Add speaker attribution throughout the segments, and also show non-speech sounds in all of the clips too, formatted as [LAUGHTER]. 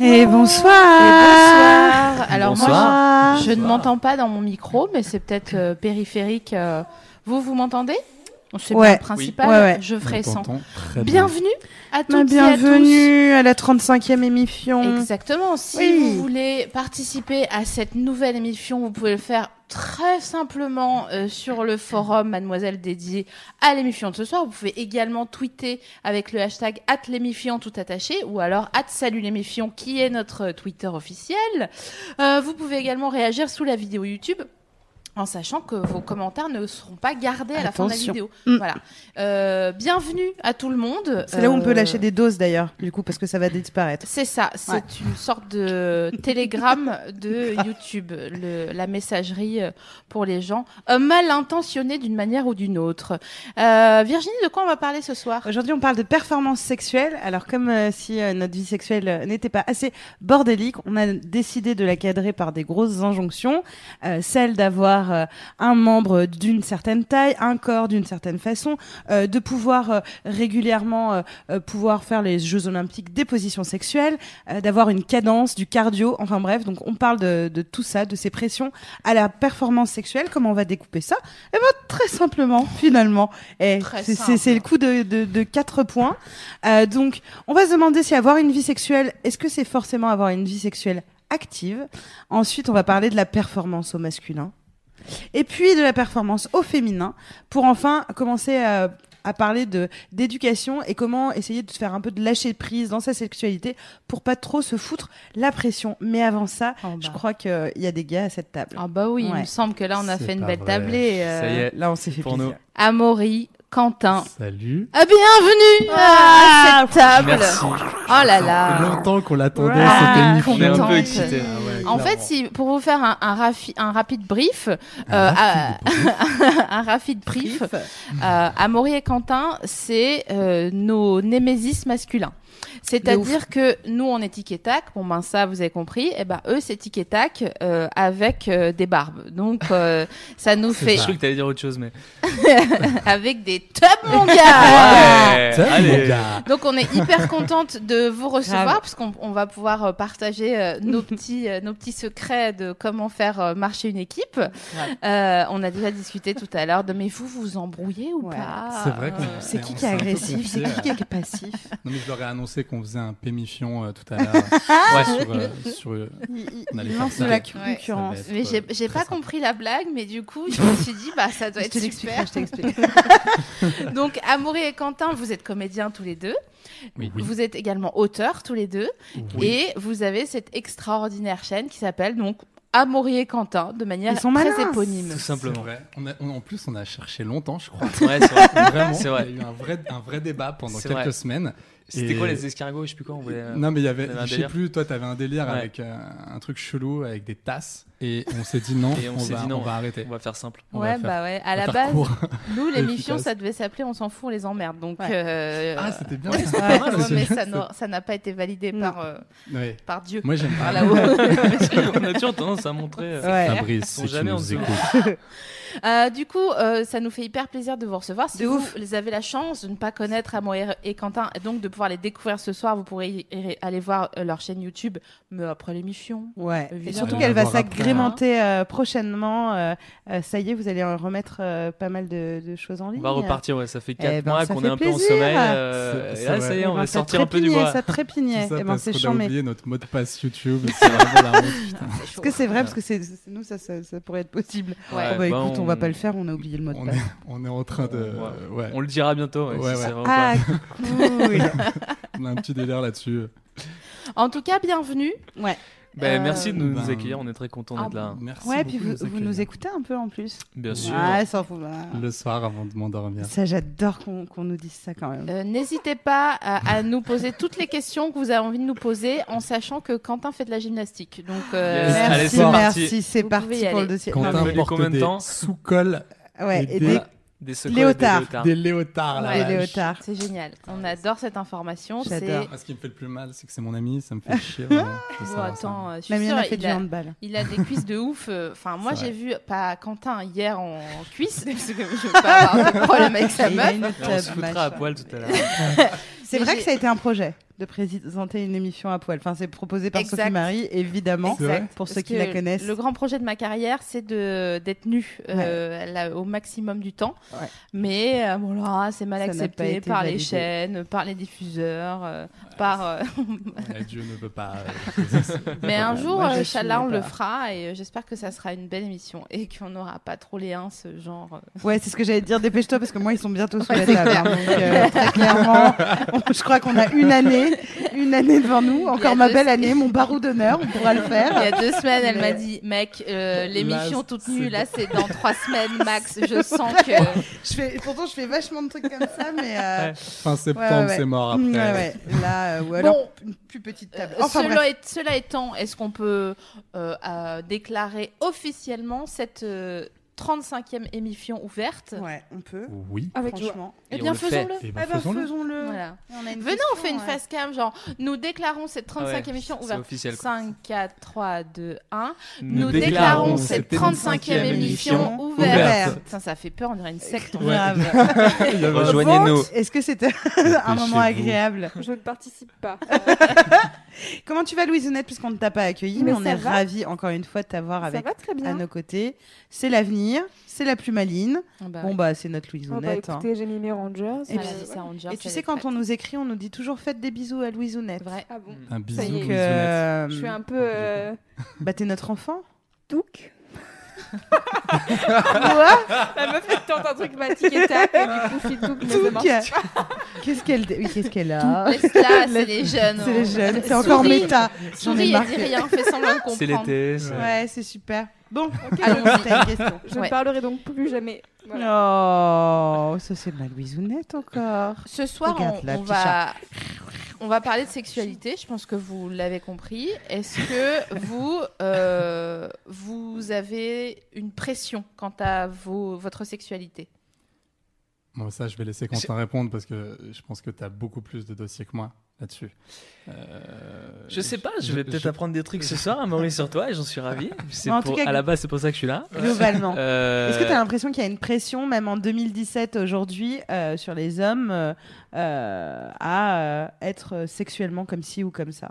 Speaker 1: Et bonsoir.
Speaker 2: Et bonsoir. Alors
Speaker 3: Bonsoir.
Speaker 2: moi, je, je ne
Speaker 3: Bonsoir.
Speaker 2: m'entends pas dans mon micro, mais c'est peut-être euh, périphérique. euh. Vous, vous m'entendez C'est
Speaker 1: Ouais.
Speaker 2: bien le principal.
Speaker 1: Ouais, ouais.
Speaker 2: Je ferai sans.
Speaker 3: t'entend très bien.
Speaker 2: Bienvenue à toutes
Speaker 1: Ma
Speaker 2: et à tous.
Speaker 1: bienvenue à, la 35e émission.
Speaker 2: Exactement. Si
Speaker 1: Oui.
Speaker 2: vous voulez participer à cette nouvelle émission, vous pouvez le faire très simplement euh, sur le forum Mademoiselle dédié à l'émission de ce soir. Vous pouvez également tweeter avec le hashtag @lémifiant tout attaché ou alors @salulémifiant qui est notre Twitter officiel. Euh, vous pouvez également réagir sous la vidéo YouTube. En sachant que vos commentaires ne seront pas gardés à la fin de la
Speaker 1: Attention.
Speaker 2: vidéo.
Speaker 1: Mm.
Speaker 2: Voilà. Euh, bienvenue à tout le monde.
Speaker 1: C'est là où on peut
Speaker 2: Euh,
Speaker 1: lâcher des doses d'ailleurs, du coup, parce que ça va disparaître.
Speaker 2: c'est ça, c'est
Speaker 1: Ouais.
Speaker 2: une sorte de télégramme de YouTube, le- la messagerie euh, pour les gens euh, mal intentionnés d'une manière ou d'une autre. Euh, Virginie, de quoi on va parler ce soir
Speaker 1: Aujourd'hui, on parle de performance sexuelle. Alors, comme euh, si euh, notre vie sexuelle euh, n'était pas assez bordélique, on a décidé de la cadrer par des grosses injonctions. Euh, celle d'avoir euh, un membre d'une certaine taille, un corps d'une certaine façon, euh, de pouvoir euh, régulièrement euh, euh, pouvoir faire les Jeux Olympiques des positions sexuelles, euh, d'avoir une cadence, du cardio, enfin bref. Donc, on parle de, de tout ça, de ces pressions à la performance sexuelle. Comment on va découper ça Eh ben, très simplement, finalement. Eh,
Speaker 2: Très
Speaker 1: c'est- c'est
Speaker 2: simple.
Speaker 1: c'est le coup de, de, 4 points. Euh, donc, on va se demander si avoir une vie sexuelle, est-ce que c'est forcément avoir une vie sexuelle active Ensuite, on va parler de la performance au masculin. Et puis de la performance au féminin, pour enfin commencer à, à parler de d'éducation et comment essayer de se faire un peu de lâcher prise dans sa sexualité pour pas trop se foutre la pression. Mais avant ça,
Speaker 2: Ah
Speaker 1: je
Speaker 2: bah.
Speaker 1: crois qu'il y a des gars à cette table.
Speaker 2: Ah bah oui, il
Speaker 1: Ouais.
Speaker 2: me semble que là on a
Speaker 3: C'est
Speaker 2: fait une
Speaker 3: pas
Speaker 2: belle
Speaker 3: vrai.
Speaker 2: tablée. euh,
Speaker 3: Ça y est,
Speaker 1: Là, on s'est fait
Speaker 3: pour nous.
Speaker 1: plaisir.
Speaker 2: Amaury, Quentin.
Speaker 3: Salut.
Speaker 2: Ah, bienvenue à cette table.
Speaker 3: Merci.
Speaker 2: Oh là là.
Speaker 3: Longtemps qu'on l'attendait,
Speaker 1: Ah. Ouais. Ah,
Speaker 3: cette émission.
Speaker 2: On est un peu
Speaker 1: excités.
Speaker 2: En fait, si, pour vous faire un, un, rafi- un rapide brief, euh, à- [LAUGHS] un rapide brief, Euh, Amaury et Quentin, c'est euh, nos némésis masculins. C'est-à-dire que nous, on est tic et tac. Bon, ben ça, vous avez compris. Et ben eux, c'est tic et tac euh, avec euh, des barbes. Donc, euh, ça nous fait
Speaker 4: Je crois que t'allais dire autre chose, mais.
Speaker 2: [LAUGHS] avec des tubs, mon
Speaker 1: Ah,
Speaker 2: gars.
Speaker 3: Allez.
Speaker 2: [LAUGHS] Donc on est hyper contente de vous
Speaker 1: Grave.
Speaker 2: recevoir parce qu'on on va pouvoir euh, partager euh,
Speaker 1: [LAUGHS]
Speaker 2: nos petits euh, nos petits secrets de comment faire euh, marcher une équipe. Euh, on a déjà discuté tout à l'heure de mais vous vous embrouillez ou
Speaker 1: Ouais.
Speaker 2: pas
Speaker 4: C'est vrai qu'on-
Speaker 2: Euh,
Speaker 1: C'est qui
Speaker 4: on
Speaker 1: qui est
Speaker 4: s'est un peu
Speaker 1: agressif C'est
Speaker 4: confié,
Speaker 1: qui qui est passif
Speaker 4: Non, mais je leur ai annoncé qu'on faisait un pémifion euh, tout
Speaker 1: [LAUGHS]
Speaker 4: à l'heure.
Speaker 2: Ah,
Speaker 4: ouais, sur. euh, sur, euh,
Speaker 1: Il
Speaker 4: On allait
Speaker 1: il lance de
Speaker 4: faire
Speaker 1: la
Speaker 4: ça.
Speaker 1: cu-
Speaker 2: Ouais.
Speaker 1: concurrence.
Speaker 4: Ça va être,
Speaker 2: Mais
Speaker 4: euh,
Speaker 2: j'ai j'ai pas
Speaker 4: très sympa.
Speaker 2: compris la blague, mais du coup,
Speaker 4: [LAUGHS]
Speaker 2: je me suis dit, bah, ça doit
Speaker 1: Je
Speaker 2: être
Speaker 1: te
Speaker 2: super.
Speaker 1: l'expliquerai, je t'explique.
Speaker 2: [LAUGHS] Donc, Amaury et Quentin, vous êtes comédiens tous les deux.
Speaker 4: Oui.
Speaker 2: Vous êtes également auteurs tous les deux.
Speaker 4: Oui.
Speaker 2: Et vous avez cette extraordinaire chaîne qui s'appelle donc Amaury et Quentin, de manière
Speaker 1: Ils sont
Speaker 2: très
Speaker 1: malins.
Speaker 2: éponyme.
Speaker 4: Tout simplement.
Speaker 3: Ouais. On a- on- en plus, on a cherché longtemps, je crois.
Speaker 4: Ouais, c'est vrai.
Speaker 3: [LAUGHS] Vraiment,
Speaker 4: C'est vrai.
Speaker 3: il y a eu un vrai, un vrai débat pendant
Speaker 4: C'est
Speaker 3: quelques
Speaker 4: vrai.
Speaker 3: semaines.
Speaker 4: C'était
Speaker 3: Et-
Speaker 4: quoi les escargots Je sais plus quoi, on voulait. euh,
Speaker 3: Non, mais il y
Speaker 4: il
Speaker 3: avait,
Speaker 4: y avait un
Speaker 3: je sais
Speaker 4: délire.
Speaker 3: plus, toi, t'avais un délire
Speaker 4: Ouais.
Speaker 3: avec euh, un truc chelou, avec des tasses, et on s'est dit non,
Speaker 4: Et on
Speaker 3: on,
Speaker 4: s'est
Speaker 3: va,
Speaker 4: dit non.
Speaker 3: on va arrêter.
Speaker 4: On va faire simple.
Speaker 3: On
Speaker 2: Ouais,
Speaker 3: va faire-
Speaker 2: bah ouais. À
Speaker 3: on va
Speaker 2: la
Speaker 3: faire [LAUGHS]
Speaker 2: base,
Speaker 3: cours.
Speaker 2: [LAUGHS] nous, l'émission,
Speaker 3: Efficace.
Speaker 2: ça devait s'appeler On s'en fout, on les emmerde. Donc,
Speaker 1: Ouais.
Speaker 2: euh,
Speaker 3: Ah, c'était bien.
Speaker 1: [LAUGHS]
Speaker 3: ça.
Speaker 2: ouais,
Speaker 3: mal,
Speaker 2: ouais,
Speaker 3: c'est-
Speaker 2: mais ça n'a- ça n'a pas été validé
Speaker 1: Non.
Speaker 2: par, euh,
Speaker 3: Ouais.
Speaker 2: par Dieu.
Speaker 3: Moi, j'aime
Speaker 2: Par
Speaker 3: pas. [LAUGHS]
Speaker 2: là-haut.
Speaker 4: [LAUGHS] on a toujours tendance à montrer. euh,
Speaker 1: Ouais.
Speaker 3: Fabrice,
Speaker 4: Sans
Speaker 3: si tu
Speaker 4: jamais on
Speaker 3: nous
Speaker 4: se-
Speaker 3: écoutes.
Speaker 2: [LAUGHS] Euh, du coup, euh, ça nous fait hyper plaisir de vous recevoir. Si
Speaker 1: De
Speaker 2: vous
Speaker 1: ouf.
Speaker 2: les avez la chance de ne pas connaître Amaury et Quentin, et donc de pouvoir les découvrir ce soir, vous pourrez y- y- aller voir euh, leur chaîne YouTube, mais après l'émission.
Speaker 1: Ouais. Et
Speaker 2: Évidemment.
Speaker 1: surtout
Speaker 3: On
Speaker 1: qu'elle
Speaker 3: va
Speaker 1: va
Speaker 3: voir après,
Speaker 1: s'agrémenter euh, prochainement. euh, euh, ça y est, vous allez en remettre euh, pas mal de, de choses en
Speaker 4: On
Speaker 1: ligne.
Speaker 4: va repartir, ouais. Ça fait 4
Speaker 1: Eh ben,
Speaker 4: mois
Speaker 1: ça
Speaker 4: qu'on
Speaker 1: fait
Speaker 4: est un peu en
Speaker 1: plaisir.
Speaker 4: sommeil. euh,
Speaker 3: C'est-
Speaker 4: et
Speaker 3: c'est
Speaker 4: là,
Speaker 3: vrai.
Speaker 4: ça y
Speaker 1: Eh
Speaker 4: est, on
Speaker 1: ben,
Speaker 4: va
Speaker 1: ça
Speaker 4: sortir un peu du
Speaker 1: trépignait,
Speaker 4: bois.
Speaker 1: Ça
Speaker 4: [LAUGHS]
Speaker 1: trépignait.
Speaker 3: Tout ça
Speaker 1: Eh ben,
Speaker 3: parce
Speaker 1: c'est
Speaker 3: qu'on a
Speaker 1: chambé.
Speaker 3: oublié notre mot de passe YouTube. C'est vraiment la honte.
Speaker 1: Est-ce que c'est vrai [LAUGHS] Parce que c'est c'est- nous, ça, ça, ça pourrait être possible.
Speaker 2: Ouais.
Speaker 1: Oh, bah,
Speaker 4: bah,
Speaker 1: écoute, on... va pas le faire, on a oublié le mot de
Speaker 3: On
Speaker 1: passe.
Speaker 3: est, on est en train de.
Speaker 4: Ouais.
Speaker 3: ouais.
Speaker 4: On le dira bientôt. ouais,
Speaker 3: Ouais,
Speaker 4: si
Speaker 3: ouais.
Speaker 4: c'est vraiment
Speaker 1: Ah,
Speaker 4: pas-
Speaker 1: cool
Speaker 4: [LAUGHS]
Speaker 3: On a un petit délire là-dessus.
Speaker 2: En tout cas, bienvenue.
Speaker 1: Ouais.
Speaker 5: Ben,
Speaker 1: Euh,
Speaker 5: Merci de nous
Speaker 4: Ben,
Speaker 5: accueillir, on est très contents
Speaker 2: ah
Speaker 5: d'être là.
Speaker 4: Merci
Speaker 1: Ouais,
Speaker 4: beaucoup
Speaker 1: puis
Speaker 4: de
Speaker 1: vous, vous nous
Speaker 4: accueillir.
Speaker 1: écoutez un peu en plus.
Speaker 5: Bien sûr.
Speaker 1: Ouais, ça, faut- bah,
Speaker 4: Le soir avant de m'endormir.
Speaker 1: ça j'adore qu'on qu'on nous dise ça quand même.
Speaker 2: Euh, N'hésitez pas à, à nous poser toutes les questions que vous avez envie de nous poser, en sachant que Quentin fait de la gymnastique. Donc, euh,
Speaker 5: Yes. Allez,
Speaker 1: merci,
Speaker 5: c'est parti.
Speaker 1: merci, c'est
Speaker 2: Vous
Speaker 1: parti
Speaker 2: pouvez y
Speaker 1: pour le
Speaker 2: aller.
Speaker 1: dossier.
Speaker 5: Quentin,
Speaker 1: Non,
Speaker 5: mais- combien de
Speaker 4: des
Speaker 5: temps
Speaker 4: sous-cols,
Speaker 1: mais- ouais,
Speaker 4: et
Speaker 1: et
Speaker 4: des-
Speaker 1: des,
Speaker 5: Des secrets,
Speaker 1: Léotard.
Speaker 5: des léotards.
Speaker 4: des léotards là.
Speaker 2: Ouais.
Speaker 1: des léotards.
Speaker 2: c'est génial. On adore cette information.
Speaker 1: J'adore.
Speaker 2: C'est
Speaker 4: Ah, ce qui me fait le plus mal, c'est que c'est mon ami, ça me
Speaker 1: [LAUGHS]
Speaker 4: fait chier. vraiment. Je veux
Speaker 2: Oh,
Speaker 4: savoir ça.
Speaker 2: attends, euh, je suis
Speaker 1: Mamie, on a
Speaker 2: sûre,
Speaker 1: fait
Speaker 2: il
Speaker 1: du
Speaker 2: a-
Speaker 1: handball.
Speaker 2: Il a des cuisses de ouf. euh, Enfin, moi,
Speaker 4: C'est
Speaker 2: j'ai vu pas Quentin hier en cuisse, [LAUGHS] parce que je veux
Speaker 1: [LAUGHS]
Speaker 2: pas avoir de
Speaker 5: Oh,
Speaker 2: problème avec sa
Speaker 1: Il
Speaker 2: meuf.
Speaker 1: a une
Speaker 5: Et on se
Speaker 1: teub,
Speaker 5: foutra à
Speaker 1: machin.
Speaker 5: poil tout à l'heure.
Speaker 1: [LAUGHS] C'est
Speaker 2: Mais
Speaker 1: vrai que
Speaker 2: j'ai-
Speaker 1: ça a été un projet de présenter une émission à poil. Enfin, c'est proposé par
Speaker 2: Exact.
Speaker 1: Sophie Marie, évidemment,
Speaker 4: C'est vrai
Speaker 1: pour ceux
Speaker 2: Parce
Speaker 1: qui
Speaker 2: que
Speaker 1: la connaissent.
Speaker 2: Le grand projet de ma carrière, c'est de d'être nue euh, là, au maximum du temps.
Speaker 1: Ouais.
Speaker 2: Mais euh, bon là, c'est mal
Speaker 1: Ça n'a pas
Speaker 2: accepté
Speaker 1: été
Speaker 2: par les
Speaker 1: validé.
Speaker 2: chaînes, par les diffuseurs, euh, par. euh, [LAUGHS]
Speaker 4: Ouais, Dieu ne veut pas. euh,
Speaker 2: Mais un
Speaker 1: Moi,
Speaker 2: jour,
Speaker 1: je
Speaker 2: euh,
Speaker 1: suis
Speaker 2: Inch'Allah, on
Speaker 1: pas.
Speaker 2: le fera et euh, j'espère que ça sera une belle émission et qu'on n'aura pas trop les uns, ce genre. euh,
Speaker 1: Ouais, c'est ce que j'allais te dire. Dépêche-toi parce que moi, ils sont bientôt sous la table. hein. donc, euh, très clairement, on- je crois qu'on a une année, une année devant nous. Encore ma
Speaker 2: deux-
Speaker 1: belle année, mon barreau d'honneur, on pourra le
Speaker 2: Il y
Speaker 1: faire.
Speaker 2: a deux semaines, elle
Speaker 1: Mais-
Speaker 2: m'a dit, mec, euh, l'émission
Speaker 4: Là,
Speaker 2: toute
Speaker 4: c'est
Speaker 2: nue,
Speaker 4: bon.
Speaker 2: là, c'est dans trois semaines max.
Speaker 1: [LAUGHS]
Speaker 2: Je sens que.
Speaker 1: Je fais, pourtant, je fais vachement de trucs comme ça, mais. euh,
Speaker 4: Fin septembre,
Speaker 1: Ouais, ouais, ouais. Mm,
Speaker 4: c'est mort après.
Speaker 1: Ouais, ouais. Là, euh, ou alors
Speaker 2: Bon,
Speaker 1: une plus petite
Speaker 2: euh,
Speaker 1: table. Enfin, bref.
Speaker 2: cela, est- cela étant, est-ce qu'on peut euh, euh, déclarer officiellement cette euh, 35e émission ouverte
Speaker 1: Ouais, on peut.
Speaker 4: Oui.
Speaker 6: Avec joie.
Speaker 1: Franchement.
Speaker 2: Eh
Speaker 5: Et
Speaker 2: bien,
Speaker 5: on le fait.
Speaker 2: faisons-le.
Speaker 4: Et
Speaker 1: Eh ben, faisons-le.
Speaker 2: Voilà.
Speaker 1: On a une
Speaker 2: Venez, on
Speaker 1: question,
Speaker 2: fait une
Speaker 1: ouais.
Speaker 2: face cam, genre, nous déclarons cette 35e
Speaker 5: Ouais,
Speaker 2: émission
Speaker 5: c'est
Speaker 2: ouverte.
Speaker 5: officiel, quoi.
Speaker 2: 5, 4, 3, 2, 1.
Speaker 5: Nous
Speaker 2: Nous,
Speaker 5: déclarons
Speaker 2: déclarons cette
Speaker 5: cette
Speaker 2: 35e
Speaker 5: 35e
Speaker 2: émission
Speaker 1: émission
Speaker 2: ouverte.
Speaker 1: ouverte.
Speaker 2: Putain, ça fait peur, on dirait une secte. en fait.
Speaker 1: Grave.
Speaker 5: [LAUGHS] Rejoignez-nous.
Speaker 1: Vote, Est-ce que c'était un
Speaker 4: Dépêchez-vous.
Speaker 1: moment agréable
Speaker 6: Je ne participe pas.
Speaker 1: Comment tu vas, Louisounette, puisqu'on ne t'a pas accueillie, mais,
Speaker 6: Mais
Speaker 1: on
Speaker 6: ça
Speaker 1: est
Speaker 6: va.
Speaker 1: ravis, encore une fois, de t'avoir
Speaker 6: ça
Speaker 1: avec
Speaker 6: va très
Speaker 1: à
Speaker 6: bien.
Speaker 1: nos côtés. C'est l'avenir, c'est la plus maline.
Speaker 2: Ah bah,
Speaker 1: Bon, bah, c'est notre
Speaker 6: Oh, bah,
Speaker 1: Louisounette. hein.
Speaker 6: écoutez, j'ai mis mes Rangers.
Speaker 1: Et
Speaker 6: euh,
Speaker 1: puis-
Speaker 6: voilà.
Speaker 2: ça, on gère,
Speaker 1: Et tu
Speaker 2: ça
Speaker 1: sais,
Speaker 2: les
Speaker 1: quand
Speaker 2: fête.
Speaker 1: on nous écrit, on nous dit toujours faites des bisous à Louisounette.
Speaker 2: Vrai.
Speaker 6: Ah bon
Speaker 4: Un bisou,
Speaker 6: Ça y est.
Speaker 4: bisou,
Speaker 1: Donc,
Speaker 4: net.
Speaker 1: euh,
Speaker 6: Je suis un peu euh,
Speaker 1: [LAUGHS] bah, t'es notre enfant.
Speaker 6: touc. Quoi La meuf elle tente un truc matic et tac et du coup je suis touc. mais ça
Speaker 1: Touc
Speaker 6: marche.
Speaker 1: [LAUGHS] Qu'est-ce qu'elle oui, qu'est-ce qu'elle [LAUGHS] a
Speaker 2: Laisse là, c'est les jeunes.
Speaker 1: C'est
Speaker 2: on-
Speaker 1: les jeunes, c'est encore
Speaker 2: Souris,
Speaker 1: méta. J'en ai
Speaker 2: Souris et
Speaker 1: marre.
Speaker 2: dis rien, fais
Speaker 1: [LAUGHS]
Speaker 2: semblant de comprendre.
Speaker 5: C'est l'été. c'est-
Speaker 1: Ouais, c'est super. Bon,
Speaker 2: Allons-y.
Speaker 1: t'as une question.
Speaker 6: [LAUGHS] Je
Speaker 2: Ouais.
Speaker 6: ne parlerai donc plus jamais. Voilà.
Speaker 1: Oh, ça c'est ma Louisounette encore.
Speaker 2: Ce soir,
Speaker 1: Regarde,
Speaker 2: on,
Speaker 1: là,
Speaker 2: on
Speaker 1: petit
Speaker 2: va, on va parler de sexualité. Je pense que vous l'avez compris. Est-ce que vous, euh, vous avez une pression quant à vos, votre sexualité
Speaker 4: Bon, ça, je vais laisser Quentin répondre parce que je pense que tu as beaucoup plus de dossiers que moi là-dessus. Euh,
Speaker 5: Je sais pas, je vais peut-être
Speaker 4: je-
Speaker 5: apprendre des trucs ce soir à Maurice sur toi et j'en suis
Speaker 1: [LAUGHS]
Speaker 5: ravi. C'est
Speaker 1: En
Speaker 5: pour-
Speaker 1: tout cas,
Speaker 5: à la base, c'est pour ça que je suis là.
Speaker 1: Globalement.
Speaker 5: [LAUGHS] Euh,
Speaker 1: Est-ce que tu as l'impression qu'il y a une pression, même en 2017 aujourd'hui, euh, sur les hommes euh, euh, à euh, être sexuellement comme ci ou comme ça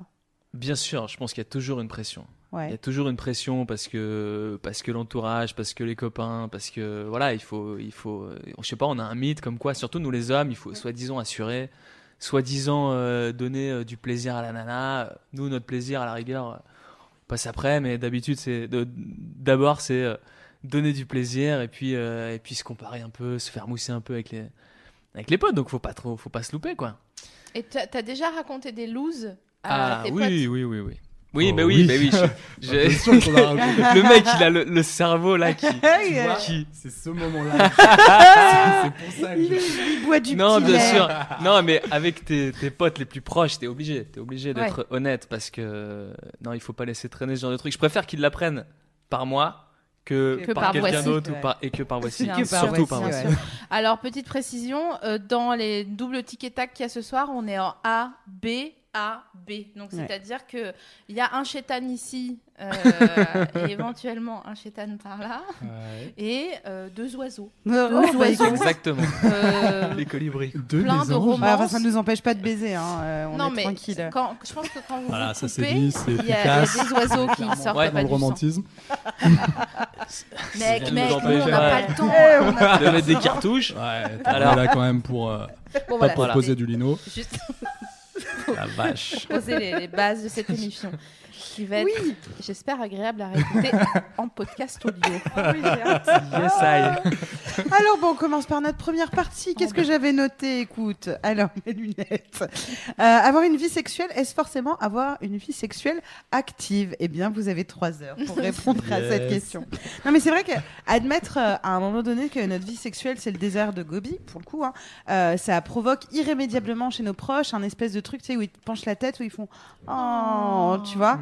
Speaker 5: Bien sûr, je pense qu'il y a toujours une pression. Il y a
Speaker 1: Ouais.
Speaker 5: toujours une pression parce que parce que l'entourage, parce que les copains, parce que voilà, il faut il faut euh, je sais pas, on a un mythe comme quoi surtout nous les hommes, il faut soi-disant assurer, soi-disant euh, donner euh, du plaisir à la nana, nous notre plaisir à la rigueur euh, on passe après mais d'habitude c'est de- d'abord c'est euh, donner du plaisir et puis euh, et puis se comparer un peu, se faire mousser un peu avec les avec les potes donc faut pas trop faut pas se louper quoi.
Speaker 2: Et t'as as déjà raconté des looses à Ah, tes
Speaker 5: Ah oui, oui oui oui oui. Oui,
Speaker 4: Oh,
Speaker 5: bah oui,
Speaker 4: oui.
Speaker 5: bah oui.
Speaker 4: [LAUGHS]
Speaker 5: je- je-
Speaker 4: Bien sûr qu'on a raconté.
Speaker 5: [LAUGHS] le mec, il a le, le cerveau
Speaker 2: [LAUGHS]
Speaker 5: là
Speaker 4: [LAUGHS]
Speaker 5: qui.
Speaker 4: Ah,
Speaker 1: Hey, euh,
Speaker 5: qui-
Speaker 4: C'est ce moment-là. C'est- c'est pour ça que je-
Speaker 1: Il boit du
Speaker 5: Non,
Speaker 1: petit
Speaker 5: bien
Speaker 1: lait.
Speaker 5: sûr. Non, mais avec tes, tes potes les plus proches, t'es obligé. T'es obligé d'être honnête parce que. Non, il faut pas laisser traîner ce genre de truc. Je préfère qu'ils l'apprennent par moi que,
Speaker 1: Que
Speaker 5: par,
Speaker 2: par
Speaker 5: quelqu'un
Speaker 2: voici.
Speaker 5: d'autre ou
Speaker 1: Ouais.
Speaker 5: par... et que par voici.
Speaker 2: Bien sûr,
Speaker 5: Surtout par
Speaker 1: voici,
Speaker 5: voici.
Speaker 1: ouais.
Speaker 2: potes [LAUGHS] Alors, petite précision, euh, dans les doubles tickets tac qu'il y a ce soir, on est en A, B, A, B. Donc,
Speaker 1: Ouais.
Speaker 2: c'est-à-dire que il y a un chétan ici euh, et éventuellement un chétan par là
Speaker 4: Ouais.
Speaker 2: et euh, deux oiseaux.
Speaker 1: Oh,
Speaker 2: Deux
Speaker 1: bah,
Speaker 2: oiseaux.
Speaker 5: Exactement.
Speaker 2: Euh,
Speaker 5: les colibris.
Speaker 4: Deux
Speaker 2: Plein
Speaker 4: les
Speaker 2: de
Speaker 4: anges.
Speaker 2: romans.
Speaker 1: Ouais, bah, enfin, ça ne nous empêche pas de baiser, hein. euh, on
Speaker 2: non,
Speaker 1: est
Speaker 2: mais
Speaker 1: tranquille.
Speaker 2: quand, je pense que quand vous
Speaker 4: Voilà,
Speaker 2: vous
Speaker 4: ça, c'est
Speaker 2: coupez,
Speaker 4: lisse, c'est
Speaker 2: il y, a- il y a
Speaker 4: efficace.
Speaker 2: des oiseaux qui
Speaker 5: Clairement.
Speaker 2: sortent
Speaker 5: Ouais.
Speaker 4: Dans
Speaker 2: pas
Speaker 4: le
Speaker 2: du sang.
Speaker 4: romantisme.
Speaker 2: Mec, mec,
Speaker 5: Rien nous
Speaker 2: nous,
Speaker 5: empêche.
Speaker 2: on n'a pas
Speaker 5: Ouais. [LAUGHS]
Speaker 2: le temps.
Speaker 1: Eh, on a-
Speaker 5: De mettre des cartouches.
Speaker 4: Ouais, t'es
Speaker 5: Alors-
Speaker 4: là quand même
Speaker 5: [LAUGHS]
Speaker 4: pour euh,
Speaker 2: Bon,
Speaker 4: pas
Speaker 2: voilà,
Speaker 4: pour
Speaker 2: c'était
Speaker 4: poser du lino.
Speaker 2: Juste
Speaker 4: La vache.
Speaker 2: [LAUGHS] poser les, les bases de cette émission. qui va être, j'espère, agréable à réécouter en podcast audio.
Speaker 1: [LAUGHS] Ah oui, j'ai hâte.
Speaker 5: [LAUGHS]
Speaker 1: Ah.
Speaker 5: Yes, I.
Speaker 1: Alors bon, on commence par notre première partie. Qu'est-ce que j'avais noté Écoute, alors [LAUGHS] mes lunettes. Euh, avoir une vie sexuelle, est-ce forcément avoir une vie sexuelle active Eh bien, vous avez trois heures pour répondre à cette
Speaker 4: Yes.
Speaker 1: question. Non, mais c'est vrai que admettre euh, à un moment donné que notre vie sexuelle c'est le désert de Gobi, pour le coup, hein, euh, ça provoque irrémédiablement chez nos proches un espèce de truc, tu sais, où ils te penchent la tête, où ils font oh, tu vois.
Speaker 5: Mm.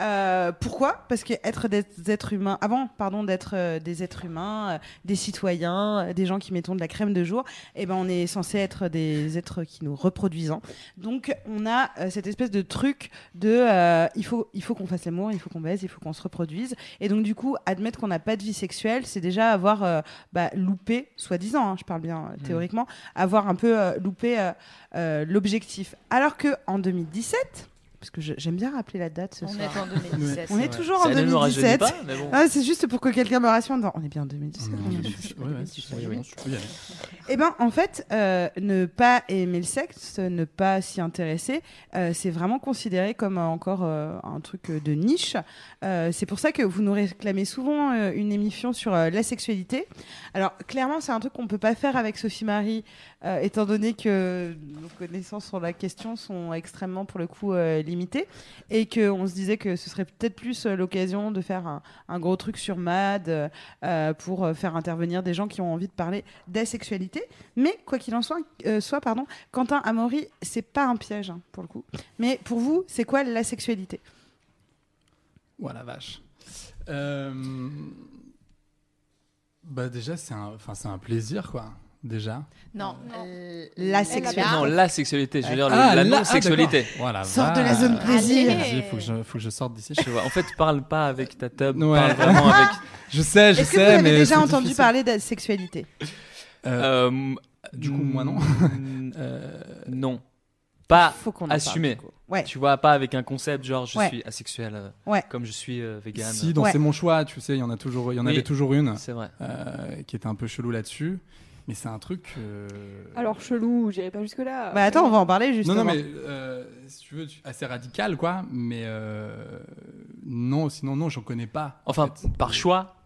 Speaker 1: Euh, pourquoi Parce que être des êtres humains, avant, pardon, d'être euh, des êtres humains, euh, des citoyens, euh, des gens qui mettons de la crème de jour, eh ben on est censé être des êtres qui nous reproduisons. Donc on a euh, cette espèce de truc de euh, il faut il faut qu'on fasse l'amour, il faut qu'on baise, il faut qu'on se reproduise. Et donc du coup, admettre qu'on n'a pas de vie sexuelle, c'est déjà avoir euh, bah, loupé, soi-disant, hein, je parle bien euh, théoriquement, avoir un peu euh, loupé euh, euh, l'objectif. Alors que en 2017, parce que je- j'aime bien rappeler la date ce
Speaker 6: On
Speaker 1: soir.
Speaker 6: est en 2017.
Speaker 1: [LAUGHS] On est toujours en
Speaker 5: Ça ne nous rajeunit
Speaker 1: 2017.
Speaker 5: pas, mais bon.
Speaker 1: Ah, c'est juste pour que quelqu'un me rassure. Non, on est bien en 2017. on est- Eh ben, en fait, euh, ne pas aimer le sexe, ne pas s'y intéresser, euh, c'est vraiment considéré comme euh, encore euh, un truc euh, de niche. Euh, c'est pour ça que vous nous réclamez souvent euh, une émission sur euh, la sexualité. Alors, clairement, c'est un truc qu'on peut pas faire avec Sophie Marie, euh, étant donné que nos connaissances sur la question Bah, sont extrêmement, pour le coup, euh, limitées, et qu'on se disait que ce serait peut-être plus euh, l'occasion de faire un, un gros truc sur MAD euh, euh, pour euh, faire intervenir des gens qui ont envie de parler d'asexualité. Mais quoi qu'il en soit, euh, soit pardon, Quentin Amaury, c'est pas un piège hein, pour le coup. Mais pour vous, c'est quoi la sexualité
Speaker 4: Ouah la vache. Euh, Bah déjà c'est un, enfin c'est un plaisir quoi. Déjà.
Speaker 2: Non,
Speaker 6: Non.
Speaker 2: euh,
Speaker 1: La sexualité.
Speaker 5: Non, la sexualité, je veux dire le-
Speaker 4: Ah,
Speaker 5: la
Speaker 4: là,
Speaker 5: non-sexualité.
Speaker 4: d'accord. Ouah, la
Speaker 1: Sors de la
Speaker 4: vache.
Speaker 1: zone plaisir.
Speaker 6: Allez.
Speaker 4: Vas-y, faut que je, faut que je sorte d'ici.
Speaker 5: Je vois. En fait, parle pas avec ta tub,
Speaker 4: Ouais.
Speaker 5: parle vraiment avec.
Speaker 4: [LAUGHS] Je sais, je
Speaker 1: Est-ce que vous
Speaker 4: sais,
Speaker 1: avez
Speaker 4: mais
Speaker 1: déjà
Speaker 4: c'est
Speaker 1: entendu
Speaker 4: difficile.
Speaker 1: parler d'asexualité
Speaker 4: Euh,
Speaker 5: Euh,
Speaker 4: Du coup, moi, non. [LAUGHS]
Speaker 5: mm,
Speaker 4: euh,
Speaker 5: non. Pas
Speaker 1: Faut qu'on en parle,
Speaker 5: assumé.
Speaker 1: du coup. Ouais.
Speaker 5: Tu vois, pas avec un concept genre je
Speaker 1: Ouais.
Speaker 5: suis asexuel, euh,
Speaker 1: Ouais.
Speaker 5: comme je suis euh, vegan.
Speaker 4: si, donc
Speaker 1: Ouais.
Speaker 4: c'est mon choix, tu sais, il y en a toujours, il y en
Speaker 5: Oui.
Speaker 4: avait toujours une
Speaker 5: C'est vrai.
Speaker 4: euh, qui était un peu chelou là-dessus, mais c'est un truc. euh,
Speaker 6: Alors chelou, j'irai pas jusque là.
Speaker 1: Bah attends, on va en parler
Speaker 4: Non, non,
Speaker 1: justement.
Speaker 4: mais euh, si tu veux, tu- assez radical, quoi. Mais euh, non, sinon, non, j'en connais pas. en
Speaker 5: Enfin,
Speaker 4: fait.
Speaker 5: par choix.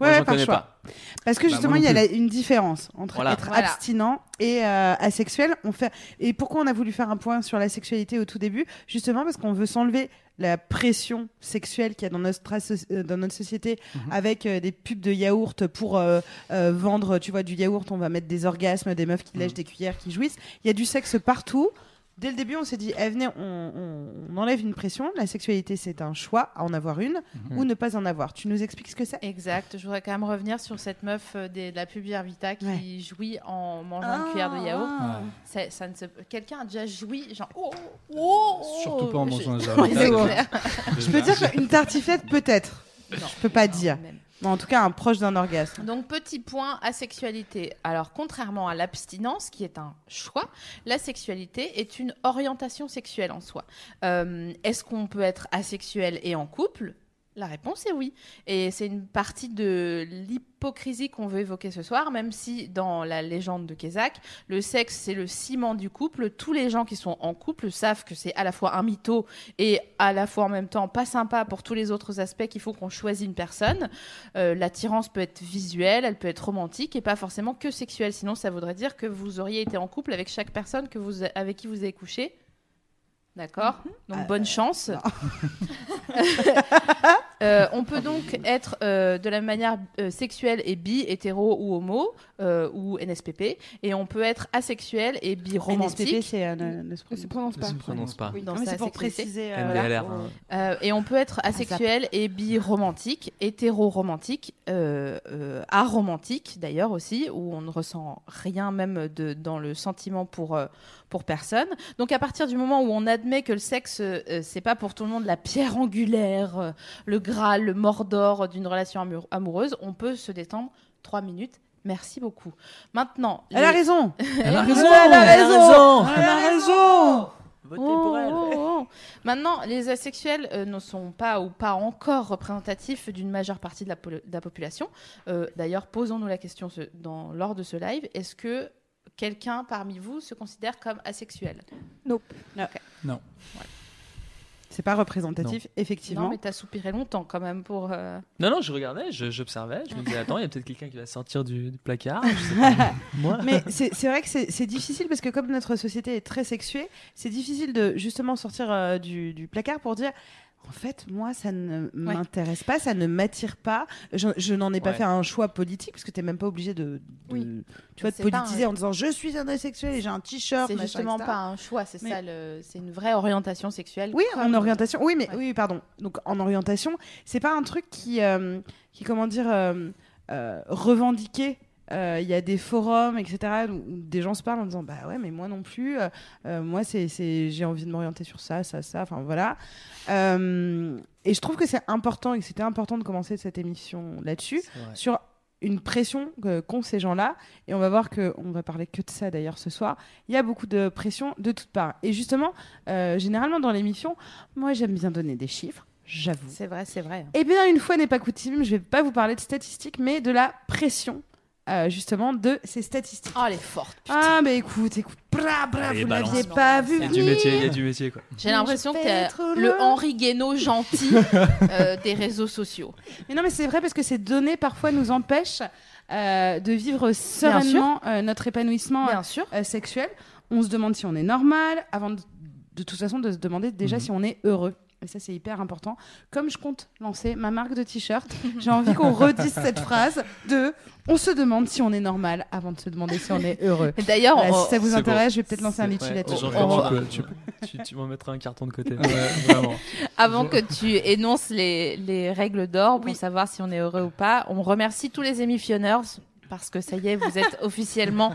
Speaker 1: Ouais,
Speaker 5: moi,
Speaker 1: ouais,
Speaker 5: j'en
Speaker 1: par
Speaker 5: connais
Speaker 1: choix.
Speaker 5: pas.
Speaker 1: Parce que
Speaker 4: Bah,
Speaker 1: justement,
Speaker 4: moi
Speaker 1: il
Speaker 4: non
Speaker 1: y a
Speaker 4: plus.
Speaker 1: la- une différence entre
Speaker 5: Voilà.
Speaker 1: être
Speaker 2: Voilà.
Speaker 1: abstinent et euh, asexuel. On fait... Et pourquoi on a voulu faire un point sur la sexualité au tout début Justement parce qu'on veut s'enlever la pression sexuelle qu'il y a dans notre, asso- euh, dans notre société avec euh, des pubs de yaourt pour euh, euh, vendre, tu vois, du yaourt, on va mettre des orgasmes, des meufs qui lèchent des cuillères, qui jouissent. Il y a du sexe partout. Dès le début, on s'est dit, eh, venez, on, on- on enlève une pression. La sexualité, c'est un choix à en avoir une ou ne pas en avoir. Tu nous expliques ce que c'est
Speaker 2: Exact, je voudrais quand même revenir sur cette meuf euh, des- de la pub Vita qui
Speaker 1: Ouais.
Speaker 2: jouit en mangeant une cuillère de yaourt.
Speaker 4: Ah,
Speaker 2: Ça, ça ne se... Quelqu'un a déjà joui, genre, oh, oh, oh,
Speaker 4: surtout pas en
Speaker 2: je-
Speaker 4: mangeant un
Speaker 1: Ouais,
Speaker 2: [LAUGHS]
Speaker 4: jardin.
Speaker 1: c'est bon.
Speaker 2: clair.
Speaker 1: Je peux dire qu'une tartiflette, peut-être.
Speaker 2: Non.
Speaker 1: Je peux pas dire.
Speaker 2: Même.
Speaker 1: Mais en tout cas, un proche d'un orgasme.
Speaker 2: Donc, petit point, asexualité. Alors, contrairement à l'abstinence, qui est un choix, la sexualité est une orientation sexuelle en soi. Euh, Est-ce qu'on peut être asexuel et en couple la réponse est oui. Et c'est une partie de l'hypocrisie qu'on veut évoquer ce soir, même si dans la légende de Kézak, le sexe, c'est le ciment du couple. Tous les gens qui sont en couple savent que c'est à la fois un mytho et à la fois en même temps pas sympa pour tous les autres aspects qu'il faut qu'on choisisse une personne. Euh, L'attirance peut être visuelle, elle peut être romantique et pas forcément que sexuelle. Sinon, ça voudrait dire que vous auriez été en couple avec chaque personne que vous, avec qui vous avez couché. D'accord
Speaker 1: Mhm.
Speaker 2: Donc,
Speaker 1: Ah,
Speaker 2: bonne chance. [LAUGHS] Euh, on peut donc être euh, de la même manière euh, sexuelle et bi, hétéro ou homo, euh, ou NSPP, et on peut être asexuel et bi romantique.
Speaker 1: NSPP, c'est euh, ne- ne se
Speaker 6: Ça se
Speaker 1: prononce pas.
Speaker 6: prononce
Speaker 5: Je
Speaker 6: pas.
Speaker 5: ne prononce pas.
Speaker 6: Oui.
Speaker 2: dans
Speaker 1: Non, mais
Speaker 2: sa
Speaker 1: c'est pour
Speaker 2: sexualité.
Speaker 1: préciser. euh, voilà.
Speaker 5: MDLR. hein.
Speaker 2: Euh, et on peut être
Speaker 1: Ah,
Speaker 2: asexuel et bi-romantique, hétéro-romantique, euh, euh, aromantique d'ailleurs aussi, où on ne ressent rien même de, dans le sentiment pour, euh, pour personne. Donc à partir du moment où on admet que le sexe, euh, c'est pas pour tout le monde la pierre angulaire, euh, le graal, le mordor d'une relation amou- amoureuse, on peut se détendre trois minutes. Merci beaucoup. Maintenant,
Speaker 1: Elle a
Speaker 2: les- [LAUGHS]
Speaker 1: raison.
Speaker 4: Elle a raison.
Speaker 1: Elle a raison.
Speaker 5: raison.
Speaker 1: Elle a raison.
Speaker 2: Oh, oh, oh. [LAUGHS] Maintenant, les asexuels euh, ne sont pas ou pas encore représentatifs d'une majeure partie de la, polo- de la population. Euh, D'ailleurs, posons-nous la question ce- dans, lors de ce live. Est-ce que quelqu'un parmi vous se considère comme asexuel
Speaker 6: Nope.
Speaker 4: Non.
Speaker 1: C'est pas représentatif, effectivement.
Speaker 2: Non, mais t'as soupiré longtemps quand même pour. euh,
Speaker 5: Non, non, je regardais, je- j'observais, je me disais, attends, il y a peut-être quelqu'un qui va sortir du, du placard. je sais
Speaker 1: [LAUGHS]
Speaker 5: pas. Moi.
Speaker 1: Mais c'est c'est vrai que c'est c'est difficile parce que comme notre société est très sexuée, c'est difficile de justement sortir euh, du, du placard pour dire. En fait, moi, ça ne m'intéresse pas, ça ne m'attire pas. Je, je n'en ai pas
Speaker 5: Ouais.
Speaker 1: fait un choix politique, parce que tu n'es même pas obligé de, de-
Speaker 2: Oui.
Speaker 1: tu vois, de
Speaker 2: C'est pas
Speaker 1: politiser
Speaker 2: un-
Speaker 1: en disant je suis un asexuel et j'ai un t-shirt.
Speaker 2: C'est
Speaker 1: machin,
Speaker 2: justement
Speaker 1: etc.
Speaker 2: pas un choix, c'est
Speaker 1: Mais-
Speaker 2: ça, le... c'est une vraie orientation sexuelle.
Speaker 1: Oui,
Speaker 2: Comme-
Speaker 1: en orientation. Oui, mais
Speaker 2: Ouais.
Speaker 1: oui, pardon. Donc en orientation, c'est pas un truc qui, euh, qui comment dire, euh, euh, revendiqué. Euh, Il y a des forums, etc., où où des gens se parlent en disant bah ouais, mais moi non plus. euh, euh, moi, c'est, c'est- j'ai envie de m'orienter sur ça, ça, ça. Enfin voilà. Euh, et je trouve que c'est important et que c'était important de commencer cette émission là-dessus
Speaker 5: C'est vrai.
Speaker 1: sur une pression euh, qu'ont ces gens-là. Et on va voir que on va parler que de ça d'ailleurs ce soir. Il y a beaucoup de pression de toutes parts. Et justement, euh, généralement dans l'émission, moi j'aime bien donner des chiffres, j'avoue.
Speaker 2: C'est vrai, c'est vrai.
Speaker 1: Et bien une fois n'est pas coutume, je vais pas vous parler de statistiques, mais de la pression euh, justement de ces statistiques.
Speaker 2: Oh, elle est forte. putain.
Speaker 1: Ah mais écoute, écoute, bra bra,
Speaker 5: Allez,
Speaker 1: vous
Speaker 5: balance.
Speaker 1: l'aviez pas vu
Speaker 5: Il y a
Speaker 1: venir.
Speaker 5: du métier, il y a du métier, quoi.
Speaker 2: J'ai l'impression
Speaker 1: Je
Speaker 2: que
Speaker 1: vais
Speaker 2: t'es
Speaker 1: être
Speaker 2: le
Speaker 1: loin.
Speaker 2: Henri Guénaud
Speaker 1: [LAUGHS]
Speaker 2: gentil euh, des réseaux sociaux.
Speaker 1: Mais non, mais c'est vrai parce que ces données parfois nous empêchent euh, de vivre sereinement euh, notre épanouissement
Speaker 2: Bien sûr.
Speaker 1: euh, sexuelle, on se demande si on est normal, avant de, de toute façon de se demander déjà
Speaker 5: Mhm.
Speaker 1: si on est heureux. Et ça, c'est hyper important. Comme je compte lancer ma marque de t-shirt, j'ai envie qu'on
Speaker 2: [LAUGHS]
Speaker 1: redise cette phrase de on se demande si on est normal avant de se demander si on est heureux.
Speaker 2: Et D'ailleurs,
Speaker 1: Voilà,
Speaker 2: on-
Speaker 1: si ça vous
Speaker 5: c'est
Speaker 1: intéresse, je vais peut-être lancer un
Speaker 5: C'est-
Speaker 1: litchi
Speaker 5: ouais,
Speaker 1: là-dessus.
Speaker 5: genre,
Speaker 1: On-
Speaker 5: quand
Speaker 4: on-
Speaker 5: tu, peux- tu, tu m'en mettras un carton de côté. [LAUGHS]
Speaker 4: Ouais, vraiment.
Speaker 2: [LAUGHS] avant que tu énonces les, les règles d'or pour
Speaker 1: Oui.
Speaker 2: savoir si on est heureux ou pas, on remercie tous les émissionneurs parce que ça y est, vous
Speaker 6: [LAUGHS]
Speaker 2: êtes officiellement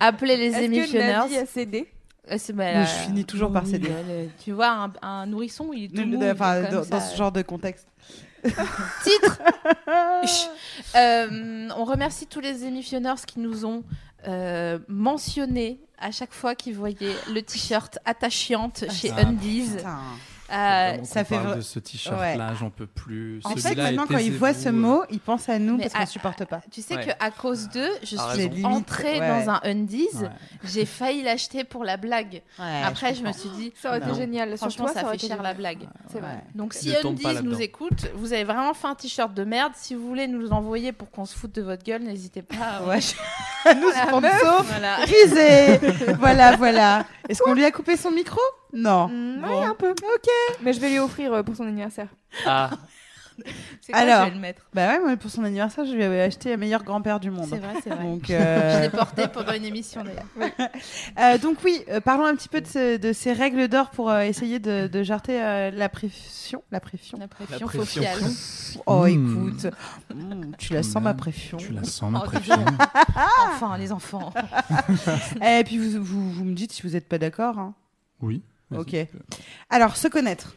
Speaker 2: appelés les
Speaker 6: Est-ce que
Speaker 2: émissionneurs.
Speaker 6: Navi a cédé
Speaker 2: Euh, c'est- bah,
Speaker 1: Mais je finis toujours par
Speaker 2: oui,
Speaker 1: céder.
Speaker 2: euh, le- Tu vois, un, un nourrisson, il est tout
Speaker 1: Enfin,
Speaker 2: mou, il est comme
Speaker 1: dans,
Speaker 2: ça.
Speaker 1: dans ce genre de contexte.
Speaker 2: [LAUGHS] titre. Chut. Euh, on remercie tous les émissionneurs qui nous ont euh, mentionné à chaque fois qu'ils voyaient le t-shirt attachante chez
Speaker 4: Ah,
Speaker 2: Undies.
Speaker 1: Putain.
Speaker 2: Euh,
Speaker 4: Vraiment
Speaker 1: ça
Speaker 4: qu'on
Speaker 1: fait
Speaker 4: parle
Speaker 1: vra-
Speaker 4: de ce t-shirt-là, j'en peux plus.
Speaker 1: En fait,
Speaker 4: Celui-là
Speaker 1: maintenant,
Speaker 4: est
Speaker 1: quand ils voient ce
Speaker 4: taisez-vous.
Speaker 1: mot, ils pensent à nous
Speaker 2: Mais
Speaker 1: parce
Speaker 2: à-
Speaker 1: qu'on supporte pas.
Speaker 2: tu sais
Speaker 5: Ouais.
Speaker 2: que à cause d'eux, je
Speaker 5: Ah,
Speaker 2: suis
Speaker 5: raison.
Speaker 1: limite,
Speaker 2: entrée
Speaker 1: ouais.
Speaker 2: dans un Undies.
Speaker 4: Ouais.
Speaker 2: J'ai failli l'acheter pour la blague. Après, je, me suis dit,
Speaker 6: Ça aurait été
Speaker 1: Non.
Speaker 6: génial. Sur
Speaker 2: franchement,
Speaker 6: toi,
Speaker 2: ça
Speaker 6: aurait
Speaker 2: fait
Speaker 6: été
Speaker 2: cher la
Speaker 6: génial.
Speaker 2: blague.
Speaker 6: C'est vrai.
Speaker 2: Donc si
Speaker 5: Ne tombe pas
Speaker 2: Undies nous
Speaker 5: là-dedans.
Speaker 2: écoute, vous avez vraiment fait un t-shirt de merde. Si vous voulez nous envoyer pour qu'on se foute de votre gueule, n'hésitez pas.
Speaker 1: Ouais.
Speaker 2: [LAUGHS]
Speaker 1: Nous, sponsor,
Speaker 2: Voilà. [LAUGHS]
Speaker 1: Risée [LAUGHS] Voilà, voilà. Est-ce qu'on lui a coupé son micro Non.
Speaker 6: Mm,
Speaker 1: Bon.
Speaker 6: Ouais, un peu. Ok. Mais je vais lui offrir euh, pour son anniversaire.
Speaker 5: Ah,
Speaker 2: C'est quoi,
Speaker 1: Alors.
Speaker 2: je vais le mettre.
Speaker 1: Bah ouais, moi, pour son anniversaire, je lui avais acheté le meilleur grand-père du
Speaker 2: C'est
Speaker 1: monde.
Speaker 2: vrai, c'est vrai.
Speaker 1: Donc,
Speaker 2: [LAUGHS] Je
Speaker 1: euh,
Speaker 2: l'ai porté pendant une émission d'ailleurs.
Speaker 1: [LAUGHS] euh, donc oui, euh, parlons un petit peu de, ce- de ces règles d'or pour euh, essayer de, de jarter euh, la pression. La pression.
Speaker 2: La
Speaker 5: la
Speaker 2: pression Hmm.
Speaker 5: pression. Hmm.
Speaker 2: faciale.
Speaker 1: Oh,
Speaker 4: Mmh.
Speaker 1: écoute, Mmh, tu la sens
Speaker 4: Mmh.
Speaker 1: ma pression.
Speaker 4: Tu la sens, ma
Speaker 2: Oh,
Speaker 4: pression.
Speaker 2: [LAUGHS]
Speaker 1: [LAUGHS]
Speaker 2: Enfin, les enfants.
Speaker 1: Et Eh, puis vous, vous, vous me dites si vous n'êtes pas d'accord. hein.
Speaker 4: Oui. vas-y,
Speaker 1: Ok.
Speaker 4: tu peux.
Speaker 1: Alors, se connaître.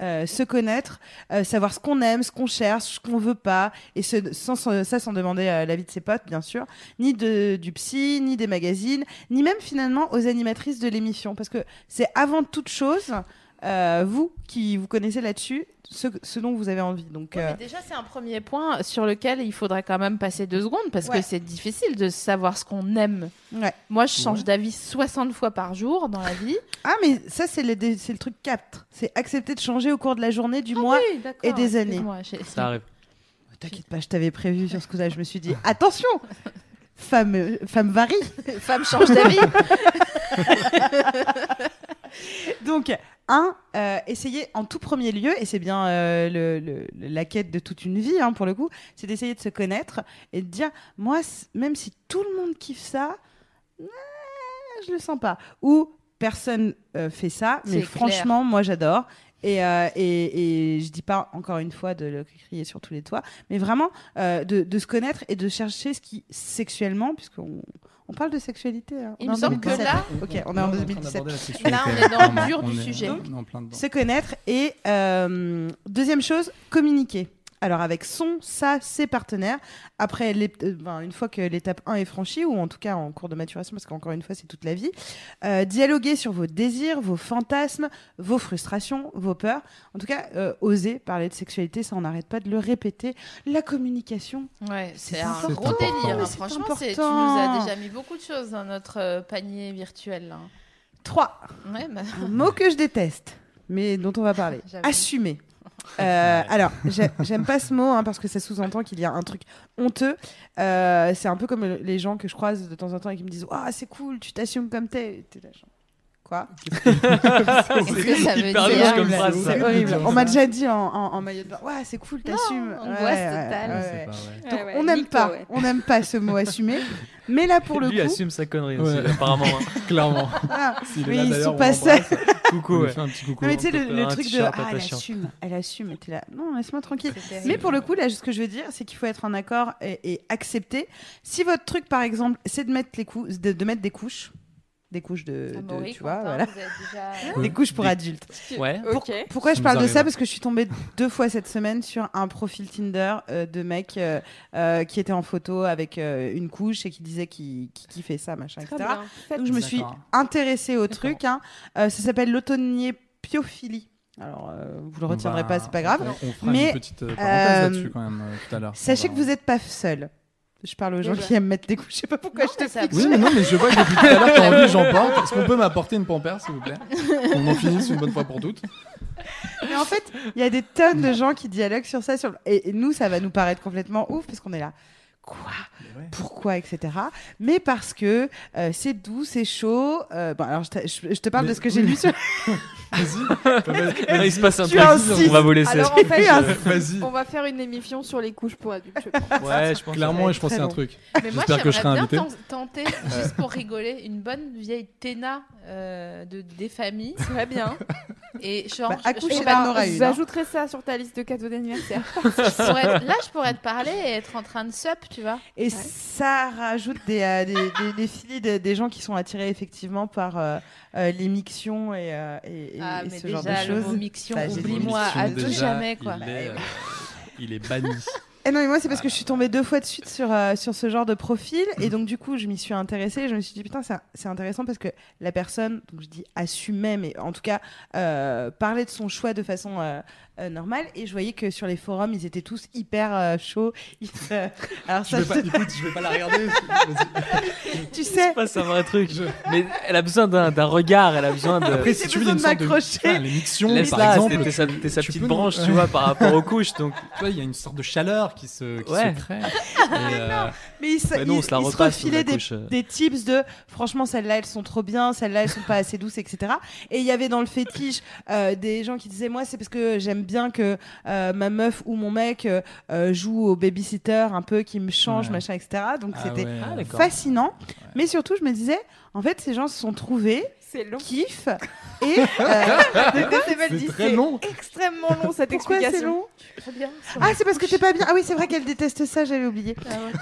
Speaker 1: Euh, se connaître, euh, savoir ce qu'on aime, ce qu'on cherche, ce qu'on veut pas, et ce- sans, sans- ça sans demander euh, l'avis de ses potes, bien sûr, ni de, du psy, ni des magazines, ni même finalement aux animatrices de l'émission, parce que c'est avant toute chose, euh, vous qui vous connaissez là-dessus, ce, ce dont vous avez envie. Donc, euh,
Speaker 2: Mais déjà, c'est un premier point sur lequel il faudrait quand même passer deux secondes parce
Speaker 1: Ouais.
Speaker 2: que c'est difficile de savoir ce qu'on aime.
Speaker 1: ouais.
Speaker 2: Moi, je change d'avis 60 fois par jour dans la vie.
Speaker 1: [LAUGHS] Ah, mais ça, c'est le, dé- c'est le truc 4, c'est accepter de changer au cours de la journée, du mois.
Speaker 2: Ah Oui, d'accord,
Speaker 1: et des années.
Speaker 2: excuse-moi, j'ai-
Speaker 5: [LAUGHS] ça arrive.
Speaker 1: T'inquiète pas, je t'avais prévu sur ce coup-là, je me suis dit, attention, femme, euh, femme varie.
Speaker 2: Femme change d'avis.
Speaker 1: [LAUGHS] Donc, un, euh, essayer en tout premier lieu, et c'est bien euh, le- le- le- la quête de toute une vie, hein, pour le coup, c'est d'essayer de se connaître et de dire, moi, c- même si tout le monde kiffe ça, euh, je le sens pas. Ou personne euh, fait ça,
Speaker 2: C'est
Speaker 1: mais
Speaker 2: clair.
Speaker 1: franchement, moi, j'adore. Et, euh, et, et je dis pas encore une fois de le crier sur tous les toits, mais vraiment euh, de, de se connaître et de chercher ce qui sexuellement, puisqu'on on parle de sexualité. hein.
Speaker 2: Il
Speaker 1: On
Speaker 2: me
Speaker 1: est en
Speaker 2: semble que
Speaker 1: 2017.
Speaker 2: là,
Speaker 1: Ok, on est
Speaker 4: Là,
Speaker 1: en
Speaker 4: train
Speaker 1: 2017.
Speaker 4: d'aborder la sexualité.
Speaker 2: Là, on est dans le
Speaker 4: Vraiment,
Speaker 2: dur
Speaker 4: on
Speaker 2: du
Speaker 4: est-
Speaker 2: sujet.
Speaker 4: on est en plein dedans.
Speaker 1: se connaître et euh, deuxième chose, communiquer. Alors avec son, ça, ses partenaires, après l'ép- euh, ben, une fois que l'étape 1 est franchie, ou en tout cas en cours de maturation, parce qu'encore une fois c'est toute la vie, euh, dialoguer sur vos désirs, vos fantasmes, vos frustrations, vos peurs. En tout cas, euh, oser parler de sexualité, ça on n'arrête pas de le répéter. La communication,
Speaker 2: ouais,
Speaker 1: C'est
Speaker 2: c'est un
Speaker 1: important.
Speaker 2: gros délire.
Speaker 1: Mais
Speaker 2: hein.
Speaker 1: c'est
Speaker 2: Franchement,
Speaker 1: important.
Speaker 2: c'est- tu nous as déjà mis beaucoup de choses dans notre euh, panier virtuel. là.
Speaker 1: 3,
Speaker 2: Ouais, bah, [LAUGHS]
Speaker 1: un mot que je déteste. mais dont on va parler.
Speaker 2: J'avoue.
Speaker 1: Assumer. Euh, alors, j'ai- j'aime pas ce mot hein, parce que ça sous-entend qu'il y a un truc honteux. Euh, c'est un peu comme les gens que je croise de temps en temps et qui me disent Ah, c'est cool, tu t'assumes comme t'es. T'es là, genre, Quoi
Speaker 2: Qu'est-ce que ça veut
Speaker 5: Hyper
Speaker 1: C'est
Speaker 5: louche
Speaker 2: dire
Speaker 5: comme
Speaker 1: horrible.
Speaker 5: phrase. ça.
Speaker 1: C'est horrible. On m'a déjà dit en, en- en maillot de bain Ouais, c'est cool, t'assumes.
Speaker 2: angoisse
Speaker 1: Ouais,
Speaker 2: totale.
Speaker 1: ouais,
Speaker 4: Ouais,
Speaker 1: ouais,
Speaker 4: c'est
Speaker 1: ouais.
Speaker 4: pas vrai.
Speaker 1: Donc, on n'aime pas, on n'aime pas ce mot assumer. Mais là, pour le
Speaker 5: Lui
Speaker 1: coup,
Speaker 5: assume sa connerie
Speaker 4: Ouais.
Speaker 5: aussi, apparemment. hein. [LAUGHS]
Speaker 4: Clairement.
Speaker 1: [LAUGHS] ah,
Speaker 4: S'il est
Speaker 1: mais
Speaker 4: là,
Speaker 1: ils
Speaker 4: d'ailleurs,
Speaker 1: sont
Speaker 4: on
Speaker 1: pas
Speaker 4: l'embrasse.
Speaker 1: seuls.
Speaker 5: Coucou,
Speaker 4: On lui
Speaker 5: ouais.
Speaker 4: fait un petit coucou.
Speaker 1: Non, mais tu sais,
Speaker 5: on peut
Speaker 1: le,
Speaker 5: faire
Speaker 1: le
Speaker 5: un
Speaker 1: truc de
Speaker 5: t-shirt
Speaker 1: ah, elle
Speaker 5: attachant.
Speaker 1: assume, elle assume, et t'es là. Non, laisse-moi tranquille.
Speaker 2: terrible.
Speaker 1: Mais pour le coup, là, ce que je veux dire, c'est qu'il faut être en accord et, et accepter. Si votre truc, par exemple, c'est de mettre les couches, de, de mettre des couches, des couches de,
Speaker 2: Ah,
Speaker 1: de-
Speaker 2: bah
Speaker 1: tu vois, voilà,
Speaker 2: euh,
Speaker 1: [LAUGHS] des couches pour
Speaker 2: [LAUGHS]
Speaker 5: Des-
Speaker 1: adultes.
Speaker 5: Ouais.
Speaker 1: Pour-
Speaker 6: Ok.
Speaker 1: pourquoi
Speaker 4: Ça
Speaker 1: je
Speaker 4: nous
Speaker 1: parle de
Speaker 4: arrive.
Speaker 1: ça Parce que je suis tombée deux fois cette semaine sur un profil Tinder euh, de mec euh, euh, qui était en photo avec euh, une couche et qui disait qu'il qu'il kiffait ça, machin,
Speaker 6: Très
Speaker 1: etc.
Speaker 6: bien. Faites-
Speaker 1: Donc je me suis
Speaker 4: D'accord.
Speaker 1: intéressée au truc. hein. Euh, ça s'appelle l'automniophiophilie. Alors, euh, vous le
Speaker 4: On
Speaker 1: retiendrez
Speaker 4: va-
Speaker 1: pas, c'est pas grave.
Speaker 4: Bah, On, on fera
Speaker 1: Mais,
Speaker 4: une petite euh, parenthèse
Speaker 1: euh,
Speaker 4: là-dessus quand même euh, tout à l'heure.
Speaker 1: Sachez que vous n'êtes pas seul. Je parle aux gens
Speaker 6: Déjà.
Speaker 1: qui aiment mettre des couches. Je sais pas pourquoi
Speaker 2: Non,
Speaker 1: je
Speaker 2: mais
Speaker 1: te
Speaker 2: ça-
Speaker 1: fixe.
Speaker 4: Oui, mais non, mais je vois que depuis tout à l'heure, t'as envie, j'en porte. Est-ce qu'on peut m'apporter une pampère, s'il vous plaît On en finisse une bonne fois pour toutes.
Speaker 1: Mais en fait, il y a des tonnes de gens qui dialoguent sur ça. Sur... Et, et nous, ça va nous paraître complètement ouf parce qu'on est là. Quoi Pourquoi Etc. Mais parce que euh, c'est doux, c'est chaud. Euh, bon, alors je, t'a- je- je te parle
Speaker 4: Mais-
Speaker 1: de ce que j'ai
Speaker 4: oui. [LAUGHS]
Speaker 1: lu sur.
Speaker 5: Là, il se passe un
Speaker 1: Tu
Speaker 5: truc,
Speaker 1: insistes.
Speaker 5: on va vous laisser.
Speaker 6: Alors en
Speaker 1: [LAUGHS]
Speaker 6: fait,
Speaker 1: un-
Speaker 4: Vas-y.
Speaker 6: on va faire une émission sur les couches pour adultes. je pense.
Speaker 5: Ouais, je pense.
Speaker 4: Clairement,
Speaker 1: être
Speaker 4: je pense que c'est
Speaker 1: très
Speaker 4: un
Speaker 1: long.
Speaker 4: truc.
Speaker 2: Mais moi,
Speaker 4: J'espère que je
Speaker 2: j'aimerais
Speaker 4: serai
Speaker 2: bien ten-
Speaker 4: [LAUGHS]
Speaker 2: tenter, juste pour rigoler, une bonne vieille Téna euh, de, des familles.
Speaker 6: Très bien.
Speaker 2: [LAUGHS] Et genre,
Speaker 1: Bah,
Speaker 2: je- je
Speaker 1: accoucher
Speaker 2: pourrais-
Speaker 1: d'un Nora, une, hein.
Speaker 6: J'ajouterai ça sur ta liste de cadeaux d'anniversaire.
Speaker 2: [LAUGHS] je pourrais- là, je pourrais te parler et être en train de sup, tu vois.
Speaker 1: Et ça rajoute des, euh, des, des- des filles, des, des gens qui sont attirés effectivement par euh, euh, les mictions et, euh, et, et-
Speaker 2: ah,
Speaker 1: et
Speaker 2: mais
Speaker 1: ce genre de
Speaker 2: déjà, le mot
Speaker 1: choses.
Speaker 2: mixion,
Speaker 1: Bah, j'ai dit
Speaker 2: oublie-moi, à
Speaker 4: L'émission,
Speaker 2: tout
Speaker 4: déjà,
Speaker 2: jamais, quoi. Bah
Speaker 4: Il est, euh, il est banni.
Speaker 1: Et Eh non, mais moi, c'est parce que je suis tombée deux fois de suite sur, euh, sur ce genre de profil. Et donc, du coup, je m'y suis intéressée. et je me suis dit, putain, ça- c'est intéressant parce que la personne, donc je dis assumait, mais en tout cas, euh, parlait de son choix de façon euh, euh, normale. Et je voyais que sur les forums, ils étaient tous hyper euh, chauds. Ils,
Speaker 4: [LAUGHS]
Speaker 1: euh, alors,
Speaker 4: Je
Speaker 1: ça,
Speaker 4: vais pas,
Speaker 1: je-
Speaker 4: écoute, je vais pas la regarder. Vas-y.
Speaker 1: tu sais,
Speaker 5: pas un vrai truc. Mais elle a besoin d'un d'un regard, elle a besoin de. Ah,
Speaker 4: Après,
Speaker 1: j'ai
Speaker 4: si tu veux, il y
Speaker 1: besoin
Speaker 4: a une
Speaker 1: de
Speaker 4: sorte de.
Speaker 1: m'accrocher.
Speaker 4: Putain, les mictions,
Speaker 5: Laisse
Speaker 4: par
Speaker 5: la,
Speaker 4: exemple.
Speaker 5: t'es sa, t'es sa
Speaker 4: tu
Speaker 5: petite
Speaker 4: peux nous-
Speaker 5: branche, tu vois, par rapport aux couches. Donc,
Speaker 4: [LAUGHS] Tu vois, il y a une sorte de chaleur qui se, qui
Speaker 5: Ouais. [LAUGHS]
Speaker 4: se crée. Et, euh,
Speaker 1: mais ils, se-
Speaker 5: bah non, on
Speaker 1: ils-
Speaker 5: se la
Speaker 1: ils se
Speaker 5: repasse. nous, la
Speaker 1: refilaient des
Speaker 5: couche, euh.
Speaker 1: des tips de franchement celles-là elles sont trop bien celles-là elles sont pas assez douces etc et il y avait dans le fétiche euh, des gens qui disaient moi c'est parce que j'aime bien que euh, ma meuf ou mon mec euh, euh, joue au babysitter un peu qui me change
Speaker 4: Ouais.
Speaker 1: machin etc donc
Speaker 4: ah
Speaker 1: c'était
Speaker 4: ouais.
Speaker 5: Ah, d'accord.
Speaker 1: fascinant mais surtout je me disais en fait ces gens se sont trouvés
Speaker 6: C'est long.
Speaker 1: kiffent et euh,
Speaker 4: C'est très long.
Speaker 6: Extrêmement long cette
Speaker 1: pourquoi c'est
Speaker 6: explication.
Speaker 1: long
Speaker 2: Très bien.
Speaker 1: ah c'est parce que t'es pas bien ah oui c'est vrai qu'elle déteste ça j'avais oublié
Speaker 2: Ah ouais.
Speaker 1: Euh,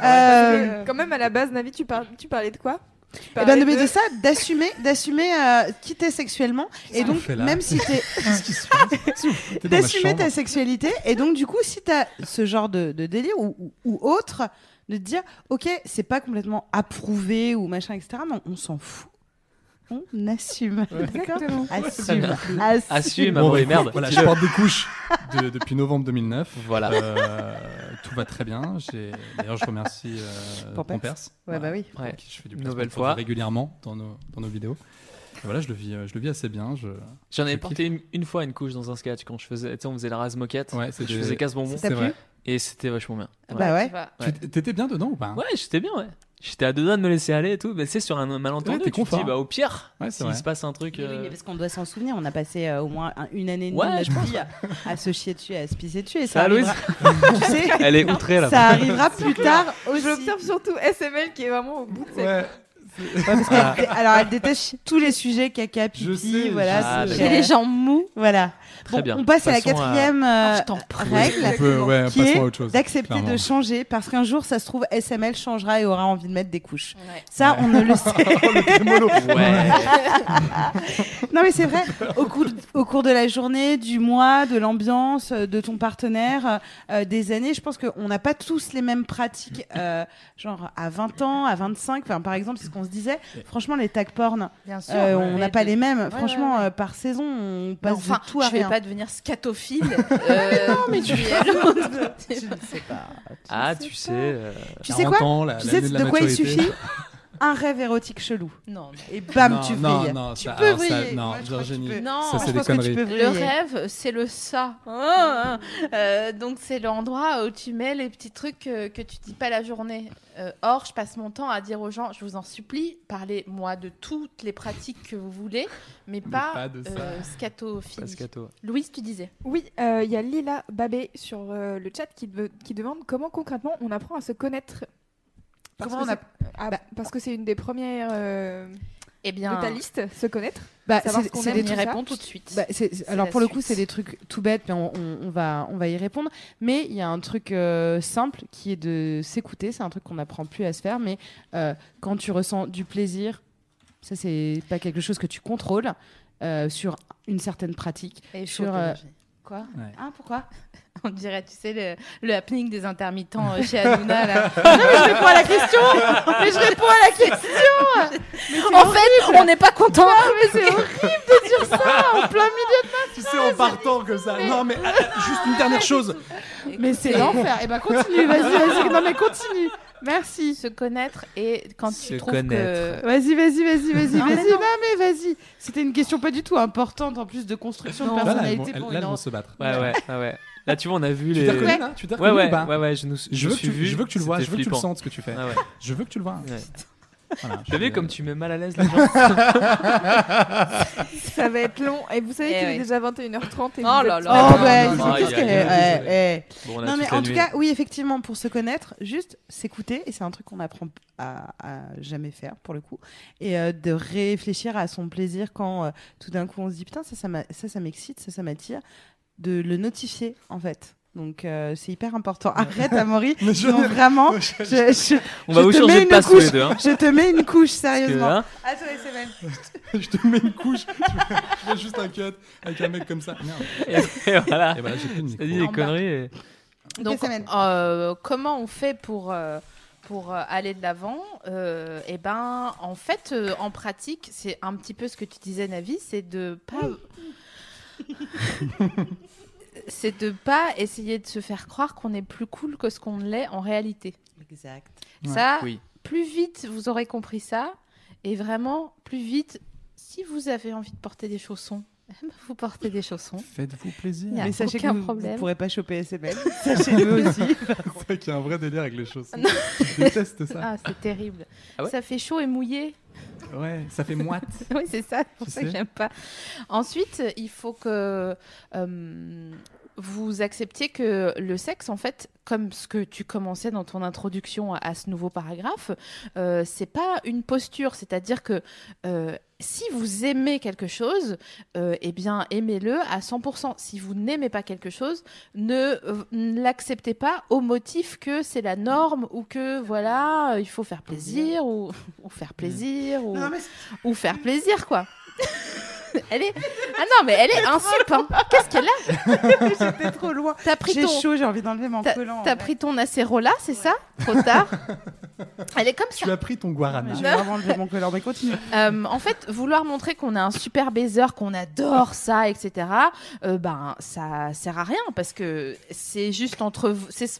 Speaker 6: Parce que, quand même, à la base, Navi, tu, par- tu parlais de quoi Tu
Speaker 1: Eh
Speaker 6: parlais
Speaker 1: ben, mais de ça, d'assumer, d'assumer euh, qui t'es sexuellement, et
Speaker 4: qu'on
Speaker 1: donc
Speaker 4: fait là
Speaker 1: même si t'es,
Speaker 4: [LAUGHS] Qu'est-ce qui se
Speaker 1: [LAUGHS]
Speaker 4: passe Qu'est-ce que vous foutez dans ma
Speaker 1: d'assumer
Speaker 4: chambre
Speaker 1: ta sexualité, et donc du coup, si t'as ce genre de, de délire ou, ou- ou autre, de te dire, ok, c'est pas complètement approuvé ou machin, etc., mais on, on s'en fout, on assume, d'accord Assume, assume.
Speaker 5: Assume,
Speaker 4: Bon,
Speaker 5: ah oui,
Speaker 4: écoute,
Speaker 5: merde.
Speaker 4: Voilà,
Speaker 5: Tu
Speaker 4: je
Speaker 5: veux-
Speaker 4: porte des couches de- depuis novembre 2009.
Speaker 5: Voilà.
Speaker 4: Euh, tout va très bien. J'ai- D'ailleurs, je remercie euh,
Speaker 1: Pompers.
Speaker 4: Pompers.
Speaker 1: Ouais, bah oui.
Speaker 5: Ouais.
Speaker 4: Qui je fais du
Speaker 5: Nouvelle
Speaker 4: placement de
Speaker 5: fois.
Speaker 4: produits régulièrement dans nos, dans nos vidéos. Et voilà, je le vis, euh, je le vis assez bien. Je...
Speaker 5: J'en avais
Speaker 4: Je
Speaker 5: porté une, une fois une couche dans un sketch quand je faisais, tu sais, on faisait la rase moquette.
Speaker 4: Ouais, c'est
Speaker 5: je faisais casse bonbon
Speaker 1: Ça t'a plu
Speaker 5: et c'était vachement bien.
Speaker 2: Ah
Speaker 5: Ouais.
Speaker 1: Bah ouais.
Speaker 2: tu vois.
Speaker 4: Tu t- T'étais bien dedans ou pas hein
Speaker 5: Ouais, j'étais bien, ouais. J'étais à deux doigts de me laisser aller et tout, mais c'est sur un malentendu.
Speaker 4: Ouais, t'es
Speaker 5: tu te
Speaker 4: confort.
Speaker 5: dis, bah au pire,
Speaker 4: Ouais, c'est
Speaker 5: s'il
Speaker 4: vrai.
Speaker 5: se passe un truc.
Speaker 1: Mais oui,
Speaker 5: euh,
Speaker 1: mais parce qu'on doit s'en souvenir, on a passé euh, au moins un- une année et demie
Speaker 5: Ouais,
Speaker 1: de notre
Speaker 5: je pense.
Speaker 1: vie à, à se chier dessus, à se pisser dessus, et ça,
Speaker 5: Ça, Louise,
Speaker 1: arrivera, tu sais,
Speaker 5: elle est outrée là.
Speaker 1: ça arrivera plus tard aussi.
Speaker 6: Je l'observe surtout SML qui est vraiment au bout de cette.
Speaker 4: Ouais,
Speaker 1: Parce qu'elle dé- alors elle déteste tous les sujets caca,
Speaker 4: Je
Speaker 1: pipi,
Speaker 4: sais, je
Speaker 1: voilà.
Speaker 5: sais.
Speaker 1: c'est-
Speaker 2: J'ai les jambes mous.
Speaker 1: Voilà.
Speaker 5: Très
Speaker 1: Bon,
Speaker 5: bien. Ah,
Speaker 1: On passe à la
Speaker 5: Passons à-
Speaker 1: quatrième euh,
Speaker 2: je t'en prie.
Speaker 1: règle.
Speaker 4: on peut, ouais,
Speaker 1: Qui
Speaker 4: passons
Speaker 1: est
Speaker 4: à autre chose.
Speaker 1: D'accepter
Speaker 4: clairement.
Speaker 1: de changer parce qu'un jour, ça se trouve, SML changera et aura envie de mettre des couches.
Speaker 2: Ouais.
Speaker 1: Ça, on ne le
Speaker 4: [LAUGHS]
Speaker 1: sait.
Speaker 4: Oh, le trémolo.
Speaker 1: [LAUGHS]
Speaker 5: Ouais.
Speaker 1: non, mais c'est vrai. Au cours, au cours de la journée, du mois, de l'ambiance, euh, de ton partenaire, euh, des années, je pense qu'on n'a pas tous les mêmes pratiques. euh, genre à 20 ans, à 25, enfin, par exemple, c'est ce qu'on se disait. Franchement, les tags porn,
Speaker 2: Bien sûr.
Speaker 1: Euh,
Speaker 2: Mais
Speaker 1: on n'a pas
Speaker 2: de-
Speaker 1: les mêmes.
Speaker 2: ouais,
Speaker 1: Franchement,
Speaker 2: ouais, ouais.
Speaker 1: euh, par saison, on
Speaker 2: Mais
Speaker 1: passe
Speaker 2: enfin,
Speaker 1: Bah, de tout à
Speaker 2: je vais
Speaker 1: rien.
Speaker 2: pas
Speaker 1: [LAUGHS]
Speaker 2: devenir scatophile. euh, non, mais tu
Speaker 1: Je ne sais pas.
Speaker 5: Ah, tu euh, sais. euh,
Speaker 1: Tu sais
Speaker 4: 40
Speaker 1: quoi
Speaker 4: ans, la-
Speaker 1: Tu
Speaker 4: l'année
Speaker 1: sais
Speaker 4: de
Speaker 1: de
Speaker 4: la
Speaker 1: quoi
Speaker 4: [LAUGHS]
Speaker 1: il
Speaker 4: maturité.
Speaker 1: suffit un rêve érotique chelou.
Speaker 2: Non,
Speaker 1: Et bam,
Speaker 4: Non,
Speaker 1: tu
Speaker 4: non,
Speaker 1: brilles.
Speaker 4: non,
Speaker 1: tu
Speaker 4: ça-
Speaker 1: peux
Speaker 4: alors ça-
Speaker 1: briller.
Speaker 4: non,
Speaker 1: Moi, je crois que tu
Speaker 4: Virginie,
Speaker 1: peux.
Speaker 2: non.
Speaker 4: ça, c'est
Speaker 1: je
Speaker 4: des
Speaker 1: pense que tu
Speaker 4: conneries.
Speaker 1: peux
Speaker 2: Le
Speaker 1: briller.
Speaker 2: rêve, c'est le ça. Ah, ah. Euh, donc c'est l'endroit où tu mets les petits trucs euh, que, tu dis pas la journée. Euh, or, je passe mon temps à dire aux gens, je vous en supplie, parlez-moi de toutes les pratiques que vous voulez, mais pas,
Speaker 4: pas de ça.
Speaker 2: euh, scatophilie.
Speaker 5: Pascato.
Speaker 2: Louise, tu disais.
Speaker 6: Oui, euh, il y a Lila Babé sur euh, le chat qui, de- qui demande comment concrètement on apprend à se connaître. Parce
Speaker 1: Comment
Speaker 6: que
Speaker 1: on Bah, a-
Speaker 6: c'est- ah, Parce que c'est une des premières euh,
Speaker 2: Eh
Speaker 6: de
Speaker 2: bien,
Speaker 6: ta liste, se connaître.
Speaker 1: Bah,
Speaker 6: Savoir
Speaker 1: c'est-
Speaker 6: ce qu'on
Speaker 1: c'est
Speaker 6: aime,
Speaker 1: des
Speaker 2: on y
Speaker 6: tout
Speaker 1: trucs-
Speaker 6: ça.
Speaker 2: répond tout de suite.
Speaker 1: Bah, c'est- c'est-
Speaker 2: C'est
Speaker 1: alors
Speaker 2: la
Speaker 1: pour le coup,
Speaker 2: suite.
Speaker 1: c'est des trucs tout bêtes, mais on, on- on va, on va y répondre. Mais il y a un truc euh, simple qui est de s'écouter. C'est un truc qu'on n'apprend plus à se faire, mais euh, quand tu ressens du plaisir, ça c'est pas quelque chose que tu contrôles euh, sur une certaine pratique.
Speaker 2: Et
Speaker 1: sur,
Speaker 2: chaud,
Speaker 1: euh,
Speaker 2: Roger.
Speaker 1: Quoi
Speaker 4: Ouais.
Speaker 1: Ah pourquoi
Speaker 2: Hein, [LAUGHS] On dirait, tu sais, le, le happening des intermittents euh, chez Hanouna.
Speaker 4: [LAUGHS]
Speaker 2: Là. Non, mais je réponds à la question Mais je réponds à la
Speaker 4: [LAUGHS]
Speaker 2: question En fait, on n'est pas content mais [LAUGHS] c'est horrible de dire ça en plein milieu
Speaker 4: Tu sais, en partant comme ça. Non, mais ah, ah, juste une dernière chose.
Speaker 1: [LAUGHS] Mais c'est l'enfer. Et ben continue, vas-y, vas-y. Non mais continue. Merci.
Speaker 2: Se connaître et quand
Speaker 5: Se
Speaker 2: tu trouves
Speaker 5: connaître.
Speaker 2: que...
Speaker 1: Euh, Vas-y, vas-y, vas-y, vas-y,
Speaker 2: Euh, Non, mais
Speaker 1: vas-y.
Speaker 2: non.
Speaker 1: Non mais vas-y. C'était une question pas du tout importante en plus de construction
Speaker 4: Là,
Speaker 1: de
Speaker 4: là, elles vont,
Speaker 1: personnalité
Speaker 4: elles-
Speaker 1: pour
Speaker 4: là,
Speaker 1: une
Speaker 4: elles vont
Speaker 1: enfant.
Speaker 4: se battre.
Speaker 5: Ouais, ouais, ouais, ouais. Là, tu vois, on a vu
Speaker 4: Tu
Speaker 5: les.
Speaker 4: t'es reconnu là Tu t'es
Speaker 5: Ouais,
Speaker 4: reconnu
Speaker 5: ouais,
Speaker 4: ou pas
Speaker 5: ouais, ouais, je nous. Je,
Speaker 4: je,
Speaker 5: me
Speaker 4: veux que
Speaker 5: suis
Speaker 4: tu,
Speaker 5: vu,
Speaker 4: je veux que tu le vois, je
Speaker 5: c'était
Speaker 4: veux que tu le
Speaker 5: flippant.
Speaker 4: sentes ce que tu fais.
Speaker 5: Ah ouais.
Speaker 4: [LAUGHS] Je veux que tu le vois.
Speaker 5: Ouais.
Speaker 4: [LAUGHS] Voilà,
Speaker 5: T'as vu
Speaker 4: je-
Speaker 5: comme tu mets mal à l'aise les
Speaker 4: [LAUGHS]
Speaker 5: gens
Speaker 6: Ça va être long. Et vous savez
Speaker 2: Eh
Speaker 6: qu'il
Speaker 2: ouais.
Speaker 6: est déjà 21h30. Et
Speaker 2: Oh
Speaker 6: vous
Speaker 2: là
Speaker 6: êtes-
Speaker 2: là.
Speaker 1: Oh
Speaker 2: Non,
Speaker 1: bah,
Speaker 2: non,
Speaker 1: il
Speaker 5: non,
Speaker 1: faut
Speaker 5: aïe,
Speaker 1: qu'est-ce
Speaker 5: aïe,
Speaker 1: qu'elle
Speaker 5: aïe,
Speaker 1: est-
Speaker 5: aïe,
Speaker 1: eh, eh.
Speaker 5: Bon, on a
Speaker 1: Non mais
Speaker 5: toute la
Speaker 1: en tout
Speaker 5: nuit.
Speaker 1: cas, oui, effectivement, pour se connaître, juste s'écouter, et c'est un truc qu'on apprend à, à jamais faire pour le coup, et euh, de réfléchir à son plaisir quand euh, tout d'un coup on se dit putain ça ça m'a- ça ça m'excite, ça ça m'attire, de le notifier en fait. Donc euh, c'est hyper important. Arrête, Amaury.
Speaker 5: [LAUGHS]
Speaker 4: Mais je-
Speaker 1: Non, vraiment, je, je-
Speaker 5: On
Speaker 1: je
Speaker 5: va vous
Speaker 1: te
Speaker 5: changer
Speaker 1: mets
Speaker 5: de
Speaker 1: une
Speaker 5: passe tous
Speaker 1: couche.
Speaker 5: les deux. Hein.
Speaker 1: je te mets une couche,
Speaker 5: Parce que
Speaker 1: sérieusement.
Speaker 5: là,
Speaker 4: je te mets une couche. je mets juste un cut avec un mec comme ça. Merde.
Speaker 5: et voilà.
Speaker 4: Et voilà, j'ai plus de micro.
Speaker 5: T'as dit des conneries. et-
Speaker 2: Donc,
Speaker 1: Des semaines.
Speaker 2: euh, comment on fait pour... euh, pour euh, aller de l'avant, euh, eh ben, en fait, euh, en pratique, c'est un petit peu ce que tu disais, Navi, c'est de pas, [LAUGHS] c'est de pas essayer de se faire croire qu'on est plus cool que ce qu'on l'est en réalité.
Speaker 1: Exact.
Speaker 4: Ouais.
Speaker 2: Ça,
Speaker 5: Oui.
Speaker 2: plus vite vous aurez compris ça, et vraiment, plus vite, si vous avez envie de porter des chaussons, [LAUGHS] eh ben, vous portez des chaussons.
Speaker 4: Faites-vous plaisir.
Speaker 2: Il y a
Speaker 1: Mais sachez que
Speaker 2: aucun
Speaker 1: vous- vous ne
Speaker 2: problème.
Speaker 1: pourrez pas choper
Speaker 2: [LAUGHS]
Speaker 1: SML. [LAUGHS] Sachez-le aussi.
Speaker 4: C'est vrai qu'il y a un vrai délire avec les choses.
Speaker 2: Non.
Speaker 4: Je déteste ça.
Speaker 2: Ah, c'est terrible.
Speaker 5: Ah ouais
Speaker 2: ça fait chaud et mouillé.
Speaker 4: Ouais, ça fait moite.
Speaker 2: [LAUGHS]
Speaker 1: [LAUGHS]
Speaker 2: oui, c'est ça, c'est pour
Speaker 4: Tu
Speaker 2: ça que
Speaker 4: sais.
Speaker 2: j'aime [LAUGHS] pas. Ensuite, il faut que euh, vous acceptiez que le sexe, en fait, comme ce que tu commençais dans ton introduction à, à ce nouveau paragraphe, euh, c'est pas une posture. C'est-à-dire que euh, si vous aimez quelque chose, euh, eh bien, aimez-le à 100%. Si vous n'aimez pas quelque chose, ne euh, ne l'acceptez pas au motif que c'est la norme ou que, voilà, euh, il faut faire plaisir ou, ou faire plaisir. Ou
Speaker 1: Non, mais
Speaker 2: ou faire plaisir, quoi. elle est. Ah non, mais elle est insup, hein. Qu'est-ce qu'elle a
Speaker 1: [LAUGHS] j'étais trop loin.
Speaker 2: T'as pris
Speaker 1: J'ai
Speaker 2: ton.
Speaker 1: chaud, j'ai envie d'enlever mon collant.
Speaker 2: T'as pris ton acérola, c'est ça Trop
Speaker 1: [LAUGHS]
Speaker 2: tard. Elle est comme ça.
Speaker 4: tu as pris ton
Speaker 1: Mais
Speaker 4: guarana.
Speaker 1: J'ai vraiment enlevé mon collant, mais continue.
Speaker 2: Euh, en fait, vouloir montrer qu'on a un super baiser, qu'on adore ça, etc. euh, ben, ça sert à rien parce que c'est juste entre vous. [LAUGHS] c'est-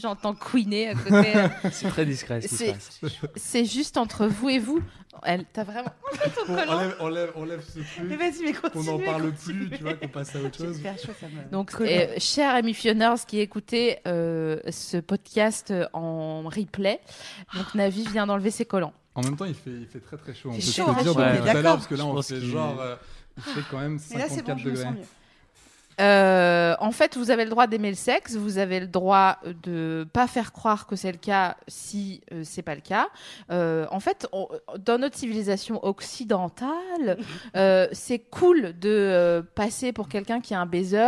Speaker 2: J'entends couiner à côté.
Speaker 5: C'est très discret ce qui se
Speaker 2: C'est-
Speaker 5: passe.
Speaker 2: c'est juste entre vous et vous. Elle, t'as
Speaker 1: [LAUGHS]
Speaker 2: vraiment. ton
Speaker 4: Bon,
Speaker 2: collant.
Speaker 4: enlève, enlève, enlève ce
Speaker 1: Mais
Speaker 4: truc.
Speaker 1: vas-y, mais
Speaker 4: Qu'on
Speaker 1: continue.
Speaker 4: n'en parle
Speaker 1: continue.
Speaker 4: plus, tu vois, qu'on passe à autre
Speaker 1: J'ai
Speaker 4: chose.
Speaker 1: hyper chaud, ça me-
Speaker 2: Donc,
Speaker 1: Collant.
Speaker 2: euh, chers émissionneurs qui écoutez euh, ce podcast euh, en replay, donc
Speaker 1: Ah.
Speaker 2: Navi vient d'enlever ses collants.
Speaker 4: En même temps, il fait, il fait très très chaud. On
Speaker 1: Il
Speaker 4: peut
Speaker 1: fait
Speaker 4: se
Speaker 1: chaud,
Speaker 4: le
Speaker 1: hein,
Speaker 4: dire
Speaker 1: chaud,
Speaker 4: depuis
Speaker 5: ouais,
Speaker 4: tout à
Speaker 1: d'accord.
Speaker 4: l'heure, parce que là,
Speaker 5: Je
Speaker 4: on
Speaker 5: pense
Speaker 4: fait
Speaker 5: qu'il-
Speaker 4: genre. euh, il fait quand même
Speaker 1: Ah. mais là, c'est
Speaker 4: 54
Speaker 1: bon, je me
Speaker 4: degrés.
Speaker 1: sens mieux.
Speaker 2: Euh, en fait, vous avez le droit d'aimer le sexe, vous avez le droit de pas faire croire que c'est le cas si euh, c'est pas le cas. Euh, en fait, on- dans notre civilisation occidentale, euh, c'est cool de euh, passer pour quelqu'un qui est un baiser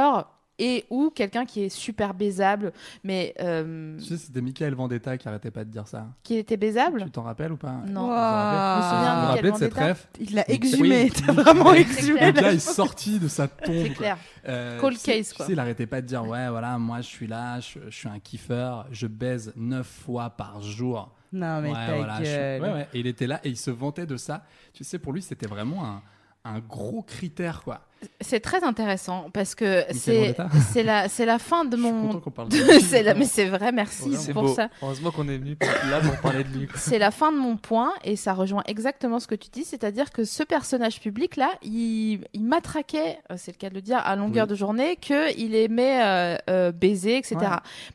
Speaker 2: et ou quelqu'un qui est super baisable, mais euh,
Speaker 4: Tu sais, c'était Michael Vendetta qui arrêtait pas de dire ça.
Speaker 2: qui était baisable.
Speaker 4: Tu t'en rappelles ou pas
Speaker 2: Non.
Speaker 4: Vous vous rappelez
Speaker 1: Wow.
Speaker 4: Vous vous
Speaker 2: Michael
Speaker 4: rappelez de cette
Speaker 2: Vendetta
Speaker 4: ref
Speaker 1: Il l'a
Speaker 4: Mais-
Speaker 1: exhumé,
Speaker 4: oui.
Speaker 1: t'as vraiment
Speaker 4: C'est
Speaker 1: exhumé.
Speaker 4: Le
Speaker 2: clair.
Speaker 1: la- [LAUGHS]
Speaker 4: gars est sorti de sa tombe.
Speaker 2: C'est
Speaker 4: quoi.
Speaker 2: clair.
Speaker 4: Euh,
Speaker 2: Cold
Speaker 4: tu sais-
Speaker 2: case,
Speaker 4: tu
Speaker 2: quoi.
Speaker 4: sais, il arrêtait pas de dire Ouais, voilà, moi je suis là, je, je suis un kiffeur, je baise 9 fois par jour.
Speaker 1: Non, mais
Speaker 4: Ouais,
Speaker 1: ta
Speaker 4: voilà, je-
Speaker 1: gueule.
Speaker 4: ouais, ouais. Et il était là et il se vantait de ça. Tu sais, pour lui, c'était vraiment un, un gros critère, quoi.
Speaker 2: C'est très intéressant parce que
Speaker 4: Michael
Speaker 2: c'est
Speaker 4: Vendetta.
Speaker 2: [LAUGHS] c'est la c'est la fin de
Speaker 4: Je suis
Speaker 2: mon
Speaker 4: content qu'on
Speaker 2: [LAUGHS]
Speaker 4: parle de
Speaker 2: de- c'est la-
Speaker 4: la
Speaker 2: mais c'est vrai merci
Speaker 5: C'est
Speaker 2: pour
Speaker 5: beau.
Speaker 2: ça
Speaker 5: Heureusement qu'on est venu pour- là pour parler de lui. quoi.
Speaker 2: c'est la fin de mon point et ça rejoint exactement ce que tu dis, c'est-à-dire que ce personnage public là, il, il m'attraquait, euh, c'est le cas de le dire, à longueur de journée, que il aimait euh, euh, baiser, etc.
Speaker 4: Ouais.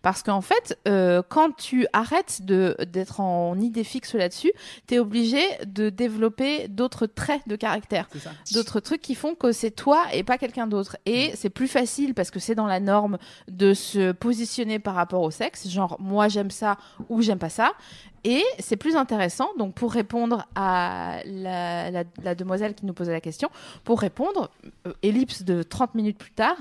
Speaker 2: Parce qu'en fait, euh, quand tu arrêtes de d'être en idée fixe là-dessus, t'es obligé de développer d'autres traits de caractère,
Speaker 4: C'est ça.
Speaker 2: d'autres trucs qui font que c'est toi et pas quelqu'un d'autre. Et c'est plus facile parce que c'est dans la norme de se positionner par rapport au sexe, genre moi j'aime ça ou j'aime pas ça. Et c'est plus intéressant, donc pour répondre à la, la- la demoiselle qui nous posait la question, pour répondre, euh, ellipse de 30 minutes plus
Speaker 1: [LAUGHS]
Speaker 2: tard,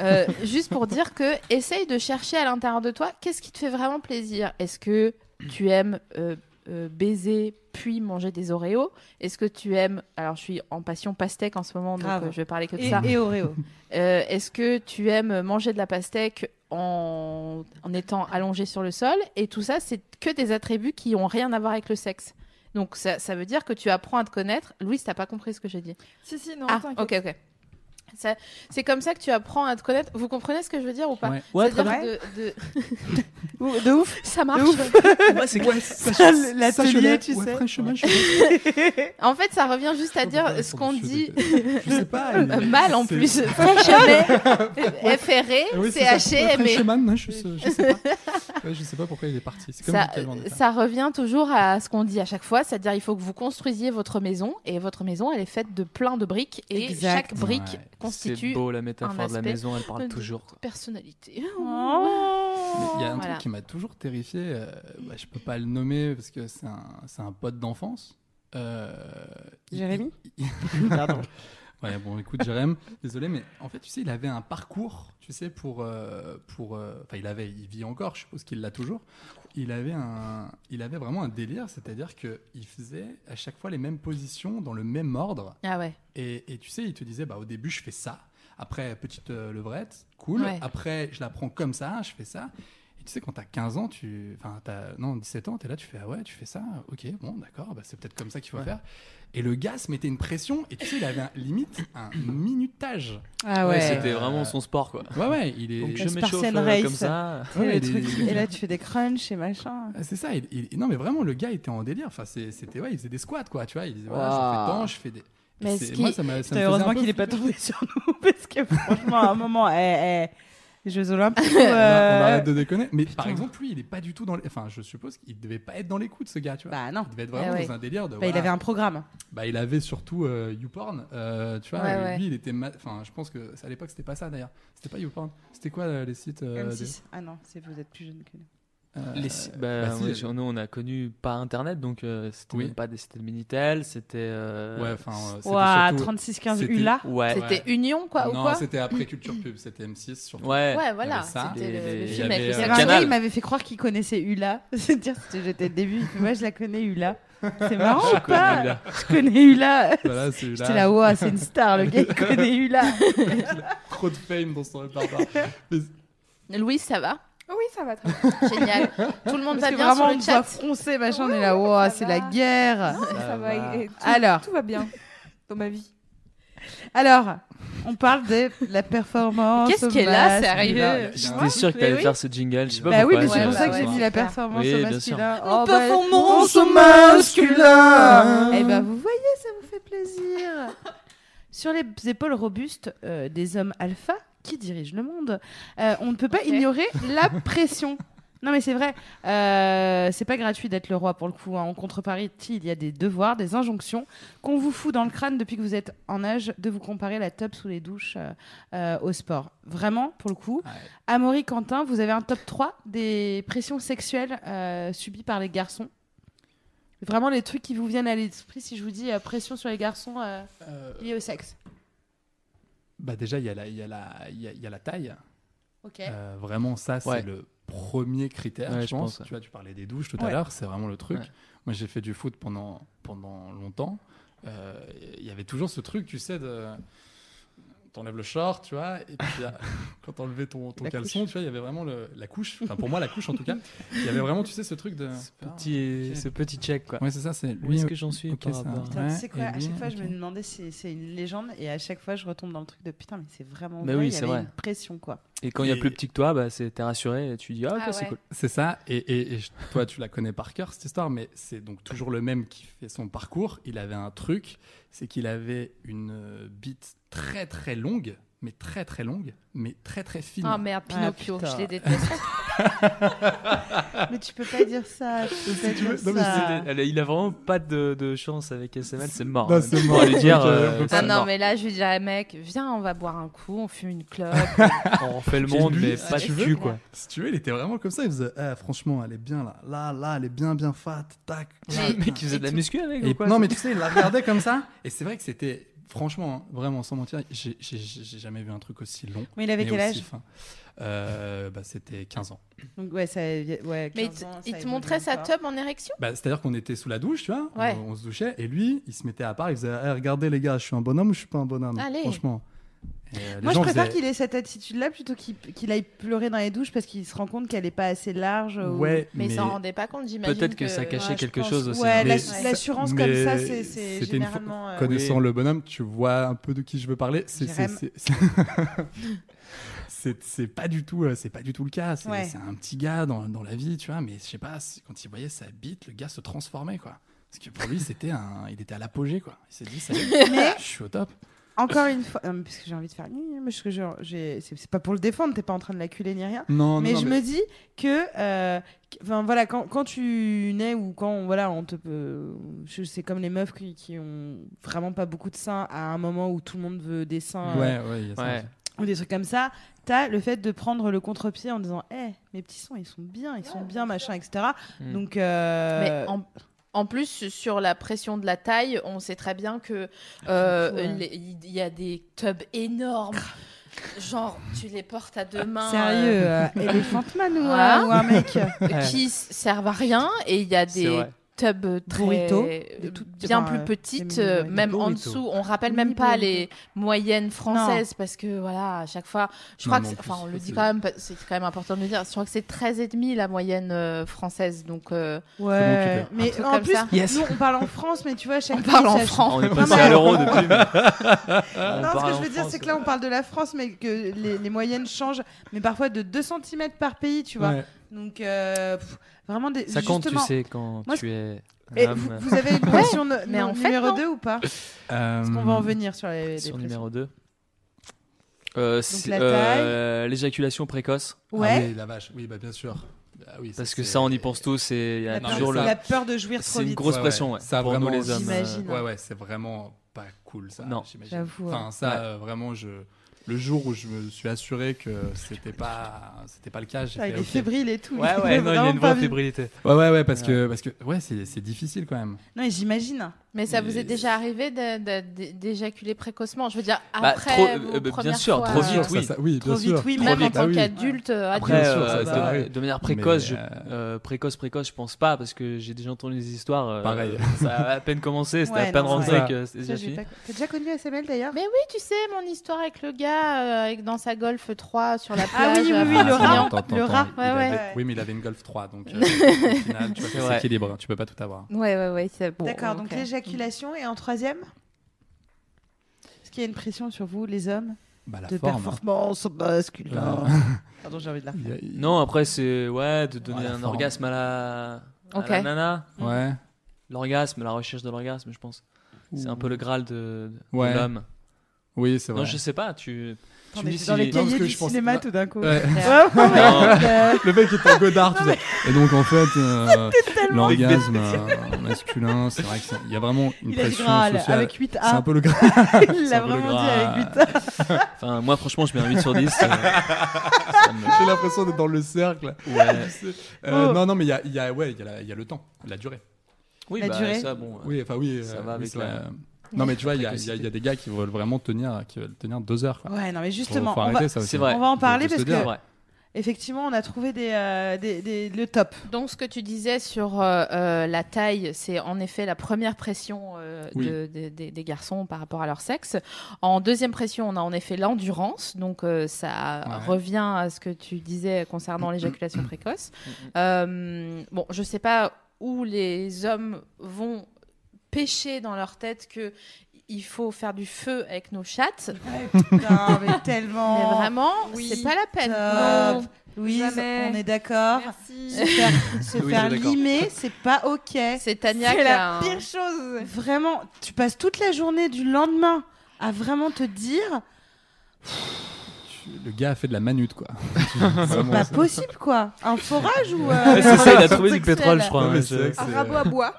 Speaker 2: euh, juste pour dire que essaye de chercher à l'intérieur de toi qu'est-ce qui te fait vraiment plaisir. Est-ce que tu aimes euh, euh, baiser puis manger des Oreos Est-ce que tu aimes... Alors je suis en passion pastèque en ce moment, donc
Speaker 1: Grave.
Speaker 2: euh, je vais parler que de
Speaker 1: Et,
Speaker 2: ça.
Speaker 1: et Oreo.
Speaker 2: Euh, Est-ce que tu aimes manger de la pastèque en, en étant allongé sur le sol Et tout ça, c'est que des attributs qui ont rien à voir avec le sexe. Donc ça, ça veut dire que tu apprends à te connaître. Louise, t'as pas compris ce que j'ai dit.
Speaker 6: Si, si, non,
Speaker 2: ah,
Speaker 6: t'inquiète.
Speaker 2: ok, ok. Ça- C'est comme ça que tu apprends à te connaître. Vous comprenez ce que je veux dire ou pas
Speaker 4: Ouais.
Speaker 5: Ouais,
Speaker 2: C'est-à-dire
Speaker 1: très
Speaker 2: de- de-
Speaker 1: Ou- [LAUGHS] De ouf.
Speaker 2: Ça marche. [LAUGHS]
Speaker 5: Moi, c'est quoi
Speaker 1: Ça, L'atelier, tu sais.
Speaker 4: chemin,
Speaker 2: En fait, ça revient juste à
Speaker 4: Je comprends
Speaker 2: dire
Speaker 4: pas
Speaker 2: ce qu'on
Speaker 4: le sens de
Speaker 2: dit
Speaker 4: Je
Speaker 2: [LAUGHS]
Speaker 4: sais pas.
Speaker 2: euh, mal en
Speaker 4: c'est-
Speaker 2: plus.
Speaker 4: [LAUGHS]
Speaker 2: Très jamais. FRE,
Speaker 4: Oui, c'est ça.
Speaker 2: CHE, E, mais.
Speaker 4: Frenchman, hein, je, sais- je sais pas. Ouais, je sais pas pourquoi il est parti. C'est comme
Speaker 2: ça,
Speaker 4: Michael Vendetta.
Speaker 2: ça revient toujours à ce qu'on dit à chaque fois, c'est-à-dire il faut que vous construisiez votre maison et votre maison elle est faite de plein de briques et
Speaker 1: Exact.
Speaker 2: chaque brique
Speaker 4: Ouais.
Speaker 2: constitue
Speaker 5: C'est beau la métaphore de la
Speaker 2: aspect
Speaker 5: maison, elle parle
Speaker 2: de-
Speaker 5: toujours. quoi.
Speaker 2: personnalité.
Speaker 1: Oh.
Speaker 4: Mais Il y a un
Speaker 2: Voilà.
Speaker 4: truc qui m'a toujours terrifié. euh, bah, je peux pas le nommer parce que c'est un, c'est un pote d'enfance. Euh, il-
Speaker 1: Jérémy
Speaker 4: il- [LAUGHS] Ouais, bon, écoute, Jérém, désolé, mais en fait, tu sais, il avait un parcours, tu sais, pour. euh, pour euh, Enfin, il avait, il vit encore, je suppose qu'il l'a toujours. Il avait, un, il avait vraiment un délire, c'est-à-dire qu'il faisait à chaque fois les mêmes positions dans le même ordre.
Speaker 2: Ah ouais.
Speaker 4: Et, et tu sais, il te disait, bah, au début, je fais ça. Après, petite euh, levrette, cool.
Speaker 2: Ouais.
Speaker 4: Après, je la prends comme ça, je fais ça. Et tu sais, quand t'as 15 ans, tu... enfin, t'as... non, 17 ans, t'es là, tu fais, ah ouais, tu fais ça, ok, bon, d'accord, bah, c'est peut-être comme ça qu'il faut faire. Et le gars se mettait une pression, et tu sais, il avait un- limite un [COUGHS] minutage. Euh,
Speaker 1: Ah
Speaker 5: Ouais,
Speaker 1: ouais.
Speaker 5: C'était vraiment son sport quoi.
Speaker 4: Ouais, ouais, il est.
Speaker 5: Donc je
Speaker 1: Une
Speaker 5: m'échauffe
Speaker 1: Spartan
Speaker 5: euh,
Speaker 1: race.
Speaker 5: comme ça.
Speaker 1: Et,
Speaker 4: Ouais,
Speaker 1: le
Speaker 4: il est-
Speaker 1: truc,
Speaker 4: il est-
Speaker 1: et là, tu fais des crunchs et machin.
Speaker 4: Ah, C'est ça, il, il- non mais vraiment le gars était en délire, enfin c'est- c'était ouais, il faisait des squats quoi, tu vois, il disait voilà,
Speaker 5: Waouh.
Speaker 4: je fais tant, je fais des...
Speaker 2: Mais
Speaker 4: Et
Speaker 2: ce
Speaker 4: c'est-
Speaker 2: qui-
Speaker 4: moi ça m'a ça me
Speaker 1: Putain,
Speaker 4: faisait un
Speaker 1: heureusement
Speaker 4: peu
Speaker 1: qu'il n'est pas
Speaker 4: flipper.
Speaker 1: tombé [LAUGHS] sur nous parce que franchement, à un moment, eh, eh, les Jeux Olympiques. ou,
Speaker 4: [LAUGHS] On a- on
Speaker 1: euh,
Speaker 4: arrête de déconner. Mais par exemple, lui, il est pas du tout dans les... Enfin, je suppose qu'il devait pas être dans les coups de ce gars, tu vois.
Speaker 1: Bah non.
Speaker 4: il devait être vraiment
Speaker 2: Ah ouais.
Speaker 4: dans un délire de...
Speaker 1: Bah, il
Speaker 4: voilà.
Speaker 1: avait un programme.
Speaker 4: Bah, il avait surtout euh, YouPorn, euh, tu vois.
Speaker 2: Ouais,
Speaker 4: et
Speaker 2: ouais.
Speaker 4: Lui, il était... ma- Enfin, je pense que à l'époque, c'était pas ça, d'ailleurs. C'était pas YouPorn. C'était quoi, euh, les sites euh, des-
Speaker 1: Ah non, c'est vous êtes plus jeune que nous.
Speaker 4: euh,
Speaker 5: Les si- bah,
Speaker 4: bah, si,
Speaker 5: ouais,
Speaker 4: je-
Speaker 5: nous on a connu pas internet donc euh, c'était
Speaker 4: Oui.
Speaker 5: même pas des c'était le Minitel, c'était euh,
Speaker 4: Ouais, enfin, euh, c'était
Speaker 1: Ouah,
Speaker 4: surtout...
Speaker 1: 36-15
Speaker 4: c'était-
Speaker 1: ULA.
Speaker 5: ouais.
Speaker 4: Ouais.
Speaker 2: C'était Union quoi ou
Speaker 4: non,
Speaker 2: quoi
Speaker 4: c'était après Culture Pub, c'était M6, surtout.
Speaker 5: Ouais.
Speaker 2: Ouais, voilà,
Speaker 4: avait ça,
Speaker 2: c'était le,
Speaker 5: les-
Speaker 2: le
Speaker 5: les-
Speaker 2: film
Speaker 4: il y
Speaker 2: avec le
Speaker 4: avait,
Speaker 1: C'est
Speaker 4: euh,
Speaker 2: sexe.
Speaker 1: un
Speaker 4: [LAUGHS]
Speaker 1: gars,
Speaker 5: Canal.
Speaker 1: il m'avait fait croire qu'il connaissait [LAUGHS] Ula. C'est-à-dire, c'était- j'étais au début, il fait, moi je la connais Ula. C'est marrant ou pas
Speaker 5: Ula.
Speaker 1: Je connais Ula.
Speaker 4: Voilà, c'est là.
Speaker 1: J'étais là, ouah, c'est une star, le gars
Speaker 4: [LAUGHS]
Speaker 1: il connaît Ula.
Speaker 4: Trop de fame dans son répertoire.
Speaker 1: [LAUGHS]
Speaker 4: Mais-
Speaker 2: Louise, ça va
Speaker 6: Oui, ça va très
Speaker 2: [LAUGHS]
Speaker 6: bien.
Speaker 2: Génial. Tout le monde
Speaker 1: Parce
Speaker 2: va
Speaker 1: que
Speaker 2: bien
Speaker 1: vraiment,
Speaker 2: sur
Speaker 1: on
Speaker 2: le
Speaker 1: me
Speaker 2: chat.
Speaker 1: voit froncer, machin, on est
Speaker 6: Ouais,
Speaker 1: là, ouah,
Speaker 6: ça
Speaker 1: c'est
Speaker 6: va.
Speaker 1: la guerre.
Speaker 6: ça va.
Speaker 5: va.
Speaker 6: et- et tout,
Speaker 1: Alors.
Speaker 6: Tout va bien dans ma vie.
Speaker 1: Alors, on parle de la performance.
Speaker 2: Qu'est-ce
Speaker 1: au
Speaker 2: qu'elle a,
Speaker 1: masque,
Speaker 2: sérieux
Speaker 1: Ula.
Speaker 4: Il y a un-
Speaker 5: J'étais sûr que t'allais
Speaker 2: Mais oui.
Speaker 5: faire ce jingle, je sais pas
Speaker 1: Bah oui,
Speaker 5: pourquoi.
Speaker 1: mais
Speaker 2: Ouais,
Speaker 1: c'est pour
Speaker 2: bah
Speaker 1: ça que
Speaker 2: ouais.
Speaker 1: j'ai mis la performance
Speaker 5: Oui,
Speaker 1: au
Speaker 5: bien
Speaker 1: masculin.
Speaker 2: Nous
Speaker 1: bah,
Speaker 2: performons au
Speaker 1: masculin Eh ben, vous voyez, ça vous fait plaisir Sur les épaules robustes euh, des hommes alpha qui dirigent le monde, euh, on ne peut pas
Speaker 2: Ok.
Speaker 1: ignorer la pression. Non mais c'est vrai, euh, c'est pas gratuit d'être le roi pour le coup. hein. En contrepartie, il y a des devoirs, des injonctions qu'on vous fout dans le crâne depuis que vous êtes en âge de vous comparer la top sous les douches euh, euh, au sport. Vraiment, pour le coup,
Speaker 4: Ouais.
Speaker 1: Amaury Quentin, vous avez un top 3 des pressions sexuelles euh, subies par les garçons. Vraiment les trucs qui vous viennent à l'esprit si je vous dis euh, pression sur les garçons euh,
Speaker 4: Euh,
Speaker 1: liée au sexe.
Speaker 4: Bah déjà, il y, a la- il y, a la- il y a, il y a la taille.
Speaker 1: Ok.
Speaker 4: Euh, vraiment, ça, c'est
Speaker 5: Ouais.
Speaker 4: le premier critère,
Speaker 5: Ouais,
Speaker 4: je,
Speaker 5: je
Speaker 4: pense.
Speaker 5: pense, ouais.
Speaker 4: Tu vois, tu parlais des douches tout à
Speaker 1: Ouais.
Speaker 4: l'heure, c'est vraiment le truc.
Speaker 5: Ouais.
Speaker 4: Moi, j'ai fait du foot pendant, pendant longtemps. Euh, Il y avait toujours ce truc, tu sais, de... t'enlèves le short, tu vois, et
Speaker 5: [LAUGHS]
Speaker 4: puis ah, quand t'enlevais ton, ton
Speaker 1: La
Speaker 4: caleçon, tu vois, il y avait vraiment le-
Speaker 5: [LAUGHS]
Speaker 4: la couche, enfin pour moi la couche en tout cas, il y avait vraiment, tu sais, ce truc de.
Speaker 5: Petit,
Speaker 4: ok.
Speaker 5: Ce petit check, quoi.
Speaker 4: Ouais, c'est ça, c'est
Speaker 5: Où
Speaker 4: lui.
Speaker 5: est-ce que j'en suis
Speaker 4: ok,
Speaker 5: par
Speaker 4: ça-
Speaker 5: rapport à-
Speaker 1: Putain, tu sais
Speaker 4: Ouais,
Speaker 1: quoi,
Speaker 5: Eh
Speaker 4: et
Speaker 1: à
Speaker 4: lui,
Speaker 1: chaque fois, je me
Speaker 4: ok.
Speaker 1: demandais si c'est une légende, et à chaque fois, je retombe dans le truc de putain, mais c'est vraiment
Speaker 5: Mais
Speaker 1: vrai,
Speaker 5: Bah oui,
Speaker 1: il y
Speaker 5: c'est
Speaker 1: avait
Speaker 5: vrai.
Speaker 1: une pression, quoi.
Speaker 5: Et quand il y a
Speaker 4: Et-
Speaker 5: plus petit que toi, bah, c'est- t'es
Speaker 1: [LAUGHS]
Speaker 5: rassuré et tu dis, ah, ok,
Speaker 2: Ah
Speaker 5: c'est
Speaker 2: ouais.
Speaker 5: cool.
Speaker 4: C'est ça, et, et- et je- toi tu la connais par cœur cette histoire, mais c'est donc toujours le même qui fait son parcours. Il avait un truc, c'est qu'il avait une euh, bite très très longue, mais très très longue, mais très très fine.
Speaker 2: Ah merde,
Speaker 1: Ah,
Speaker 2: Pinocchio,
Speaker 1: putain.
Speaker 2: je les
Speaker 1: [LAUGHS]
Speaker 2: déteste.
Speaker 1: mais tu peux pas dire ça, tu peux pas
Speaker 4: tu veux-
Speaker 1: dire
Speaker 4: non, mais
Speaker 1: ça.
Speaker 5: Elle a- il a vraiment pas de, de chance avec SML, c'est mort.
Speaker 4: Non,
Speaker 5: hein.
Speaker 4: c'est
Speaker 5: Tu
Speaker 4: mort.
Speaker 5: pourras lui
Speaker 1: [LAUGHS]
Speaker 5: dire,
Speaker 4: Ok,
Speaker 5: euh,
Speaker 4: on peut pas.
Speaker 2: Ah
Speaker 5: c'est
Speaker 2: non,
Speaker 5: mort.
Speaker 2: mais là, je lui dirais, mec, viens, on va boire un coup, on fume une
Speaker 5: [LAUGHS]
Speaker 2: clope.
Speaker 5: on refait le
Speaker 4: J'ai
Speaker 5: monde,
Speaker 4: bu,
Speaker 5: mais
Speaker 4: si
Speaker 5: pas de
Speaker 4: tu veux.
Speaker 5: cul, quoi.
Speaker 4: Si tu veux, il était vraiment comme ça. Il faisait, Ah, franchement, elle est bien là, là, là, elle est bien, bien fat, tac. là,
Speaker 5: Le mec, il faisait de la
Speaker 4: Et
Speaker 5: muscu avec
Speaker 4: Et-
Speaker 5: ou quoi
Speaker 4: non,
Speaker 5: ça
Speaker 4: mais tu sais, il la regardait comme ça. Et c'est vrai que c'était, franchement, hein, vraiment, sans mentir, j'ai j'ai- j'ai jamais vu un truc aussi long.
Speaker 1: Mais il avait
Speaker 4: mais
Speaker 1: quel
Speaker 4: aussi
Speaker 1: âge
Speaker 4: fin. Euh, bah, C'était 15 ans.
Speaker 1: Donc, ouais, ça, ouais,
Speaker 2: Mais il
Speaker 1: 15
Speaker 2: te,
Speaker 1: ans, ça
Speaker 2: il te
Speaker 1: évolue
Speaker 2: montrait sa
Speaker 1: encore.
Speaker 2: tub en érection
Speaker 4: Bah, C'est-à-dire qu'on était sous la douche, tu vois, on-
Speaker 2: Ouais.
Speaker 4: on, se douchait, et lui, il se mettait à part, il faisait Eh, Regardez les gars, je suis un bonhomme ou je suis pas un bonhomme
Speaker 2: Allez.
Speaker 4: Franchement. Et, euh, les
Speaker 1: Moi, je
Speaker 4: gens
Speaker 1: préfère
Speaker 4: faisaient,
Speaker 1: qu'il ait cette attitude-là plutôt qu'il qu'il aille pleurer dans les douches parce qu'il se rend compte qu'elle est pas assez large. ou-
Speaker 4: Ouais,
Speaker 2: Mais,
Speaker 4: mais,
Speaker 2: il s'en rendait pas compte, j'imagine.
Speaker 5: Peut-être que ça cachait
Speaker 1: Ouais, je
Speaker 5: quelque
Speaker 1: pense.
Speaker 5: chose aussi.
Speaker 1: Ouais,
Speaker 5: hein.
Speaker 1: la-
Speaker 4: Mais-
Speaker 1: l'assurance
Speaker 4: mais
Speaker 1: comme ça, c'est- c'est
Speaker 4: c'était une fois-
Speaker 1: généralement. euh,
Speaker 4: connaissant
Speaker 5: Oui.
Speaker 4: le bonhomme, tu vois un peu de qui je veux parler. C'est- c'est-
Speaker 1: Jérém.
Speaker 4: c'est- [LAUGHS] c'est- C'est c'est pas du tout, euh, c'est pas du tout le cas. C'est
Speaker 1: Ouais.
Speaker 4: c'est un petit gars dans, dans la vie, tu vois. Mais je sais pas, c'est- quand il voyait sa bite, le gars se transformait, quoi. Parce que pour lui, c'était un, il était à l'apogée, quoi. Il s'est dit, ça y est,
Speaker 1: [LAUGHS] Mais-
Speaker 4: je suis au top.
Speaker 1: Encore une fois, non, mais parce que j'ai envie de faire. Mais je- genre, j'ai- C'est c'est pas pour le défendre, t'es pas en train de l'acculer ni rien.
Speaker 4: Non,
Speaker 1: mais je me dis que, euh, qu- enfin voilà, quand, quand tu nais ou quand voilà, on te peut, je- c'est comme les meufs qui, qui ont vraiment pas beaucoup de seins à un moment où tout le monde veut des seins euh,
Speaker 4: Ouais, ouais, il y a ça
Speaker 5: Ouais.
Speaker 4: aussi.
Speaker 1: ou des trucs comme ça. T'as le fait de prendre le contre-pied en disant, hé, mes petits seins, ils sont bien, ils sont bien, machin, etc.
Speaker 2: Hmm.
Speaker 5: Mm.
Speaker 1: Donc, euh,
Speaker 2: Mais en, en plus, sur la pression de la taille, on sait très bien que
Speaker 5: Ah,
Speaker 2: euh,
Speaker 1: Ouais.
Speaker 2: les- il y a des tubs énormes. Genre, tu les portes à deux mains.
Speaker 1: Ah, sérieux, euh, Elephant Man ou,
Speaker 2: Voilà.
Speaker 1: euh, ou
Speaker 2: [LAUGHS]
Speaker 1: un mec
Speaker 2: euh, qui s- servent à rien. Et il y a
Speaker 5: C'est
Speaker 2: des
Speaker 5: vrai.
Speaker 2: tubs très
Speaker 1: Burrito,
Speaker 2: euh,
Speaker 1: toutes-
Speaker 2: bien
Speaker 1: enfin, euh,
Speaker 2: plus petites,
Speaker 1: les mini-
Speaker 2: euh,
Speaker 1: ouais,
Speaker 2: même
Speaker 4: des
Speaker 2: en
Speaker 4: burritos.
Speaker 2: dessous. On rappelle
Speaker 1: Mini
Speaker 2: même pas
Speaker 1: burritos.
Speaker 2: les moyennes françaises parce que voilà, à chaque fois, je
Speaker 4: Non,
Speaker 2: crois
Speaker 4: mais
Speaker 2: que,
Speaker 4: en
Speaker 2: c'est-
Speaker 4: plus,
Speaker 2: enfin, on le
Speaker 4: c'est-
Speaker 2: dit quand même, parce- c'est quand même important de le dire. Je crois que c'est 13,5 la moyenne euh, française. Donc, euh,
Speaker 1: Ouais,
Speaker 2: Un
Speaker 1: mais
Speaker 2: truc
Speaker 1: en
Speaker 2: comme
Speaker 1: plus,
Speaker 2: ça.
Speaker 5: Yes.
Speaker 1: nous on parle en France, mais tu vois, à chaque
Speaker 2: on parle en
Speaker 1: ça-
Speaker 2: franc.
Speaker 5: On est
Speaker 1: Non,
Speaker 5: passé
Speaker 1: mais-
Speaker 5: à l'euro depuis. mais- [LAUGHS] On
Speaker 1: Non, ce
Speaker 5: parle
Speaker 1: que je
Speaker 5: en
Speaker 1: veux dire,
Speaker 5: France, euh.
Speaker 1: c'est que là, on parle de la France, mais que les, les moyennes changent, mais parfois de 2 cm par pays, tu vois.
Speaker 4: Ouais.
Speaker 1: Donc, euh, pff, vraiment des.
Speaker 5: Ça compte, tu
Speaker 1: justement.
Speaker 5: sais, quand
Speaker 1: Moi,
Speaker 5: tu es
Speaker 1: Et
Speaker 5: un
Speaker 1: vous,
Speaker 5: homme
Speaker 1: vous avez une question
Speaker 2: mais en fait,
Speaker 1: numéro
Speaker 2: non.
Speaker 1: 2 ou pas Parce qu'on
Speaker 4: Euh,
Speaker 1: va en venir sur les. les
Speaker 5: sur
Speaker 1: pressions.
Speaker 5: numéro 2. Euh, c'est-
Speaker 1: la
Speaker 5: euh, L'éjaculation précoce.
Speaker 4: Ah
Speaker 1: Ouais,
Speaker 4: oui, la vache, oui, bah bien sûr. Ah oui,
Speaker 5: Parce
Speaker 4: c'est-
Speaker 5: que ça, on y pense tous et il y a
Speaker 1: la,
Speaker 4: non,
Speaker 1: peur,
Speaker 5: toujours
Speaker 4: mais ça-
Speaker 5: le.
Speaker 1: la peur de jouir trop
Speaker 5: C'est une
Speaker 1: vite.
Speaker 5: grosse
Speaker 4: Ouais,
Speaker 5: pression ouais,
Speaker 4: ouais. Ça,
Speaker 5: pour
Speaker 4: vraiment,
Speaker 5: nous les hommes. euh,
Speaker 1: j'imagine.
Speaker 4: Ouais, ouais, c'est vraiment pas cool ça.
Speaker 5: Non.
Speaker 4: j'imagine.
Speaker 1: J'avoue, ouais.
Speaker 4: Enfin, ça,
Speaker 5: Ouais.
Speaker 4: euh, vraiment, je. Le jour où je me suis assuré que c'était pas, c'était pas le cas, j'ai
Speaker 1: Putain, Il
Speaker 4: fait.
Speaker 1: est
Speaker 4: ok.
Speaker 1: fébrile et tout.
Speaker 5: Ouais,
Speaker 1: il [LAUGHS]
Speaker 5: ouais,
Speaker 1: est
Speaker 5: non, il y a
Speaker 1: vraiment
Speaker 5: une
Speaker 1: pas
Speaker 5: vraie
Speaker 1: vite.
Speaker 5: fébrilité.
Speaker 4: Ouais, ouais, ouais, parce
Speaker 5: Ouais.
Speaker 4: que, parce que, ouais, c'est, c'est difficile quand même.
Speaker 1: Non, mais j'imagine.
Speaker 2: Mais ça vous
Speaker 4: Mais-
Speaker 2: est déjà arrivé de- de- de- d'éjaculer précocement Je veux dire,
Speaker 5: Bah,
Speaker 2: après
Speaker 5: trop-
Speaker 2: vos
Speaker 5: euh, bah, bien
Speaker 2: premières
Speaker 5: sûr,
Speaker 2: fois,
Speaker 5: trop
Speaker 2: euh,
Speaker 5: vite, oui.
Speaker 4: Ça, ça- oui,
Speaker 1: Trop
Speaker 4: bien
Speaker 1: vite,
Speaker 4: sûr.
Speaker 1: oui,
Speaker 4: Trop
Speaker 2: Même en
Speaker 4: vite, ah
Speaker 2: tant
Speaker 4: oui.
Speaker 2: qu'adulte, euh,
Speaker 4: Après,
Speaker 2: adulte.
Speaker 4: Bien sûr, ça,
Speaker 5: euh,
Speaker 4: c'est
Speaker 5: de-
Speaker 4: vrai.
Speaker 5: de manière précoce, je-
Speaker 4: Mais, euh,
Speaker 5: euh, précoce, précoce, je pense pas parce que j'ai déjà entendu des histoires. euh,
Speaker 4: Pareil.
Speaker 5: [LAUGHS] Ça a à peine commencé, c'était
Speaker 1: Ouais,
Speaker 5: à peine
Speaker 1: non,
Speaker 4: c'est
Speaker 5: rentré
Speaker 4: vrai.
Speaker 5: que c'était
Speaker 1: Ça,
Speaker 5: déjà
Speaker 1: j'ai
Speaker 5: fini.
Speaker 1: pas- T'as déjà connu SML d'ailleurs
Speaker 2: Mais oui, tu sais, mon histoire avec le gars euh, avec dans sa Golf 3 sur la plage.
Speaker 1: Ah oui, oui,
Speaker 2: à
Speaker 1: oui,
Speaker 2: Marseille.
Speaker 1: le rat.
Speaker 4: Attends, attends,
Speaker 1: Le
Speaker 4: attends,
Speaker 1: rat,
Speaker 4: il
Speaker 2: ouais,
Speaker 4: avait-
Speaker 1: ouais.
Speaker 4: Oui, mais il avait une Golf 3,
Speaker 1: [LAUGHS]
Speaker 4: donc euh, au final, tu vois,
Speaker 5: C'est
Speaker 4: c'est
Speaker 5: vrai.
Speaker 4: équilibre, hein, tu peux pas tout avoir.
Speaker 2: Ouais, ouais, ouais. c'est bon,
Speaker 1: D'accord,
Speaker 2: ok.
Speaker 1: donc l'éjaculation. Et en troisième Est-ce qu'il y a une pression sur vous, les hommes
Speaker 4: Bah, la
Speaker 1: de
Speaker 4: forme. hein.
Speaker 5: Euh.
Speaker 1: performance
Speaker 5: [LAUGHS]
Speaker 1: masculin.
Speaker 4: Euh,
Speaker 1: Pardon, j'ai envie de la
Speaker 4: il y a- il-
Speaker 5: Non, après, c'est ouais, de donner
Speaker 4: la
Speaker 5: un
Speaker 4: forme.
Speaker 5: orgasme à la, à
Speaker 2: Ok.
Speaker 5: la nana.
Speaker 1: Mm.
Speaker 4: Ouais.
Speaker 5: L'orgasme, la recherche de l'orgasme, je pense. C'est un peu le graal de, de
Speaker 4: Ouais.
Speaker 5: l'homme.
Speaker 4: Oui, c'est vrai.
Speaker 5: Non, je sais pas, tu, tu
Speaker 1: Attendez,
Speaker 5: me dis
Speaker 1: c'est
Speaker 5: si...
Speaker 1: dans les
Speaker 4: Non, parce
Speaker 1: cahiers
Speaker 4: que
Speaker 1: du
Speaker 4: je pense-
Speaker 1: cinéma
Speaker 4: non.
Speaker 1: tout d'un coup.
Speaker 4: Ouais.
Speaker 5: [LAUGHS]
Speaker 1: Ouais, ouais, ouais,
Speaker 5: Non.
Speaker 1: euh,
Speaker 4: [LAUGHS] Le mec est en godard, tu sais. Et donc, en fait,
Speaker 1: [LAUGHS]
Speaker 4: euh, l'orgasme euh, masculin, c'est vrai qu'il y a vraiment une
Speaker 1: Il a dit
Speaker 4: pression
Speaker 1: Graal
Speaker 4: sociale.
Speaker 1: avec 8
Speaker 4: C'est un
Speaker 1: A. [LAUGHS]
Speaker 4: peu le [LAUGHS] gras.
Speaker 1: Il
Speaker 5: c'est un
Speaker 1: l'a
Speaker 5: peu le
Speaker 1: vraiment dit
Speaker 5: gras.
Speaker 1: avec 8 A.
Speaker 5: [LAUGHS] Enfin, moi, franchement, je mets un 8 sur 10. euh, ça me-
Speaker 4: [LAUGHS] J'ai l'impression d'être dans le cercle. [LAUGHS]
Speaker 5: Ouais.
Speaker 4: Euh,
Speaker 1: Oh.
Speaker 4: Non, non, mais il y a, il y, a, ouais, il y, a la- il y a le temps, la durée.
Speaker 5: Oui,
Speaker 1: La
Speaker 5: bah,
Speaker 1: durée.
Speaker 5: ça, bon. euh,
Speaker 4: Oui, enfin, oui.
Speaker 5: Ça
Speaker 4: euh,
Speaker 5: va
Speaker 4: oui,
Speaker 5: avec
Speaker 4: c'est vrai.
Speaker 5: la-
Speaker 4: Non, mais tu vois, il y, a- il y
Speaker 5: précocité.
Speaker 4: a- il y a des gars qui veulent vraiment tenir, qui veulent tenir deux heures. Quoi.
Speaker 1: Ouais, non mais
Speaker 4: Faut-
Speaker 1: justement,
Speaker 4: faut
Speaker 1: on
Speaker 4: arrêter
Speaker 1: va,
Speaker 4: ça aussi.
Speaker 5: C'est vrai.
Speaker 1: on va en
Speaker 4: Faut
Speaker 1: parler
Speaker 4: se
Speaker 1: parce
Speaker 4: le
Speaker 1: que
Speaker 4: dire.
Speaker 5: C'est vrai.
Speaker 1: effectivement, on a trouvé des, euh, des- des- le top.
Speaker 2: Donc, ce que tu disais sur euh, euh, la taille, c'est en effet la première pression euh,
Speaker 4: Oui.
Speaker 2: de- de- des- des garçons par rapport à leur sexe. En deuxième pression, on a en effet l'endurance. Donc, euh, ça
Speaker 4: Ouais.
Speaker 2: revient à ce que tu disais
Speaker 4: [CLEARS THROAT]
Speaker 2: concernant l'éjaculation précoce. Euh, bon, je sais pas où les hommes vont pêcher dans leur tête que il faut faire du feu avec nos chattes.
Speaker 1: Putain, mais
Speaker 2: [LAUGHS]
Speaker 1: tellement.
Speaker 2: Mais vraiment,
Speaker 1: oui,
Speaker 2: c'est pas la peine.
Speaker 1: Top. Louise,
Speaker 6: jamais.
Speaker 1: on est d'accord. Se
Speaker 6: Merci.
Speaker 1: faire, se
Speaker 4: Louise
Speaker 1: faire
Speaker 4: est d'accord.
Speaker 1: limer, c'est pas ok.
Speaker 2: C'est Tania
Speaker 6: C'est
Speaker 2: qui a
Speaker 6: la
Speaker 2: un-
Speaker 6: pire chose.
Speaker 1: Vraiment, tu passes toute la journée du lendemain à vraiment te dire,
Speaker 4: Tu- Le gars a fait de la manute,
Speaker 1: [LAUGHS]
Speaker 4: quoi.
Speaker 1: c'est pas possible quoi. Un forage ou.
Speaker 5: Ouais,
Speaker 4: [LAUGHS]
Speaker 1: euh,
Speaker 5: c'est ça, il a trouvé du
Speaker 1: sexuel.
Speaker 5: pétrole, je crois.
Speaker 4: Non, mais
Speaker 5: ouais,
Speaker 4: c'est
Speaker 5: c'est-
Speaker 4: vrai que
Speaker 6: Un
Speaker 4: c'est-
Speaker 6: rabot à bois.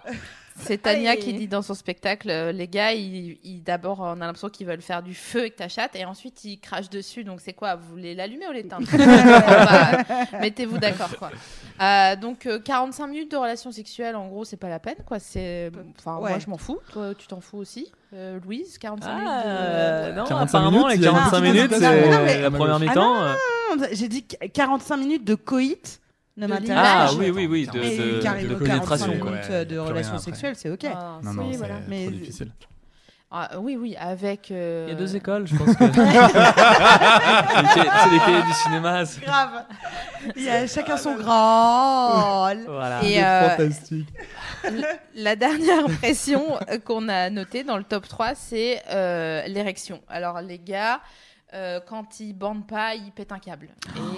Speaker 2: C'est Tania
Speaker 6: Aïe.
Speaker 2: qui dit dans son spectacle, euh, les gars, ils, ils- d'abord, on a l'impression qu'ils veulent faire du feu avec ta chatte, et ensuite ils crachent dessus. Donc c'est quoi Vous voulez l'allumer ou l'éteindre Bah, Mettez-vous d'accord, quoi. Euh, donc euh, 45 minutes de relation sexuelle, en gros, c'est pas la peine, quoi. C'est, enfin,
Speaker 1: Ouais.
Speaker 2: moi je m'en fous. Toi, tu t'en fous aussi, Euh, Louise 45 minutes.
Speaker 5: Ah,
Speaker 2: De...
Speaker 5: non,
Speaker 4: 45
Speaker 5: apparemment, les
Speaker 4: minutes, il y a eu
Speaker 5: 45
Speaker 1: une petite
Speaker 5: minutes,
Speaker 1: intervention. Non,
Speaker 5: euh,
Speaker 1: mais-
Speaker 5: la première
Speaker 4: Ah,
Speaker 5: mi-temps. euh,
Speaker 1: J'ai dit qu- 45 minutes de coït ne
Speaker 2: De
Speaker 1: m'intéresse
Speaker 5: Ah
Speaker 1: pas.
Speaker 5: oui, oui, oui, de,
Speaker 1: Mais
Speaker 5: de-
Speaker 1: car-
Speaker 5: de
Speaker 1: 45
Speaker 5: pénétration.
Speaker 1: minutes
Speaker 5: quoi.
Speaker 4: ouais,
Speaker 1: euh, de
Speaker 4: plus rien
Speaker 1: relation
Speaker 4: après.
Speaker 1: sexuelle, c'est ok.
Speaker 2: Ah,
Speaker 4: Non, non,
Speaker 6: Oui,
Speaker 4: c'est
Speaker 6: voilà.
Speaker 4: trop
Speaker 1: Mais-
Speaker 4: difficile.
Speaker 2: ah, oui, oui, avec. euh,
Speaker 5: Il y a deux écoles,
Speaker 2: [LAUGHS]
Speaker 5: je pense que. c'est les cahiers du cinéma. c'est-
Speaker 1: Grave. Il y a chacun son
Speaker 2: [LAUGHS]
Speaker 1: grand.
Speaker 5: Voilà.
Speaker 2: Et,
Speaker 4: C'est
Speaker 2: euh,
Speaker 4: fantastique.
Speaker 2: La dernière pression euh, qu'on a notée dans le top 3, c'est euh, l'érection. Alors, les gars, euh, quand ils bandent pas, ils pètent un câble.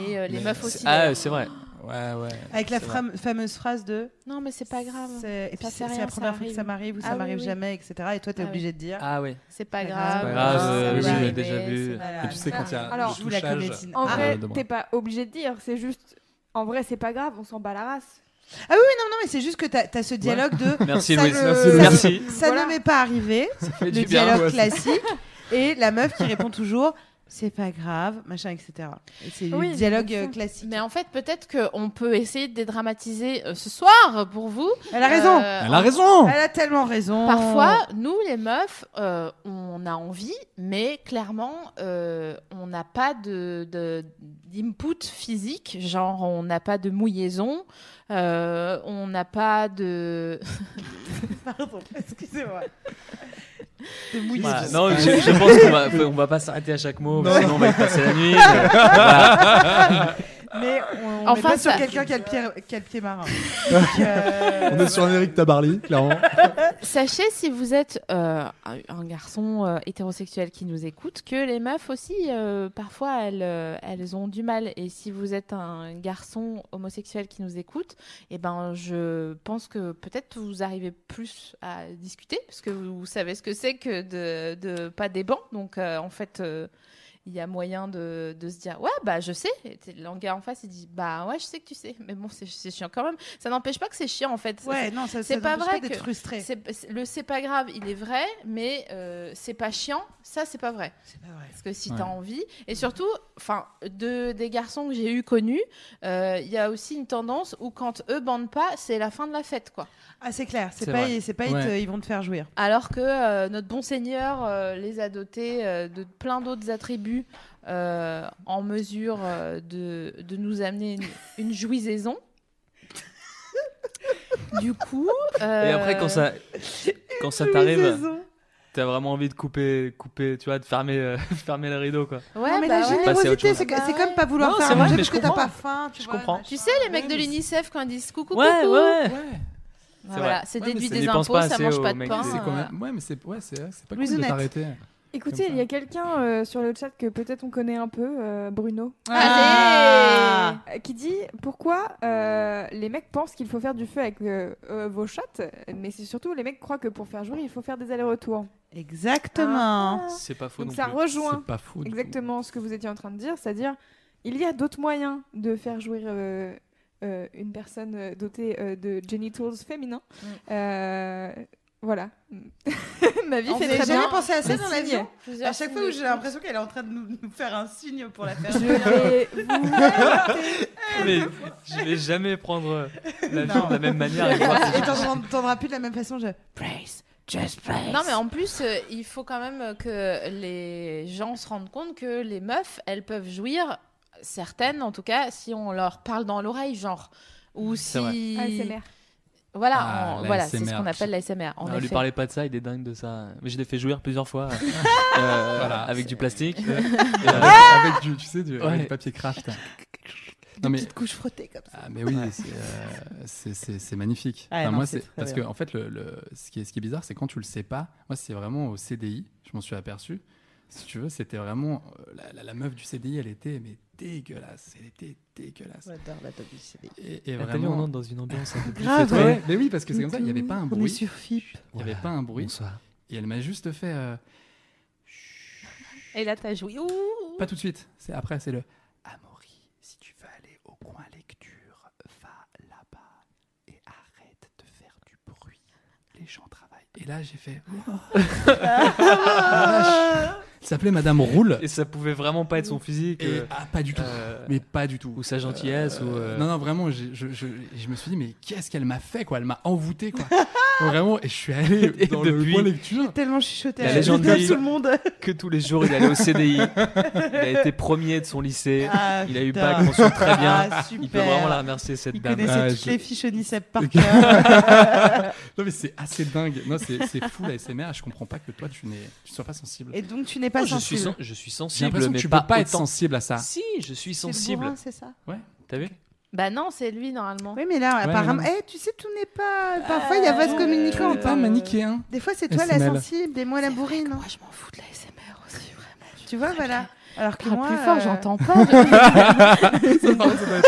Speaker 2: Et euh, les
Speaker 4: mais
Speaker 2: meufs
Speaker 4: c'est-
Speaker 2: aussi.
Speaker 5: Ah,
Speaker 2: d'ailleurs.
Speaker 5: c'est vrai.
Speaker 4: Ouais, ouais.
Speaker 1: Avec la
Speaker 5: C'est
Speaker 1: fram- fameuse phrase de.
Speaker 2: Non, mais c'est pas grave.
Speaker 1: c'est- Et
Speaker 2: Ça
Speaker 1: puis
Speaker 2: fait
Speaker 1: c'est c'est
Speaker 2: rien,
Speaker 1: la
Speaker 2: ça
Speaker 1: première fois que
Speaker 2: arrive.
Speaker 1: ça m'arrive ou
Speaker 2: Ah
Speaker 1: ça
Speaker 2: oui,
Speaker 1: m'arrive
Speaker 2: oui.
Speaker 1: jamais, etc. Et toi, t'es
Speaker 2: Ah oui.
Speaker 1: obligé de dire.
Speaker 5: Ah oui.
Speaker 2: C'est pas
Speaker 1: C'est pas
Speaker 2: grave.
Speaker 5: grave,
Speaker 2: ça
Speaker 5: euh,
Speaker 2: va
Speaker 5: oui, je l'ai
Speaker 2: arriver,
Speaker 5: déjà vu.
Speaker 2: c'est pas
Speaker 1: Voilà.
Speaker 4: Et tu sais, quand il y a
Speaker 6: Alors,
Speaker 4: le
Speaker 1: joue la
Speaker 4: touchage,
Speaker 1: comédie.
Speaker 6: En
Speaker 1: Ah.
Speaker 6: vrai,
Speaker 4: de moi.
Speaker 6: t'es pas obligé de dire, c'est juste. En vrai, c'est pas grave, on s'en bat la race.
Speaker 1: Ah Non, mais c'est juste que t'as as ce dialogue de.
Speaker 5: [LAUGHS] Merci
Speaker 1: Ça,
Speaker 5: Louise.
Speaker 1: je-
Speaker 5: Merci.
Speaker 1: Ça
Speaker 6: Voilà.
Speaker 1: ne m'est pas
Speaker 5: [LAUGHS]
Speaker 1: arrivé.
Speaker 5: Fait
Speaker 1: Le
Speaker 5: du bien.
Speaker 1: dialogue classique. Et la meuf qui répond toujours. C'est pas grave, machin, etc. Et C'est
Speaker 6: Oui,
Speaker 1: le dialogue
Speaker 6: bien
Speaker 1: euh,
Speaker 6: sûr.
Speaker 1: classique.
Speaker 2: Mais en fait, peut-être qu'on peut essayer de dédramatiser euh, ce soir pour vous.
Speaker 1: Elle a raison.
Speaker 2: Euh,
Speaker 4: Elle a raison
Speaker 1: Elle a tellement raison.
Speaker 2: Parfois, nous, les meufs, euh, on a envie, mais clairement, euh, on n'a pas de, de- d'input physique, genre on n'a pas de mouillaison, euh, on n'a pas de...
Speaker 1: [LAUGHS] Pardon, excusez-moi.
Speaker 5: Voilà. Bah,
Speaker 2: Bah,
Speaker 5: Non, je, je pense qu'on va, on va pas s'arrêter à chaque mot, parce que sinon on va y passer la nuit. Voilà.
Speaker 1: Mais on, on
Speaker 2: Enfin,
Speaker 1: est pas sur
Speaker 2: ça-
Speaker 1: quelqu'un qui a le pied, qui a le pied marin.
Speaker 4: [LAUGHS]
Speaker 1: Donc, euh,
Speaker 4: On est sur un Eric Tabarly, clairement.
Speaker 2: Euh, Sachez, si vous êtes euh, un- un garçon euh, hétérosexuel qui nous écoute, que les meufs aussi, euh, parfois, elles, euh, elles ont du mal. Et si vous êtes un garçon homosexuel qui nous écoute, eh ben, je pense que peut-être vous arrivez plus à discuter, parce que vous, vous savez ce que c'est que de, de pas des bancs. Donc, euh, en fait. euh, il y a moyen de, de se dire ouais bah je sais Et t'es- le gars en face il dit bah ouais je sais que tu sais mais bon c'est c'est chiant quand même ça n'empêche pas que c'est chiant en fait
Speaker 1: Ouais, non, ça,
Speaker 2: C'est
Speaker 1: ça
Speaker 2: pas
Speaker 1: n'empêche
Speaker 2: vrai
Speaker 1: d'être
Speaker 2: que-
Speaker 1: frustré.
Speaker 2: c'est- c'est- le c'est pas grave, il est vrai, mais euh, c'est pas chiant, ça c'est pas vrai.
Speaker 1: C'est pas vrai.
Speaker 2: Parce que si
Speaker 4: Ouais.
Speaker 2: t'as envie, et surtout, enfin, de, des garçons que j'ai eu connus, euh, il y a aussi une tendance où quand eux bandent pas, c'est la fin de la fête, quoi.
Speaker 1: Ah, c'est clair. C'est
Speaker 5: C'est
Speaker 1: pas,
Speaker 5: vrai.
Speaker 1: c'est pas, ils,
Speaker 4: Ouais.
Speaker 1: te- ils vont te faire jouir.
Speaker 2: Alors que euh, notre bon Seigneur euh, les a dotés euh, de plein d'autres attributs euh, en mesure euh, de, de nous amener une, une
Speaker 1: [LAUGHS]
Speaker 2: jouisaison. du coup.
Speaker 5: Et
Speaker 2: euh,
Speaker 5: après, quand ça,
Speaker 2: [LAUGHS]
Speaker 5: quand ça t'arrive, t'as vraiment envie de couper, couper, tu vois, de fermer, euh, [LAUGHS] fermer le rideau, quoi.
Speaker 2: Ouais,
Speaker 1: non, mais
Speaker 2: bah
Speaker 1: la
Speaker 2: ouais.
Speaker 5: Passer à autre
Speaker 1: générosité,
Speaker 5: chose.
Speaker 1: c'est que-
Speaker 2: Bah
Speaker 1: c'est
Speaker 2: ouais.
Speaker 1: comme pas vouloir
Speaker 5: Non,
Speaker 1: faire
Speaker 5: c'est
Speaker 1: un
Speaker 5: vrai,
Speaker 1: jet
Speaker 5: mais
Speaker 1: parce
Speaker 5: je
Speaker 1: que t'as
Speaker 5: comprends.
Speaker 1: pas faim. Tu
Speaker 5: Je
Speaker 1: vois,
Speaker 5: comprends.
Speaker 1: machin.
Speaker 2: Tu sais, les mecs de l'UNICEF, quand ils disent coucou,
Speaker 5: Ouais,
Speaker 2: coucou,
Speaker 5: ouais.
Speaker 2: Voilà, c'est
Speaker 4: Ouais, mais
Speaker 2: déduit
Speaker 4: ça
Speaker 2: des
Speaker 5: dépense
Speaker 2: impôts,
Speaker 5: pas
Speaker 2: ça
Speaker 5: assez
Speaker 2: mange
Speaker 5: au
Speaker 2: pas de
Speaker 5: mec,
Speaker 2: pain.
Speaker 4: C'est quand
Speaker 2: euh,
Speaker 4: même- Ouais, mais c'est ouais, c'est vrai que c'est pas
Speaker 1: Louise
Speaker 4: cool de
Speaker 1: Honnête.
Speaker 4: t'arrêter.
Speaker 6: Écoutez,
Speaker 4: Comme
Speaker 6: il y a quelqu'un euh, sur le chat que peut-être on connaît un peu, euh, Bruno,
Speaker 1: Ah.
Speaker 6: euh, qui dit pourquoi euh, les mecs pensent qu'il faut faire du feu avec euh, euh, vos chattes, mais c'est surtout les mecs croient que pour faire jouer, il faut faire des allers-retours. Ah.
Speaker 1: Exactement.
Speaker 5: C'est pas faux
Speaker 6: Donc
Speaker 5: non
Speaker 6: ça
Speaker 5: plus.
Speaker 6: rejoint
Speaker 4: C'est pas fou. du tout.
Speaker 6: exactement ce que vous étiez en train de dire, c'est-à-dire il y a d'autres moyens de faire jouer euh, euh, une personne euh, dotée euh, de genitals féminins.
Speaker 2: Mm.
Speaker 6: Euh, voilà. [LAUGHS] Ma vie
Speaker 2: On
Speaker 1: Vous
Speaker 6: fait
Speaker 2: faisait
Speaker 1: avez
Speaker 6: très
Speaker 1: jamais
Speaker 6: bien.
Speaker 1: pensé à ça
Speaker 6: Les
Speaker 1: dans
Speaker 6: signes.
Speaker 1: l'avion
Speaker 2: plusieurs
Speaker 1: À chaque fois
Speaker 2: signes
Speaker 1: où
Speaker 2: de
Speaker 1: j'ai
Speaker 2: coupe.
Speaker 1: l'impression qu'elle est en train de nous nous faire un signe pour la faire.
Speaker 6: Je vais
Speaker 1: [LAUGHS]
Speaker 5: Mais je vais jamais prendre euh, l'avion
Speaker 1: Non.
Speaker 5: de la même manière.
Speaker 1: [LAUGHS] Et
Speaker 5: avec moi.
Speaker 1: t'en entendras plus de la même façon. Je... Praise, just praise.
Speaker 2: Non, mais en plus, euh, il faut quand même que les gens se rendent compte que les meufs, elles peuvent jouir certaines, en tout cas, si on leur parle dans l'oreille, genre. Ou
Speaker 5: C'est vrai.
Speaker 2: si.
Speaker 6: ASMR.
Speaker 2: Voilà,
Speaker 4: Ah,
Speaker 2: on-
Speaker 4: la
Speaker 2: voilà c'est ce
Speaker 4: ASMR.
Speaker 2: qu'on appelle l'ASMR. En
Speaker 5: ne lui
Speaker 2: effet.
Speaker 5: parlait pas de ça, il est dingue de ça. Mais je l'ai fait jouir plusieurs fois euh,
Speaker 2: [LAUGHS]
Speaker 4: Voilà.
Speaker 5: avec du plastique.
Speaker 4: Euh,
Speaker 5: Et, euh,
Speaker 2: Ah
Speaker 4: avec du, tu sais, du
Speaker 5: Ah, Ouais.
Speaker 4: avec du papier craft. Non mais,
Speaker 1: couche frottée comme
Speaker 4: ah, mais oui, c'est, euh, c'est- c'est c'est magnifique.
Speaker 1: Ouais,
Speaker 4: Enfin,
Speaker 1: non,
Speaker 4: moi,
Speaker 1: c'est
Speaker 4: c'est
Speaker 1: très
Speaker 4: parce que
Speaker 1: bien.
Speaker 4: en fait, le, le- ce, qui est, ce qui est bizarre, c'est quand tu le sais pas. Moi, c'est vraiment au CDI. Je m'en suis aperçu. Si tu veux, c'était vraiment euh, la, la- la meuf du CDI. Elle était mais dégueulasse. Elle était dégueulasse.
Speaker 1: J'adore la Toby
Speaker 4: Et, et
Speaker 5: Nathalie, on
Speaker 4: vraiment.
Speaker 5: entre dans une ambiance un peu plus
Speaker 1: Grave,
Speaker 4: Ouais,
Speaker 5: feutrée.
Speaker 4: ouais, mais oui, parce que c'est comme ça. Il n'y avait pas un
Speaker 1: On est
Speaker 4: bruit.
Speaker 1: sur FIP.
Speaker 4: Il n'y avait pas un bruit.
Speaker 5: Bonsoir.
Speaker 4: Et elle m'a juste fait. euh,
Speaker 2: Et là, t'as joué. Ouh,
Speaker 4: Pas tout de suite, c'est après, c'est le Amaury, si tu veux aller au coin lecture, va là-bas et arrête de faire du bruit. Les gens travaillent. Et là, j'ai fait. Oh.
Speaker 5: Ah,
Speaker 4: La
Speaker 2: Ah.
Speaker 4: vache. Elle s'appelait Madame Roule.
Speaker 5: Et ça pouvait vraiment pas être son physique.
Speaker 4: Et,
Speaker 5: euh,
Speaker 4: ah, pas du tout.
Speaker 5: euh,
Speaker 4: Mais pas du tout.
Speaker 5: Ou sa gentillesse, ou, euh,
Speaker 4: Non, non, vraiment, j'ai- je, je- je me suis dit, mais qu'est-ce qu'elle m'a fait, quoi Elle m'a envoûté, quoi. vraiment, [LAUGHS] et je suis allé
Speaker 5: Et
Speaker 4: dans le
Speaker 5: depuis-
Speaker 4: point lecture.
Speaker 1: Tellement chuchotée.
Speaker 5: La
Speaker 1: à
Speaker 5: légende
Speaker 1: comme
Speaker 5: dit-
Speaker 1: tout le monde.
Speaker 5: que tous les jours il allait au CDI. il a
Speaker 1: [LAUGHS]
Speaker 5: été premier de son lycée.
Speaker 1: Ah,
Speaker 5: il a eu
Speaker 1: putain.
Speaker 5: bac, mention très bien.
Speaker 4: [LAUGHS]
Speaker 1: Ah,
Speaker 5: il peut
Speaker 1: super.
Speaker 5: vraiment la remercier cette
Speaker 1: Il
Speaker 5: dame.
Speaker 1: connaissait
Speaker 4: Ah,
Speaker 1: toutes
Speaker 4: je-
Speaker 1: les fiches
Speaker 4: [LAUGHS]
Speaker 1: Onicep par cœur.
Speaker 4: Non, mais c'est assez dingue. Non, c'est c'est fou, la SMR. Je comprends pas que toi, tu, n'es- tu ne sois pas sensible.
Speaker 1: Et donc tu n'es pas
Speaker 5: Oh, je, suis sen-
Speaker 1: sensible.
Speaker 5: je suis
Speaker 4: J'ai
Speaker 5: sensible,
Speaker 4: l'impression
Speaker 5: mais
Speaker 4: que tu
Speaker 5: pas,
Speaker 4: peux pas être
Speaker 5: autant.
Speaker 4: sensible à ça.
Speaker 5: Si, je suis
Speaker 1: C'est le
Speaker 5: sensible.
Speaker 1: bourrin, c'est ça.
Speaker 5: T'as vu
Speaker 2: Bah non, c'est lui normalement. Ah,
Speaker 1: Oui, mais là,
Speaker 4: Ouais,
Speaker 1: apparemment.
Speaker 4: non.
Speaker 1: Eh, tu sais, tout n'est pas. Parfois, il y a
Speaker 5: Euh,
Speaker 1: vase communicant.
Speaker 4: Pas manichéen.
Speaker 1: Des fois, c'est toi la
Speaker 4: SML.
Speaker 1: sensible et moi la bourrine. hein.
Speaker 2: Moi, je m'en fous de l'ASMR aussi, vraiment.
Speaker 1: Tu vois, voilà. Alors que
Speaker 4: Ah,
Speaker 2: Parle
Speaker 1: moi.
Speaker 2: plus fort,
Speaker 1: euh,
Speaker 2: j'entends
Speaker 1: [LAUGHS]
Speaker 2: pas.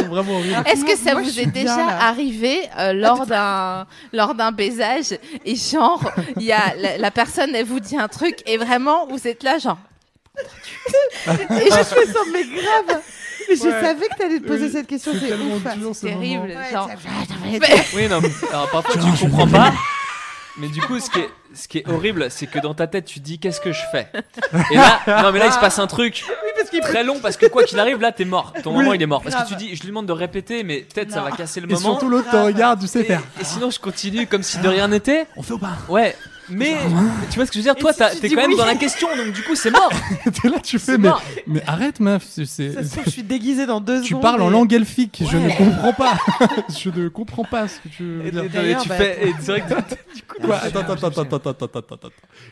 Speaker 4: vraiment horrible.
Speaker 1: alors
Speaker 2: Est-ce
Speaker 1: moi-
Speaker 2: que ça
Speaker 1: moi, je
Speaker 2: vous
Speaker 1: suis
Speaker 2: est
Speaker 1: bien,
Speaker 2: déjà
Speaker 1: là.
Speaker 2: arrivé euh, lors d'un lors d'un baisage et genre il y a la, la personne elle vous dit un truc et vraiment vous êtes là genre
Speaker 1: Et [LAUGHS] je me sens mais grave. Mais je savais que t'allais te poser
Speaker 4: Oui,
Speaker 1: cette question. C'est
Speaker 4: tellement
Speaker 1: ouf.
Speaker 4: dur ce moment.
Speaker 2: terrible
Speaker 1: Ouais,
Speaker 2: genre
Speaker 1: ça- j'arrête.
Speaker 2: Mais-
Speaker 5: Oui, non. mais- Alors parfois tu comprends pas. Mais du coup, ce qui est, ce qui est horrible, c'est que dans ta tête, tu te dis qu'est-ce que je
Speaker 4: [LAUGHS]
Speaker 5: fais Et là, non, mais là, il se passe un truc très long parce que quoi qu'il arrive, là, t'es mort. Ton moment, il est mort. Parce que tu dis, je lui demande de répéter, mais peut-être ça
Speaker 1: Non.
Speaker 5: va casser le
Speaker 4: Et
Speaker 5: moment.
Speaker 4: surtout, l'autre te regarde, tu sais faire.
Speaker 5: Et sinon, je continue comme si de rien n'était.
Speaker 4: On fait ou pas hein.
Speaker 5: Ouais, mais mais tu vois ce que je veux dire Toi,
Speaker 1: si
Speaker 5: t'as-
Speaker 1: tu
Speaker 5: t'es
Speaker 1: dis
Speaker 5: quand même
Speaker 1: oui
Speaker 5: dans la question, donc du coup, c'est
Speaker 4: [LAUGHS]
Speaker 5: mort.
Speaker 4: T'es là, tu
Speaker 5: C'est
Speaker 4: fais, mais,
Speaker 5: mort.
Speaker 4: mais arrête, meuf. c'est- c'est-
Speaker 1: Ça se trouve, je suis déguisée dans deux
Speaker 4: Tu
Speaker 1: secondes.
Speaker 4: parles en
Speaker 1: et-
Speaker 4: langue elfique. Je
Speaker 5: Ouais.
Speaker 4: ne comprends pas. [LAUGHS] je ne comprends pas ce que tu veux
Speaker 5: Et,
Speaker 4: dire.
Speaker 5: et- et
Speaker 1: D'ailleurs,
Speaker 5: tu
Speaker 1: bah,
Speaker 5: fais. et c'est
Speaker 1: [LAUGHS]
Speaker 5: vrai que t'as-
Speaker 4: Quoi attends, attends, attends, attends, attends, attends, attends, attends.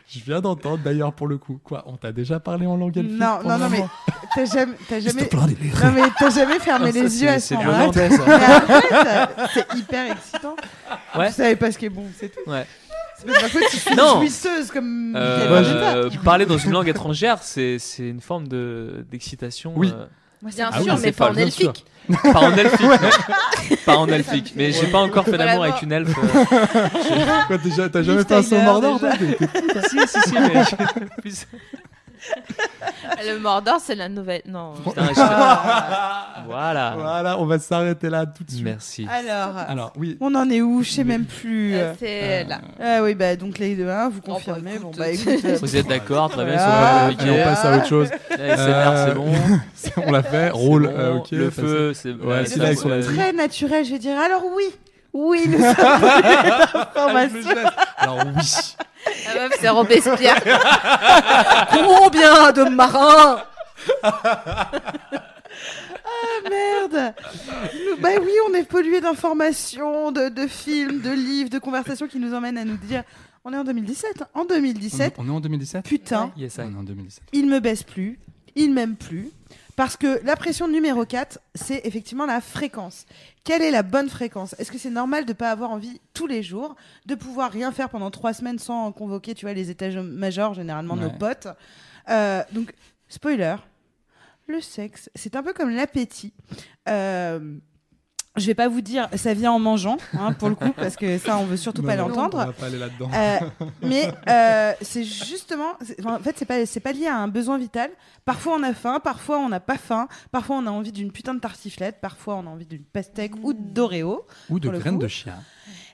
Speaker 4: Je viens d'entendre, d'ailleurs, pour le coup. Quoi On t'a déjà parlé en langue elfique
Speaker 1: Non, non, non, mais t'as jamais, t'as
Speaker 4: Je
Speaker 1: jamais,
Speaker 4: te plains des
Speaker 1: non, mais t'as jamais fermé
Speaker 5: ça,
Speaker 1: les
Speaker 5: c'est-
Speaker 1: yeux à ce
Speaker 5: c'est
Speaker 1: moment-là.
Speaker 5: hollandais,
Speaker 1: Mais
Speaker 5: ça.
Speaker 1: en fait, c'est hyper excitant.
Speaker 5: Ouais.
Speaker 1: Vous savez pas ce qui est bon, c'est tout.
Speaker 5: Ouais.
Speaker 1: C'est parce qu'en fait, tu suis
Speaker 5: Non.
Speaker 1: jouisseuse comme.
Speaker 5: Euh,
Speaker 1: Michael Vendetta.
Speaker 5: euh, parler dans une langue étrangère, c'est c'est une forme de d'excitation.
Speaker 4: Oui.
Speaker 5: euh,
Speaker 2: bien
Speaker 4: Ah oui,
Speaker 2: sûr
Speaker 4: c'est
Speaker 2: mais
Speaker 4: pas
Speaker 2: pas en
Speaker 4: bien sûr.
Speaker 2: elfique
Speaker 5: pas en elfique. mais- pas en elfique. Mais j'ai pas encore fait l'amour
Speaker 2: Vraiment.
Speaker 5: avec une elfe. euh,
Speaker 4: [LAUGHS] Quoi, déjà- t'as jamais fait un saut
Speaker 1: Steiner,
Speaker 4: mordant, toi
Speaker 1: déjà.
Speaker 4: T'es-
Speaker 5: [LAUGHS]
Speaker 4: t'es-
Speaker 5: si, si, si, mais j'ai- [LAUGHS] plus-
Speaker 2: le Mordor c'est la nouvelle non
Speaker 5: Putain, je-
Speaker 4: [LAUGHS]
Speaker 5: Voilà.
Speaker 4: Voilà, on va s'arrêter là tout de suite.
Speaker 5: Merci.
Speaker 1: Alors,
Speaker 4: Alors, oui.
Speaker 1: on en est où Je sais même plus.
Speaker 2: euh, c'est là
Speaker 1: Ah oui, bah donc les deux, hein, vous
Speaker 2: bah,
Speaker 1: confirmez.
Speaker 2: écoute,
Speaker 1: bon, bah écoute. euh,
Speaker 5: Vous êtes d'accord Très bien, euh, ils sont
Speaker 1: Voilà.
Speaker 5: pas
Speaker 4: Allez, on
Speaker 5: compliqués.
Speaker 4: passe à
Speaker 5: [LAUGHS]
Speaker 4: autre chose.
Speaker 5: La SMR, c'est bon.
Speaker 4: C'est- [LAUGHS] on l'a fait, roule,
Speaker 5: C'est bon.
Speaker 4: euh, ok.
Speaker 5: Le
Speaker 4: ça,
Speaker 5: feu, c'est
Speaker 4: Ouais,
Speaker 5: la
Speaker 4: c'est là, ils sont
Speaker 5: SMR,
Speaker 4: là.
Speaker 1: très naturel, je vais dire. Alors oui, oui,
Speaker 5: [LAUGHS]
Speaker 1: nous sommes l'information.
Speaker 2: [LAUGHS]
Speaker 4: c'est- Alors oui.
Speaker 2: la meuf c'est Robespierre [LAUGHS]
Speaker 1: Combien de marins Ah merde Nous- Bah oui, on est pollué d'informations, de, de films, de livres, de conversations qui nous emmènent à nous dire on est en 2017. hein. En 2017,
Speaker 4: On, on est en 2017
Speaker 1: putain,
Speaker 5: Yes, I.
Speaker 4: On est en 2017.
Speaker 1: il me baisse plus, il m'aime plus. Parce que la pression numéro 4, c'est effectivement la fréquence. Quelle est la bonne fréquence Est-ce que c'est normal de pas avoir envie tous les jours, de pouvoir rien faire pendant trois semaines sans convoquer, tu vois, les étages majors, généralement nos
Speaker 4: Ouais.
Speaker 1: potes Euh, Donc, spoiler, le sexe, c'est un peu comme l'appétit. Euh, je vais pas vous dire, ça vient en mangeant, hein, pour le coup, parce que ça, on veut surtout pas
Speaker 4: Non, non,
Speaker 1: l'entendre.
Speaker 4: On va pas aller là-dedans.
Speaker 1: Euh,
Speaker 4: [LAUGHS]
Speaker 1: mais euh, c'est justement, c'est- enfin, en fait, c'est pas, c'est pas lié à un besoin vital. Parfois on a faim, parfois on n'a pas faim, parfois on a envie d'une putain de tartiflette, parfois on a envie d'une pastèque ou d'oreo.
Speaker 4: Ou de
Speaker 1: pour le
Speaker 4: graines
Speaker 1: coup.
Speaker 4: de chien.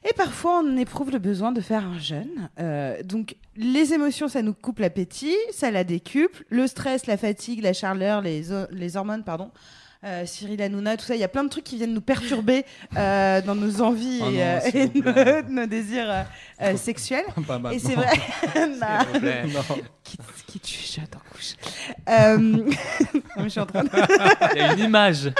Speaker 1: Et parfois, on éprouve le besoin de faire un jeûne. Euh, donc, les émotions, ça nous coupe l'appétit, ça la décuple. Le stress, la fatigue, la chaleur, les, o- les hormones, pardon, euh, Cyril Hanouna, tout ça. Il y a plein de trucs qui viennent nous perturber euh, dans nos envies
Speaker 4: Oh
Speaker 1: et,
Speaker 4: non,
Speaker 1: euh,
Speaker 4: s'il
Speaker 1: et
Speaker 4: vous
Speaker 1: nos,
Speaker 4: plaît.
Speaker 1: [LAUGHS] nos désirs euh, euh, sexuels.
Speaker 4: [LAUGHS] Pas mal.
Speaker 1: Et c'est vrai. Bah,
Speaker 5: S'il vous
Speaker 1: [LAUGHS]
Speaker 5: plaît.
Speaker 1: qui, qui te chuchote en couche. Euh, [LAUGHS] [LAUGHS] non, mais je suis en train de-
Speaker 5: [LAUGHS] Il y a une image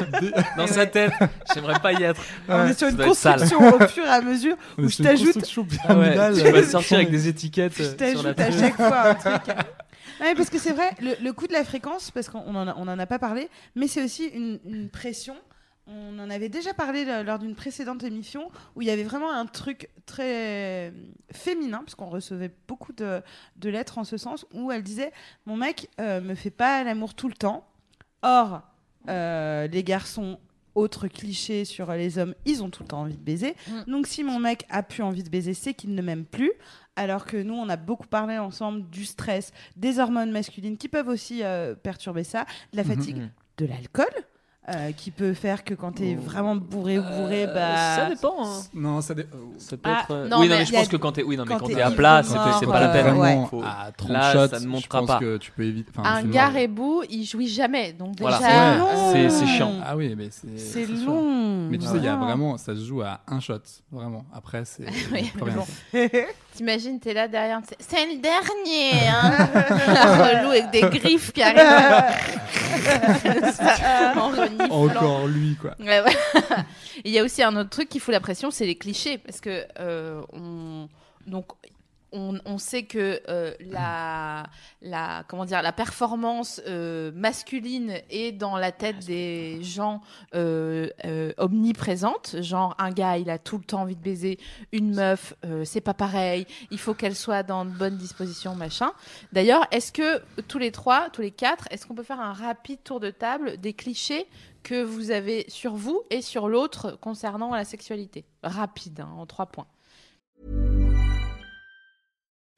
Speaker 5: dans sa tête. J'aimerais pas y être.
Speaker 1: On est sur
Speaker 5: Ça
Speaker 1: une
Speaker 5: doit être sale.
Speaker 1: construction au fur et à mesure où je t'ajoute
Speaker 5: Ah ouais, tu vas sortir avec des étiquettes
Speaker 1: Je
Speaker 5: euh, sur la
Speaker 1: t'ajoute à chaque fois un truc. Non, mais parce que c'est vrai, le, le coût de la fréquence, parce qu'on n'en on en a pas parlé, mais c'est aussi une, une pression. On en avait déjà parlé là, lors d'une précédente émission où il y avait vraiment un truc très euh, féminin, parce qu'on recevait beaucoup de, de lettres en ce sens, où elle disait Mon mec euh, me fait pas l'amour tout le temps. Or, euh, les garçons, autre cliché sur les hommes, ils ont tout le temps envie de baiser.
Speaker 2: Mm.
Speaker 1: Donc, si mon mec a plus envie de baiser, c'est qu'il ne m'aime plus. Alors que nous, on a beaucoup parlé ensemble du stress, des hormones masculines qui peuvent aussi euh, perturber ça,
Speaker 2: Mm-hmm,
Speaker 1: de la fatigue,
Speaker 5: Mhm.
Speaker 1: de l'alcool, euh, qui peut faire que quand t'es
Speaker 5: Oh.
Speaker 1: vraiment bourré ou bourré,
Speaker 5: Euh,
Speaker 1: bah.
Speaker 5: Ça dépend. hein.
Speaker 4: Non, ça dé- euh,
Speaker 5: Ça peut
Speaker 1: Ah,
Speaker 5: être. euh,
Speaker 2: non,
Speaker 5: oui, non,
Speaker 2: mais
Speaker 5: mais je
Speaker 1: y a
Speaker 5: pense
Speaker 1: des-
Speaker 5: que quand t'es, oui, non, mais
Speaker 1: quand
Speaker 5: quand
Speaker 1: t'es
Speaker 5: t'es à plat, c'est
Speaker 1: ivre,
Speaker 5: c'est pas la
Speaker 1: euh,
Speaker 5: peine.
Speaker 1: ouais.
Speaker 4: vraiment
Speaker 5: Faut-
Speaker 4: à 30
Speaker 5: Là,
Speaker 4: shots,
Speaker 5: ça ne
Speaker 4: je
Speaker 5: montera
Speaker 4: pense
Speaker 5: pas.
Speaker 4: que tu peux éviter. enfin,
Speaker 2: Un
Speaker 4: c'est
Speaker 2: gars
Speaker 4: mort.
Speaker 2: rebou, il jouit jamais. Donc
Speaker 5: Voilà.
Speaker 2: déjà,
Speaker 4: Ouais.
Speaker 1: long.
Speaker 5: c'est- c'est chiant.
Speaker 4: Ah oui, mais c'est.
Speaker 1: C'est
Speaker 4: sûr.
Speaker 1: long.
Speaker 4: Mais tu sais, il y a
Speaker 1: Ah.
Speaker 4: vraiment, ça se joue à un shot, vraiment. Après, c'est.
Speaker 2: [LAUGHS] Oui,
Speaker 4: plus rien.
Speaker 2: bon. [LAUGHS] t'imagines, t'es là derrière. c'est- C'est le dernier,
Speaker 4: [LAUGHS]
Speaker 2: hein Un Relou avec des griffes qui arrivent. [LAUGHS] euh, en reniflant.
Speaker 4: Encore lui, quoi.
Speaker 2: Ouais, ouais. [LAUGHS] Il y a aussi un autre truc qui fout la pression, c'est les clichés, parce que euh, on donc on, on sait que euh, la la comment dire la performance euh, masculine est dans la tête des gens euh, euh, omniprésente, genre un gars il a tout le temps envie de baiser, une meuf euh, c'est pas pareil, il faut qu'elle soit dans de bonnes dispositions machin. D'ailleurs, est-ce que tous les trois, tous les quatre, est-ce qu'on peut faire un rapide tour de table des clichés que vous avez sur vous et sur l'autre concernant la sexualité. Rapide, hein, en trois points.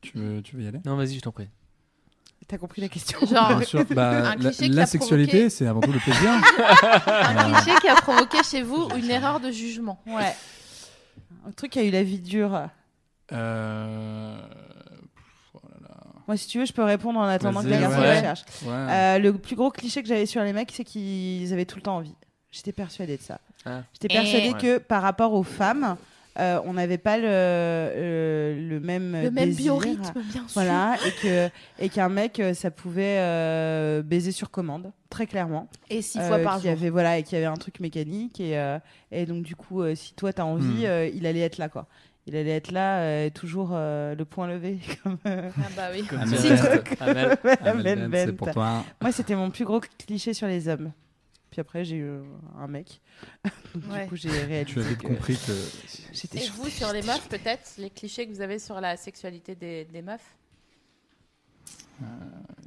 Speaker 4: Tu veux, tu veux y aller
Speaker 5: Non, vas-y, je t'en prie.
Speaker 1: T'as compris la question
Speaker 2: Genre,
Speaker 4: Bien sûr. Bah,
Speaker 2: Un
Speaker 4: la,
Speaker 2: cliché qui
Speaker 4: la
Speaker 2: a
Speaker 4: sexualité,
Speaker 2: provoqué-
Speaker 4: c'est avant tout le plaisir.
Speaker 2: un cliché qui a provoqué chez [LAUGHS] vous une erreur de jugement.
Speaker 1: Ouais. Un truc qui a eu la vie dure.
Speaker 4: Euh,
Speaker 1: Moi, si tu veux, je peux répondre en attendant que
Speaker 4: Vas-y,
Speaker 1: les garçons
Speaker 5: ouais.
Speaker 1: recherchent.
Speaker 4: Ouais.
Speaker 1: Euh, le plus gros cliché que j'avais sur les mecs, c'est qu'ils avaient tout le temps envie. J'étais persuadée de ça.
Speaker 5: Ah.
Speaker 1: J'étais persuadée
Speaker 5: Ouais.
Speaker 1: que par rapport aux femmes, euh, on n'avait pas le, euh, le même
Speaker 2: Le même
Speaker 1: désir.
Speaker 2: biorhythme, bien sûr.
Speaker 1: Voilà, et que et qu'un mec, euh, ça pouvait euh, baiser sur commande, très clairement.
Speaker 2: Et six
Speaker 1: Euh,
Speaker 2: fois par
Speaker 1: qu'il y
Speaker 2: jour.
Speaker 1: Avait, voilà, et qu'il y avait un truc mécanique. Et, euh, et donc, du coup, euh, si toi, t'as envie,
Speaker 4: Hmm.
Speaker 1: euh, il allait être là, quoi. Il allait être là, euh, toujours euh, le point levé. [LAUGHS] comme, euh,
Speaker 2: Ah bah oui.
Speaker 5: Comme
Speaker 4: Amel
Speaker 5: tu
Speaker 1: Bent.
Speaker 5: restes. Amel.
Speaker 1: Amel
Speaker 4: [LAUGHS] Amel Bent, c'est
Speaker 1: Bent.
Speaker 4: pour toi.
Speaker 1: Moi, c'était mon plus gros cliché sur les hommes. Puis après, j'ai eu euh, un mec. [LAUGHS] Donc,
Speaker 2: Ouais.
Speaker 1: Du coup, j'ai réalisé.
Speaker 4: Tu avais
Speaker 1: que
Speaker 4: compris que.
Speaker 1: J'étais
Speaker 2: Et
Speaker 1: sur
Speaker 2: vous, sur les meufs, peut-être, les clichés que vous avez sur la sexualité des, des meufs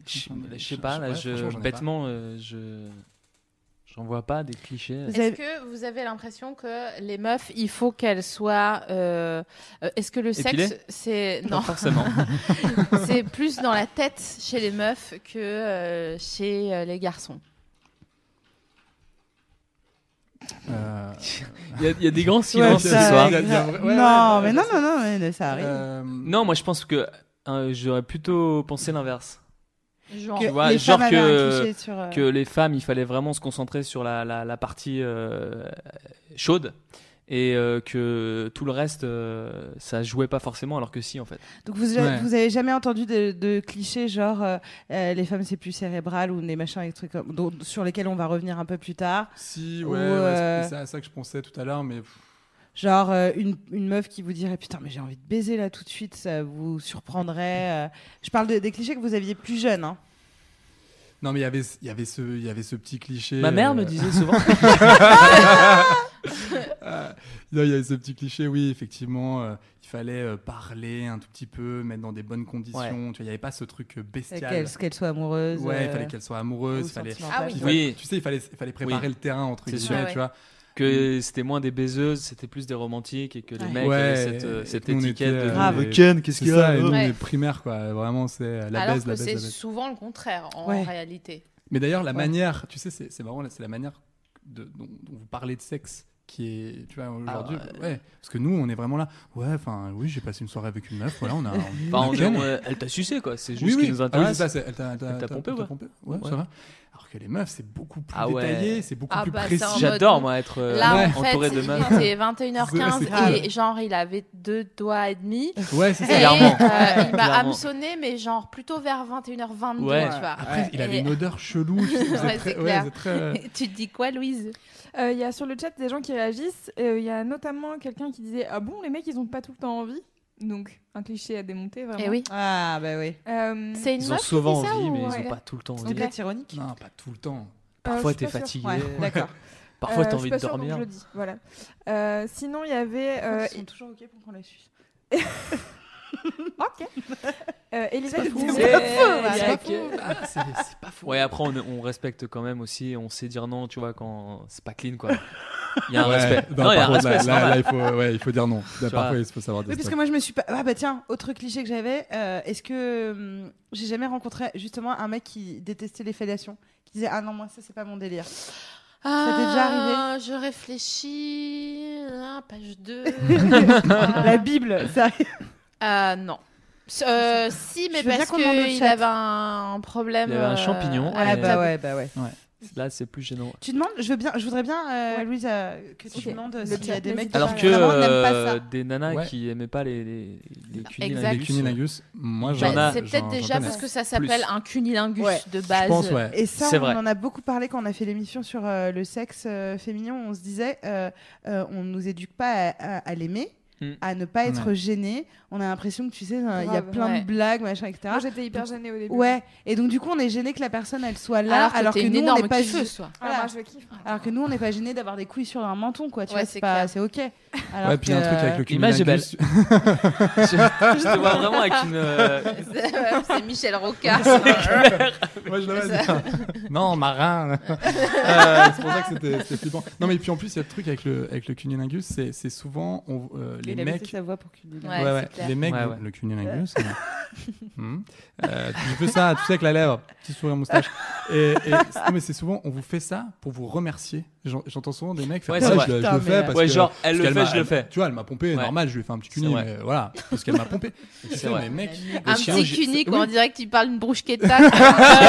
Speaker 5: Je je sais pas, là,
Speaker 4: Ouais, franchement,
Speaker 5: je.
Speaker 4: j'en ai pas.
Speaker 5: Bêtement, euh, je. J'en vois pas des clichés.
Speaker 1: Vous
Speaker 2: Est-ce
Speaker 1: avez-
Speaker 2: que vous avez l'impression que les meufs, il faut qu'elles soient. euh, euh, Est-ce que le sexe,
Speaker 5: Épilées
Speaker 2: c'est.
Speaker 5: Pas
Speaker 2: Non.
Speaker 5: forcément.
Speaker 2: [LAUGHS] C'est plus dans la tête chez les meufs que euh, chez euh, les garçons.
Speaker 4: Euh,
Speaker 5: Il y, a- il y a des grands
Speaker 1: Ouais,
Speaker 5: silences
Speaker 1: ça,
Speaker 5: ce soir.
Speaker 4: Il y a- ouais, ouais,
Speaker 1: non,
Speaker 4: ouais,
Speaker 1: mais
Speaker 4: ouais,
Speaker 1: non,
Speaker 4: ouais,
Speaker 1: non, non, mais ça arrive.
Speaker 4: euh,
Speaker 5: Non, moi je pense que euh, j'aurais plutôt pensé l'inverse.
Speaker 2: Genre.
Speaker 1: Que
Speaker 5: tu vois,
Speaker 1: les
Speaker 5: genre
Speaker 1: femmes avaient un
Speaker 5: que-
Speaker 1: cliché sur, euh,
Speaker 5: Que les femmes, il fallait vraiment se concentrer sur la, la, la partie euh, chaude et euh, que tout le reste, euh, ça jouait pas forcément, alors que si en fait.
Speaker 1: Donc vous, euh,
Speaker 4: Ouais.
Speaker 1: vous avez jamais entendu de, de clichés genre euh, euh, les femmes c'est plus cérébral ou des machins et des trucs comme- dont- sur lesquels on va revenir un peu plus tard.
Speaker 4: Si,
Speaker 1: Ou,
Speaker 4: ouais, ouais,
Speaker 1: euh,
Speaker 4: c'est c'est à ça que je pensais tout à l'heure, mais pff,
Speaker 1: Genre euh, une, une meuf qui vous dirait putain mais j'ai envie de baiser là tout de suite, ça vous surprendrait. euh. Je parle de- des clichés que vous aviez plus jeune. Hein.
Speaker 4: non, mais il y avait, il y avait ce, il y avait ce petit cliché. [LAUGHS]
Speaker 5: Ma mère
Speaker 4: euh,
Speaker 5: me disait souvent.
Speaker 4: Ah, non, il y a ce petit cliché, oui, effectivement, euh, il fallait euh, parler un tout petit peu, mettre dans des bonnes conditions.
Speaker 5: Ouais.
Speaker 4: Tu vois, il n'y avait pas ce truc euh, bestial.
Speaker 1: Qu'elle qu'elle soit amoureuse.
Speaker 4: Ouais, il
Speaker 1: euh,
Speaker 4: fallait qu'elle soit
Speaker 1: ou
Speaker 4: amoureuse. Fallait...
Speaker 1: sentimentale.
Speaker 2: Ah oui.
Speaker 4: il fallait-
Speaker 5: Oui.
Speaker 4: Tu sais, il fallait, il fallait préparer
Speaker 5: Oui.
Speaker 4: le terrain, entre
Speaker 5: C'est
Speaker 4: guillemets,
Speaker 5: sûr.
Speaker 2: Ah ouais.
Speaker 4: tu vois.
Speaker 5: que c'était moins des baiseuses, c'était plus des romantiques et que les
Speaker 2: Ouais.
Speaker 5: mecs
Speaker 4: Ouais,
Speaker 5: avaient cette, euh,
Speaker 4: et
Speaker 5: cette
Speaker 4: que nous, on
Speaker 5: étiquette
Speaker 4: était,
Speaker 5: de
Speaker 4: euh,
Speaker 5: grave.
Speaker 4: Ouais.
Speaker 5: Ah, Ken, qu'est-ce
Speaker 4: C'est
Speaker 5: qu'il y
Speaker 4: ça,
Speaker 5: a
Speaker 4: et nous,
Speaker 5: oh.
Speaker 4: on
Speaker 2: Ouais.
Speaker 4: est primaire, quoi. Vraiment, c'est euh, la
Speaker 2: Alors
Speaker 4: baise,
Speaker 2: que
Speaker 4: la baise, la
Speaker 2: c'est
Speaker 4: baise.
Speaker 2: souvent le contraire en
Speaker 1: Ouais.
Speaker 2: réalité.
Speaker 4: Mais d'ailleurs, la
Speaker 1: Ouais.
Speaker 4: manière, tu sais, c'est c'est marrant, là, c'est la manière de- dont, dont vous parlez de sexe qui est, tu vois, aujourd'hui.
Speaker 5: Ah, ouais.
Speaker 4: ouais. Parce que nous, on est vraiment là. Ouais, enfin, oui, j'ai passé une soirée avec une meuf. Voilà,
Speaker 5: [LAUGHS]
Speaker 4: on a. on a
Speaker 5: Enfin, on-
Speaker 4: ken.
Speaker 5: on- euh, elle t'a sucé quoi, c'est juste
Speaker 4: oui,
Speaker 5: ce
Speaker 4: oui.
Speaker 5: qui nous
Speaker 4: Ah oui, c'est
Speaker 5: intéresse.
Speaker 4: ça, c'est- elle t'a elle t'a-
Speaker 5: Elle t'a
Speaker 4: elle
Speaker 5: pompé,
Speaker 4: t'a
Speaker 5: ouais.
Speaker 4: Ouais,
Speaker 5: Ouais.
Speaker 4: ça va. Alors que les meufs, c'est beaucoup plus
Speaker 5: Ah ouais.
Speaker 4: détaillé, c'est beaucoup
Speaker 2: Ah
Speaker 4: plus
Speaker 2: bah, c'est
Speaker 4: précis.
Speaker 2: en mode-
Speaker 5: J'adore moi être euh,
Speaker 2: Là, en
Speaker 5: entouré
Speaker 2: fait,
Speaker 5: de meufs.
Speaker 2: il était
Speaker 4: C'est-
Speaker 2: 21h15
Speaker 4: c'est
Speaker 2: et genre, il avait deux doigts et demi.
Speaker 4: Ouais, c'est
Speaker 2: Et
Speaker 4: ça.
Speaker 5: Clairement.
Speaker 2: euh, il m'a
Speaker 5: Clairement.
Speaker 2: hameçonné, mais genre plutôt vers 21h22,
Speaker 5: Ouais.
Speaker 2: tu vois.
Speaker 4: Après, il avait
Speaker 2: Et-
Speaker 4: une odeur chelou. tu sais, vous êtes
Speaker 2: Ouais,
Speaker 4: très-
Speaker 2: c'est clair.
Speaker 4: vous êtes très, euh,
Speaker 1: [LAUGHS]
Speaker 2: tu te dis quoi, Louise
Speaker 6: Euh, Il y a sur le chat des gens qui réagissent. Euh, Il y a notamment quelqu'un qui disait Ah bon, les mecs, ils ont pas tout le temps envie Donc, un cliché à démonter, vraiment.
Speaker 2: Eh oui.
Speaker 1: Ah, bah oui.
Speaker 6: Euh,
Speaker 2: C'est une
Speaker 5: Ils ont
Speaker 2: meuf qui
Speaker 5: souvent
Speaker 2: dit ça
Speaker 5: envie,
Speaker 2: ou-
Speaker 5: mais ils
Speaker 6: ouais.
Speaker 5: ont pas tout le temps
Speaker 1: C'est
Speaker 5: envie.
Speaker 6: Ok.
Speaker 1: peut-être ironique.
Speaker 4: Non, pas tout le temps.
Speaker 6: Euh,
Speaker 5: Parfois
Speaker 6: je suis
Speaker 5: t'es
Speaker 6: pas sûre.
Speaker 5: fatigué,
Speaker 1: Ouais,
Speaker 4: [LAUGHS]
Speaker 1: d'accord.
Speaker 5: [LAUGHS] parfois
Speaker 6: Euh,
Speaker 5: t'as
Speaker 6: je
Speaker 5: envie
Speaker 6: suis
Speaker 5: de
Speaker 6: pas sûre, donc
Speaker 5: dormir.
Speaker 6: Je le dis, voilà. Euh, sinon, il y avait. euh,
Speaker 1: Ils sont toujours OK pour qu'on la
Speaker 6: [LAUGHS]
Speaker 1: suive.
Speaker 6: ok. Euh, Elisabeth
Speaker 1: fou.
Speaker 6: disait-
Speaker 1: C'est pas
Speaker 6: il y a-
Speaker 4: C'est pas faux. Ah, c'est- c'est pas faux.
Speaker 5: Ouais, après on, on respecte quand même aussi, on sait dire non, tu vois, quand c'est pas clean quoi. Il y a un
Speaker 4: Ouais,
Speaker 5: respect.
Speaker 4: non,
Speaker 5: Non, il y a un
Speaker 4: par contre,
Speaker 5: respect, c'est
Speaker 4: là, là-
Speaker 5: normal.
Speaker 4: là, il faut, ouais, il faut dire non. Là,
Speaker 5: Tu
Speaker 4: Parfois,
Speaker 5: vois.
Speaker 4: il faut savoir
Speaker 1: Oui,
Speaker 4: dire
Speaker 1: parce que moi je me suis pas. Ah bah tiens, autre cliché que j'avais, euh, est-ce que hum, j'ai jamais rencontré justement un mec qui détestait les fellations, qui disait ah non moi ça c'est pas mon délire.
Speaker 2: Ah,
Speaker 1: t'est déjà arrivé
Speaker 2: Je réfléchis. Ah, page
Speaker 4: [LAUGHS]
Speaker 2: 2.
Speaker 1: La Bible, ça.
Speaker 2: Ah non. Euh, si, mais
Speaker 1: Je veux bien
Speaker 2: parce
Speaker 1: qu'on demande au
Speaker 2: qu'il
Speaker 1: chat.
Speaker 2: avait un [LAUGHS] problème.
Speaker 5: Il y avait un
Speaker 2: euh,
Speaker 5: champignon.
Speaker 2: à la
Speaker 1: Ah
Speaker 5: Ouais.
Speaker 1: bah
Speaker 2: table.
Speaker 1: ouais, bah ouais.
Speaker 5: Là c'est plus gênant.
Speaker 1: Tu demandes, je veux bien, je voudrais bien euh,
Speaker 6: Ouais.
Speaker 1: Louise euh, que tu
Speaker 6: Ok.
Speaker 1: demandes
Speaker 6: Le
Speaker 1: s'il y a
Speaker 6: chat,
Speaker 1: des
Speaker 6: n'hésitez
Speaker 1: mecs qui
Speaker 6: pas.
Speaker 5: Alors que
Speaker 1: vraiment n'aiment pas
Speaker 5: euh,
Speaker 1: ça.
Speaker 5: des nanas
Speaker 4: Ouais.
Speaker 5: qui aimaient pas les les, les
Speaker 2: Exact.
Speaker 4: Les
Speaker 5: cunilingus.
Speaker 4: cunilingus, moi
Speaker 2: Bah,
Speaker 4: Ah, j'en
Speaker 5: J'en ai-
Speaker 2: c'est peut-être déjà parce que ça
Speaker 5: [LAUGHS]
Speaker 2: s'appelle un cunilingus
Speaker 1: Ouais.
Speaker 2: de base.
Speaker 4: Je pense, ouais.
Speaker 1: Et ça,
Speaker 5: C'est
Speaker 1: on
Speaker 5: vrai.
Speaker 1: en a beaucoup parlé quand on a fait l'émission sur euh, le sexe euh, féminin. On se disait, euh, euh, on nous éduque pas à, à- à l'aimer,
Speaker 4: Hmm.
Speaker 5: Mm.
Speaker 1: à ne pas être gêné. On a l'impression que tu sais, il y a
Speaker 6: Grave.
Speaker 1: plein
Speaker 2: Ouais.
Speaker 1: de blagues, machin, etc.
Speaker 6: Moi, j'étais hyper gênée au début.
Speaker 1: Ouais, et donc du coup on est gêné que la personne elle soit là
Speaker 2: Alors
Speaker 1: alors,
Speaker 2: que, t'es
Speaker 1: que
Speaker 2: une
Speaker 1: nous on n'est
Speaker 2: énorme
Speaker 1: pas
Speaker 2: kiffeuse,
Speaker 1: gê-
Speaker 2: toi.
Speaker 6: Ah,
Speaker 1: Voilà.
Speaker 6: moi, je kiffe.
Speaker 1: alors que nous on n'est pas gêné d'avoir des couilles sur un menton quoi, tu
Speaker 2: Ouais,
Speaker 1: vois,
Speaker 2: c'est
Speaker 1: c'est pas
Speaker 2: clair.
Speaker 1: c'est OK. Alors
Speaker 4: Ouais, puis il y a un
Speaker 1: que-
Speaker 4: truc avec le
Speaker 5: euh, L'image est belle.
Speaker 4: cunilingus. [LAUGHS]
Speaker 5: je, je te vois vraiment avec une. euh,
Speaker 2: C'est c'est Michel Rocard.
Speaker 4: [LAUGHS] Moi, je l'avais
Speaker 2: C'est
Speaker 5: [LAUGHS]
Speaker 4: dit. hein. non, marin. là. Euh, c'est pour ça que c'était c'était flippant. Non, mais puis en plus, il y a le truc avec le, avec le cunilingus, c'est c'est souvent on- euh,
Speaker 1: Il
Speaker 4: les
Speaker 1: a baissé
Speaker 4: mecs.
Speaker 1: sa voix pour qu'il
Speaker 2: Ouais, c'est clair.
Speaker 4: les mecs,
Speaker 5: Ouais, ouais.
Speaker 4: le cunilingus.
Speaker 5: [LAUGHS]
Speaker 4: on- Hmm. Euh, tu fais ça, tu sais, avec la lèvre, petit sourire moustache. Et, et- non, mais c'est souvent, on vous fait ça pour vous remercier. J'en- J'entends souvent des mecs faire
Speaker 5: Ouais,
Speaker 4: ça,
Speaker 5: c'est
Speaker 4: je,
Speaker 5: vrai.
Speaker 4: le- je
Speaker 1: Putain,
Speaker 4: le
Speaker 1: mais
Speaker 4: fais
Speaker 1: là-
Speaker 4: parce
Speaker 5: Ouais,
Speaker 4: que-
Speaker 5: genre elle
Speaker 4: Parce
Speaker 5: le
Speaker 4: qu'elle
Speaker 5: fait,
Speaker 4: m'a-
Speaker 5: je le fais.
Speaker 4: Tu vois, elle m'a pompé,
Speaker 5: Ouais.
Speaker 4: normal, je lui ai fait un petit
Speaker 5: C'est
Speaker 4: cuni,
Speaker 5: vrai.
Speaker 4: mais euh, voilà, parce qu'elle m'a pompé. Et tu
Speaker 5: C'est
Speaker 4: sais,
Speaker 5: vrai.
Speaker 4: les mecs,
Speaker 2: Un
Speaker 5: chien,
Speaker 2: petit
Speaker 5: j'ai-
Speaker 2: cuni
Speaker 4: c'est-
Speaker 2: quand on
Speaker 4: oui.
Speaker 2: dirait que tu parles une
Speaker 4: [LAUGHS]
Speaker 2: bruschetta.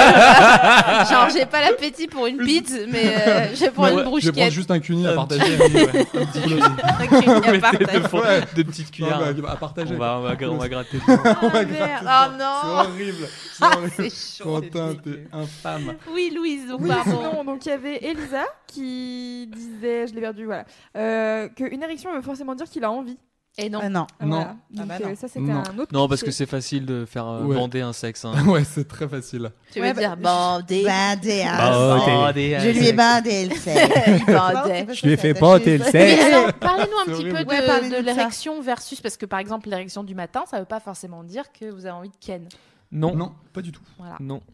Speaker 2: Euh, genre, j'ai pas l'appétit pour une bite, mais
Speaker 4: [LAUGHS]
Speaker 2: euh, je prends une
Speaker 5: Ouais,
Speaker 4: je vais prendre
Speaker 2: bruschetta.
Speaker 4: juste un cuni à
Speaker 5: Un
Speaker 4: partager.
Speaker 5: petit-
Speaker 4: Un petit [LAUGHS] boulot.
Speaker 5: Vous mettez deux, fond-
Speaker 4: Ouais.
Speaker 5: deux petites cuillères.
Speaker 4: Non, mais à partager.
Speaker 5: on, va, on, va, gra- on va gratter.
Speaker 4: [LAUGHS] On va gratter.
Speaker 2: Ah
Speaker 4: C'est
Speaker 2: non
Speaker 4: horrible. C'est
Speaker 2: Ah,
Speaker 4: horrible.
Speaker 2: C'est chaud.
Speaker 4: Quentin, t'es infâme.
Speaker 2: Oui, Louise, donc
Speaker 6: Oui,
Speaker 2: pardon.
Speaker 6: sinon, donc il y avait Elisa qui disait, je l'ai perdu, voilà, euh, qu'une érection veut forcément dire qu'il a envie.
Speaker 2: Et non.
Speaker 1: Ah non.
Speaker 6: Ah,
Speaker 4: Non.
Speaker 6: voilà.
Speaker 1: Ah
Speaker 6: Donc,
Speaker 1: bah non.
Speaker 6: euh, ça, c'était
Speaker 4: Non.
Speaker 6: un autre.
Speaker 5: Non, parce que
Speaker 6: cliché.
Speaker 5: c'est facile de faire euh,
Speaker 4: Ouais.
Speaker 5: bander un sexe. hein.
Speaker 4: [LAUGHS] Ouais, c'est très facile.
Speaker 2: Tu
Speaker 1: Ouais,
Speaker 2: veux dire
Speaker 1: bah,
Speaker 2: bandé.
Speaker 1: Bandé. hein.
Speaker 5: Bah,
Speaker 4: Ah,
Speaker 5: Bander un
Speaker 1: Je lui ai
Speaker 5: sexe.
Speaker 1: bandé le
Speaker 4: [LAUGHS]
Speaker 1: sexe.
Speaker 2: Il
Speaker 5: Bah,
Speaker 1: Non, c'est
Speaker 2: bandait.
Speaker 1: pas ça,
Speaker 4: lui ai
Speaker 1: c'est
Speaker 4: fait
Speaker 1: attaché,
Speaker 4: botter le
Speaker 1: ça.
Speaker 4: sexe.
Speaker 2: Mais alors,
Speaker 5: [LAUGHS]
Speaker 2: parlez-nous un
Speaker 4: C'est
Speaker 2: petit
Speaker 4: horrible.
Speaker 2: peu de,
Speaker 1: Ouais, parlez-nous
Speaker 2: de
Speaker 1: de ça.
Speaker 2: l'érection versus, parce que par exemple, l'érection du matin, ça veut pas forcément dire que vous avez envie de ken.
Speaker 5: Non. non.
Speaker 4: Non, pas du tout.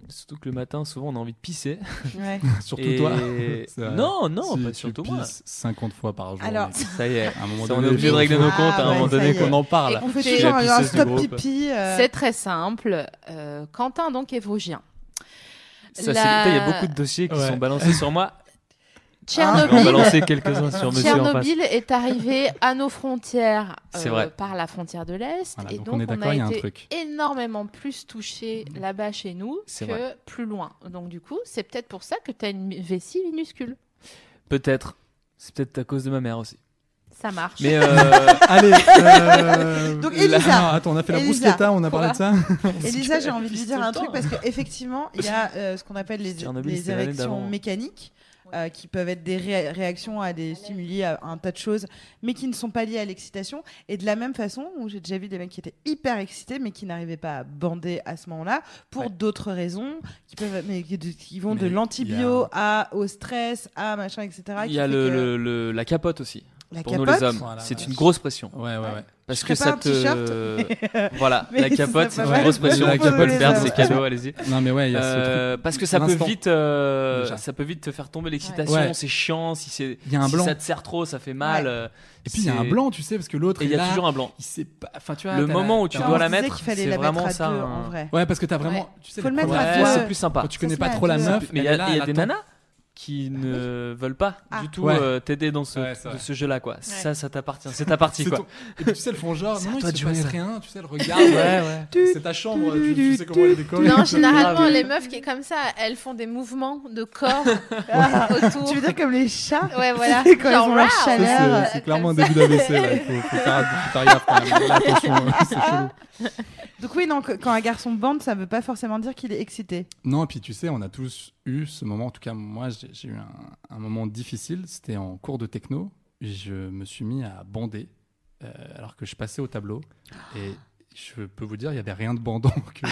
Speaker 5: surtout que le matin, souvent, on a envie de pisser. [LAUGHS]
Speaker 1: Ouais.
Speaker 4: Surtout
Speaker 5: Et-
Speaker 4: toi. [LAUGHS]
Speaker 5: Non, non,
Speaker 4: Si
Speaker 5: pas
Speaker 4: tu
Speaker 5: surtout
Speaker 4: pisses
Speaker 5: moi.
Speaker 4: 50 fois par jour.
Speaker 1: Alors,
Speaker 4: mec.
Speaker 5: Ça y est,
Speaker 4: à un moment
Speaker 5: Ça, on
Speaker 4: donné,
Speaker 5: est obligé de
Speaker 4: faut-
Speaker 5: régler nos comptes à
Speaker 1: Ah
Speaker 5: un
Speaker 1: ouais,
Speaker 5: moment
Speaker 1: ça
Speaker 5: donné
Speaker 1: y est.
Speaker 5: qu'on en parle.
Speaker 1: On fait
Speaker 2: J'ai
Speaker 1: toujours
Speaker 5: la
Speaker 1: un
Speaker 5: pisseuse du
Speaker 1: stop
Speaker 5: groupe.
Speaker 1: pipi. euh,
Speaker 2: C'est très simple. Euh, Quentin, donc, est vosgien. La-
Speaker 5: Ça, c'est- putain, Il y a beaucoup de dossiers qui
Speaker 4: Ouais.
Speaker 5: sont balancés sur moi. Je vais en
Speaker 2: Tchernobyl,
Speaker 5: balancer quelques-uns [LAUGHS] sur monsieur en face.
Speaker 2: Tchernobyl est arrivé à nos frontières
Speaker 5: C'est
Speaker 2: euh,
Speaker 5: vrai.
Speaker 2: par la frontière de l'Est.
Speaker 4: Voilà,
Speaker 2: et
Speaker 4: donc
Speaker 2: donc,
Speaker 4: on est
Speaker 2: on,
Speaker 4: d'accord,
Speaker 2: a
Speaker 4: il y a un
Speaker 2: été
Speaker 4: truc.
Speaker 2: énormément plus touché là-bas chez nous que
Speaker 5: Mm. C'est vrai.
Speaker 2: plus loin. Donc, du coup, c'est peut-être pour ça que tu as une vessie minuscule.
Speaker 5: Peut-être. C'est peut-être à cause de ma mère aussi.
Speaker 2: Ça marche. [LAUGHS]
Speaker 5: Mais euh,
Speaker 4: Allez. euh,
Speaker 1: Donc,
Speaker 4: la-
Speaker 1: Elisa.
Speaker 4: Non, attends, on a fait la
Speaker 1: Elisa.
Speaker 4: bruschetta, on a parlé de ça.
Speaker 7: [LAUGHS]
Speaker 1: Elisa, j'ai envie de
Speaker 5: pisse
Speaker 1: lui
Speaker 5: tout
Speaker 1: dire
Speaker 5: le
Speaker 1: un truc
Speaker 5: temps.
Speaker 1: parce qu'effectivement, il y a euh, ce qu'on appelle les,
Speaker 5: Tchernobyl,
Speaker 1: les
Speaker 5: c'était l'année
Speaker 1: érections
Speaker 5: d'avant.
Speaker 1: mécaniques. euh, qui peuvent être des ré- réactions à des stimuli, à un tas de choses, mais qui ne sont pas liées à l'excitation. Et de la même façon, où j'ai déjà vu des mecs qui étaient hyper excités, mais qui n'arrivaient pas à bander à ce moment-là, pour
Speaker 4: Ouais.
Speaker 1: d'autres raisons, qui, peuvent, mais qui, qui vont
Speaker 4: Mais
Speaker 1: de
Speaker 4: il y a-
Speaker 1: l'antibio à au stress, à machin, etc.
Speaker 5: Il
Speaker 1: qui
Speaker 5: y a
Speaker 1: fait
Speaker 5: le,
Speaker 1: que
Speaker 5: le- le- la capote aussi.
Speaker 1: la
Speaker 5: pour nous
Speaker 1: capote,
Speaker 5: les hommes,
Speaker 4: Voilà,
Speaker 5: c'est
Speaker 4: ouais.
Speaker 5: une grosse pression.
Speaker 4: Ouais, ouais, ouais.
Speaker 5: Parce
Speaker 1: Je
Speaker 5: que
Speaker 1: ferais
Speaker 5: ça
Speaker 1: pas
Speaker 5: te.
Speaker 1: un
Speaker 5: [LAUGHS]
Speaker 1: [LAUGHS]
Speaker 5: voilà,
Speaker 1: mais
Speaker 5: la
Speaker 1: ce
Speaker 5: capote, c'est
Speaker 1: serait
Speaker 5: une
Speaker 4: pas mal.
Speaker 5: grosse pression. La
Speaker 4: Pour nous,
Speaker 5: capote,
Speaker 4: les
Speaker 5: merde,
Speaker 4: hommes.
Speaker 5: c'est cadeau, allez-y.
Speaker 4: Non, mais ouais, il y a ce truc.
Speaker 5: Euh, parce que ça peut
Speaker 4: L'instant.
Speaker 5: vite, euh,
Speaker 4: Déjà.
Speaker 5: ça peut vite te faire tomber l'excitation.
Speaker 4: Ouais.
Speaker 5: C'est chiant si c'est,
Speaker 4: Il y a un
Speaker 5: si
Speaker 4: blanc.
Speaker 5: ça te sert trop, ça fait mal.
Speaker 1: Ouais.
Speaker 5: euh,
Speaker 4: Et puis il y a
Speaker 5: c'est-
Speaker 4: un blanc, tu sais, parce que l'autre
Speaker 5: Et il y
Speaker 4: est
Speaker 5: a
Speaker 4: là.
Speaker 5: toujours un blanc.
Speaker 4: Il sait pas. Enfin, tu vois.
Speaker 5: Le
Speaker 4: t'as
Speaker 5: moment
Speaker 4: la-
Speaker 5: où tu
Speaker 4: t'as-
Speaker 5: dois la
Speaker 1: on disait
Speaker 5: mettre,
Speaker 1: qu'il fallait
Speaker 5: c'est
Speaker 1: la mettre
Speaker 5: vraiment
Speaker 1: à
Speaker 5: ça,
Speaker 1: deux,
Speaker 5: hein.
Speaker 1: en vrai.
Speaker 4: Ouais, parce que t'as vraiment. Tu sais,
Speaker 1: Faut
Speaker 4: les
Speaker 1: le mettre
Speaker 4: premières
Speaker 1: à
Speaker 5: Ouais,
Speaker 4: fois,
Speaker 1: deux.
Speaker 5: c'est plus sympa.
Speaker 4: Quand tu connais
Speaker 6: se
Speaker 4: pas
Speaker 6: met à
Speaker 4: trop la
Speaker 6: deux.
Speaker 4: meuf,
Speaker 5: Mais il y
Speaker 4: elle est là,
Speaker 5: a, il y a
Speaker 4: elle
Speaker 5: des
Speaker 4: attend.
Speaker 5: nanas qui ne veulent pas
Speaker 1: Ah.
Speaker 5: du tout
Speaker 4: Ouais.
Speaker 5: euh, t'aider dans ce,
Speaker 4: Ouais, c'est vrai.
Speaker 5: de ce jeu-là, quoi. Ça, ça t'appartient. C'est ta partie,
Speaker 4: C'est
Speaker 5: quoi.
Speaker 4: ton- Et puis, tu sais, elles font genre,
Speaker 5: C'est
Speaker 4: non,
Speaker 5: à
Speaker 4: Oh, il
Speaker 5: toi de
Speaker 4: se
Speaker 5: jouer,
Speaker 4: passe
Speaker 5: ça.
Speaker 4: rien, tu sais, elles regardent.
Speaker 5: Ouais, ouais.
Speaker 4: C'est ta chambre, tu, tu sais comment elle est décorée.
Speaker 7: Non,
Speaker 5: Ah
Speaker 4: tu vois.
Speaker 7: généralement,
Speaker 5: grave.
Speaker 7: les meufs qui est comme ça, elles font des mouvements de
Speaker 5: [LAUGHS]
Speaker 7: corps
Speaker 1: Ah,
Speaker 7: autour.
Speaker 1: tu veux dire comme les chats [LAUGHS]
Speaker 7: Ouais, voilà.
Speaker 1: Tu sais, quand
Speaker 7: Genre,
Speaker 1: ils ont leur
Speaker 7: waouh.
Speaker 4: Ça, c'est-
Speaker 1: chaleur.
Speaker 4: C'est clairement un début d'AVC, là. Il faut, faut faire faire gaffe quand même. Là, attention, hein, c'est chelou.
Speaker 1: [LAUGHS] Donc oui, non, que- quand un garçon bande, ça veut pas forcément dire qu'il est excité.
Speaker 4: Non, et puis tu sais, on a tous eu ce moment, en tout cas moi j'ai j'ai eu un, un moment difficile, c'était en cours de techno, je me suis mis à bander euh, alors que je passais au tableau et je peux vous dire, il n'y avait rien de bandant, [LAUGHS]
Speaker 5: [LAUGHS]
Speaker 4: que,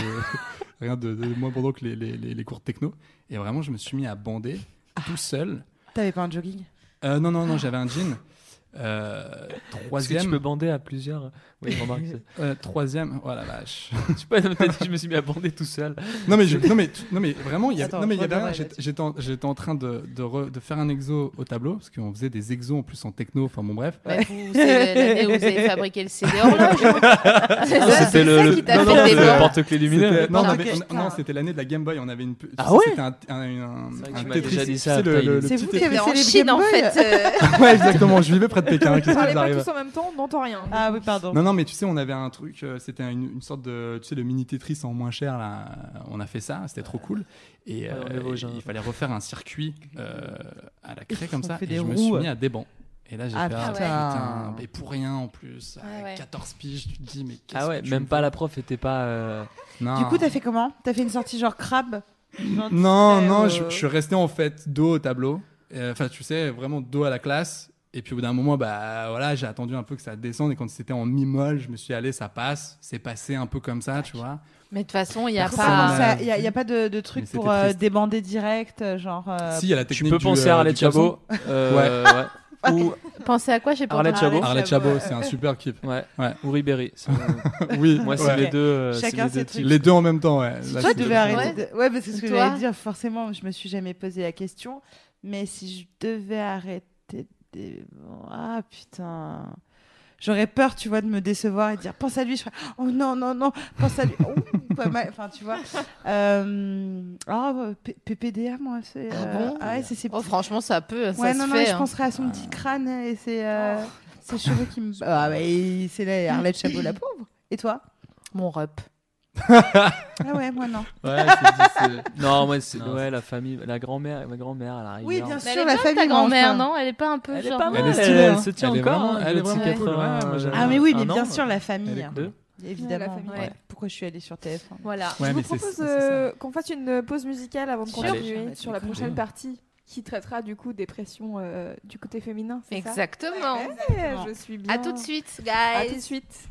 Speaker 4: rien de, de moins bandant que les, les- les- les cours de techno. Et vraiment, je me suis mis à bander tout seul.
Speaker 1: T'avais pas un jogging
Speaker 4: Euh, non, non, non, j'avais un jean. Euh,
Speaker 5: Parce que
Speaker 4: troisième,
Speaker 5: tu peux bander à plusieurs. Oui, remarque. c'est-
Speaker 4: [LAUGHS] euh, troisième, oh la vache.
Speaker 5: je sais pas, t'as dit, je me suis mis à bander tout seul.
Speaker 4: Non mais, je- non, mais, non, mais vraiment, il y avait,
Speaker 1: Attends,
Speaker 4: non, mais il y
Speaker 1: je
Speaker 4: avait rien.
Speaker 1: reviendrai
Speaker 4: J'étais- J'étais en, j'étais en train de, de, re- de faire un exo au tableau, parce qu'on faisait des exos en plus en techno, enfin bon bref.
Speaker 2: Bah, vous- c'est l'année où vous avez fabriqué le CD horloge. hein.
Speaker 4: [LAUGHS]
Speaker 2: C'est
Speaker 5: Non,
Speaker 2: ça,
Speaker 5: c'était
Speaker 2: c'est
Speaker 5: le,
Speaker 2: ça
Speaker 5: le-
Speaker 2: qui t'a
Speaker 5: non,
Speaker 2: fait
Speaker 5: non,
Speaker 2: des
Speaker 5: le
Speaker 2: dents.
Speaker 5: porte-clés lumineux.
Speaker 4: C'était- Non, on
Speaker 1: Non,
Speaker 4: avait-
Speaker 1: ok,
Speaker 4: on-
Speaker 1: putain.
Speaker 4: non, c'était l'année de la Game Boy, on avait une... tu
Speaker 5: Ah
Speaker 4: sais,
Speaker 5: ouais
Speaker 4: C'était un, un, un,
Speaker 5: C'est vrai que
Speaker 4: un
Speaker 5: tu m'as déjà dit
Speaker 4: tu
Speaker 5: ça,
Speaker 4: sais, le,
Speaker 5: Taïd.
Speaker 4: le- le
Speaker 1: C'est
Speaker 4: petit
Speaker 1: vous qui
Speaker 4: Tetris.
Speaker 1: avez
Speaker 7: C'est en
Speaker 1: fait les
Speaker 7: Chine,
Speaker 1: Game
Speaker 7: en
Speaker 1: Boy.
Speaker 7: fait.
Speaker 2: [LAUGHS]
Speaker 7: euh,
Speaker 6: [LAUGHS]
Speaker 4: [LAUGHS] Ouais, exactement, je vivais près de Pékin, qu'est-ce
Speaker 6: On
Speaker 4: qui
Speaker 6: parle
Speaker 4: vous
Speaker 6: pas
Speaker 4: arrive
Speaker 6: tous en même temps, on n'entend rien.
Speaker 1: Ah oui, pardon.
Speaker 4: Non, non, mais tu sais, on avait un truc, euh, c'était une, une sorte de, tu sais, le mini Tetris en moins cher, là, on a fait ça, c'était trop cool. Et
Speaker 5: Ouais, on est
Speaker 4: euh,
Speaker 5: Vosgiens.
Speaker 4: il fallait refaire un circuit euh, à la craie comme
Speaker 1: On
Speaker 4: ça,
Speaker 1: fait
Speaker 4: et
Speaker 1: des
Speaker 4: je me
Speaker 1: roues.
Speaker 4: suis mis à des bancs. Et là, j'ai
Speaker 1: Ah,
Speaker 4: fait,
Speaker 1: putain. Ah,
Speaker 4: putain, mais pour rien en plus, à
Speaker 7: Ouais, ouais.
Speaker 4: 14 piges, tu te dis, mais qu'est-ce
Speaker 5: Ah ouais,
Speaker 4: que tu
Speaker 5: même
Speaker 4: me
Speaker 5: pas
Speaker 4: fais
Speaker 5: la prof était pas. euh,
Speaker 4: Non.
Speaker 1: Du coup, t'as fait comment T'as fait une sortie genre crabe Genre, tu
Speaker 4: Non,
Speaker 1: sais,
Speaker 4: non,
Speaker 1: euh,
Speaker 4: je, je suis resté en fait dos au tableau. Euh, Enfin, tu sais, vraiment dos à la classe. Et puis au bout d'un moment, bah voilà, j'ai attendu un peu que ça descende. Et quand c'était en mi-moll, je me suis dit, allez, ça passe. C'est passé un peu comme ça, tu vois.
Speaker 2: Mais de toute façon, il n'y a
Speaker 1: Faut
Speaker 4: Personne
Speaker 2: pas.
Speaker 4: n'a-
Speaker 1: pas Il n'y a, pas de, de truc
Speaker 4: Mais
Speaker 1: pour
Speaker 4: c'était
Speaker 1: euh,
Speaker 4: triste.
Speaker 1: débander direct, euh, genre. euh,
Speaker 4: si, il y a la
Speaker 5: Tu
Speaker 4: technique
Speaker 5: peux
Speaker 4: du,
Speaker 5: penser
Speaker 4: euh,
Speaker 5: à Arlette
Speaker 4: du caleçon.
Speaker 5: Chabot. euh, ouais. Ou
Speaker 2: Pensez à quoi J'ai pas
Speaker 5: Arlette
Speaker 2: entendu.
Speaker 5: Chabot.
Speaker 4: Arlette Chabot, c'est un super clip.
Speaker 5: Ouais.
Speaker 4: Ouais.
Speaker 5: Ou Ribéry.
Speaker 4: [LAUGHS]
Speaker 5: c'est-
Speaker 4: Oui,
Speaker 5: Moi, c'est
Speaker 4: ouais.
Speaker 5: les deux. euh, c'est
Speaker 1: Chacun
Speaker 5: mes deux
Speaker 1: ses
Speaker 5: types.
Speaker 1: trucs.
Speaker 4: les deux en même temps, ouais. Là,
Speaker 1: Toi,
Speaker 4: c'est-
Speaker 1: tu devais arrêter de... Ouais, parce que ce que
Speaker 2: Toi
Speaker 1: j'allais dire, forcément, je me suis jamais posé la question. Mais si je devais arrêter des... Ah, putain... J'aurais peur, tu vois, de me décevoir et de dire « Pense à lui !» Je ferais « Oh non, non, non Pense à lui oh, !» Pas mal, enfin, tu vois. Euh... ah, P- PPDA, moi, c'est...
Speaker 2: Ah
Speaker 1: euh,
Speaker 2: bon
Speaker 1: ouais, c'est... ses
Speaker 2: Oh,
Speaker 1: petits-
Speaker 2: franchement, ça peut.
Speaker 1: ouais,
Speaker 2: ça
Speaker 1: non,
Speaker 2: se
Speaker 1: non,
Speaker 2: fait.
Speaker 1: je
Speaker 2: hein.
Speaker 1: penserais à son petit
Speaker 7: Ah.
Speaker 1: crâne et ses, euh,
Speaker 7: Oh.
Speaker 1: ses cheveux qui me... Ah, mais c'est la Arlette Chabot, la pauvre Et toi
Speaker 2: Mm. [LAUGHS] Mon rep.
Speaker 1: Ah ouais, moi, non.
Speaker 4: Ouais,
Speaker 1: [LAUGHS]
Speaker 4: c'est- [LAUGHS] c'est-
Speaker 5: euh, Non, moi, c'est
Speaker 4: Non,
Speaker 5: ouais, la famille, la grand-mère, ma grand-mère, elle arrive.
Speaker 1: Oui, bien
Speaker 7: Mais
Speaker 1: sûr,
Speaker 7: elle est
Speaker 1: la
Speaker 7: bien,
Speaker 1: famille
Speaker 7: ta
Speaker 1: mange
Speaker 7: grand-mère,
Speaker 1: pas.
Speaker 7: non Elle est pas un peu
Speaker 5: Elle est
Speaker 7: genre. euh,
Speaker 5: pas
Speaker 4: Elle
Speaker 5: mal,
Speaker 4: est
Speaker 5: elle,
Speaker 4: stylée,
Speaker 5: elle
Speaker 4: hein.
Speaker 5: se tient
Speaker 4: Elle est
Speaker 5: encore.
Speaker 4: vraiment-
Speaker 5: hein,
Speaker 4: elle est
Speaker 5: le petit
Speaker 4: vraiment cool,
Speaker 5: 80,
Speaker 4: ouais, moi, j'aime.
Speaker 1: Ah mais oui,
Speaker 5: un
Speaker 1: mais bien
Speaker 5: an.
Speaker 1: sûr la famille.
Speaker 4: Elle est cool.
Speaker 1: Évidemment.
Speaker 6: Ouais, la famille.
Speaker 1: Ouais. Pourquoi je suis allée sur TF1
Speaker 7: Voilà.
Speaker 4: Ouais,
Speaker 6: Je vous
Speaker 4: mais c'est-
Speaker 6: propose
Speaker 4: c'est ça.
Speaker 6: euh, qu'on fasse une pause musicale avant de
Speaker 5: Sûr.
Speaker 6: continuer
Speaker 1: Allez.
Speaker 6: sur la prochaine partie qui traitera du coup des pressions euh, du côté féminin. c'est ça
Speaker 7: Exactement.
Speaker 6: Ouais, Je suis bien.
Speaker 7: À tout de suite,
Speaker 6: À tout de
Speaker 7: guys.
Speaker 6: suite.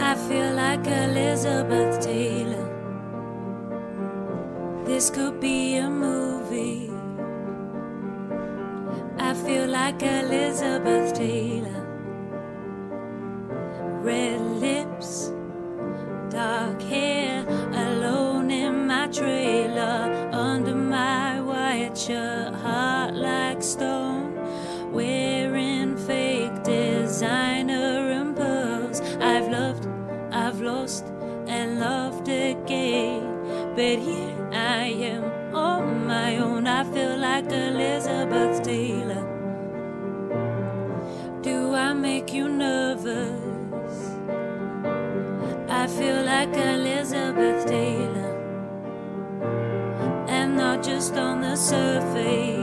Speaker 8: I feel like Elizabeth Taylor. This could be a movie. I feel like Elizabeth Taylor. Red lips, dark hair, alone in my trailer, under my wired shirt, heart like stone, wearing fake designer and pearls. I've loved, I've lost, and loved again. But here I am on my own. I feel like Elizabeth Taylor. Do I make you nervous? I feel like Elizabeth Taylor. And not
Speaker 7: are just on the surface.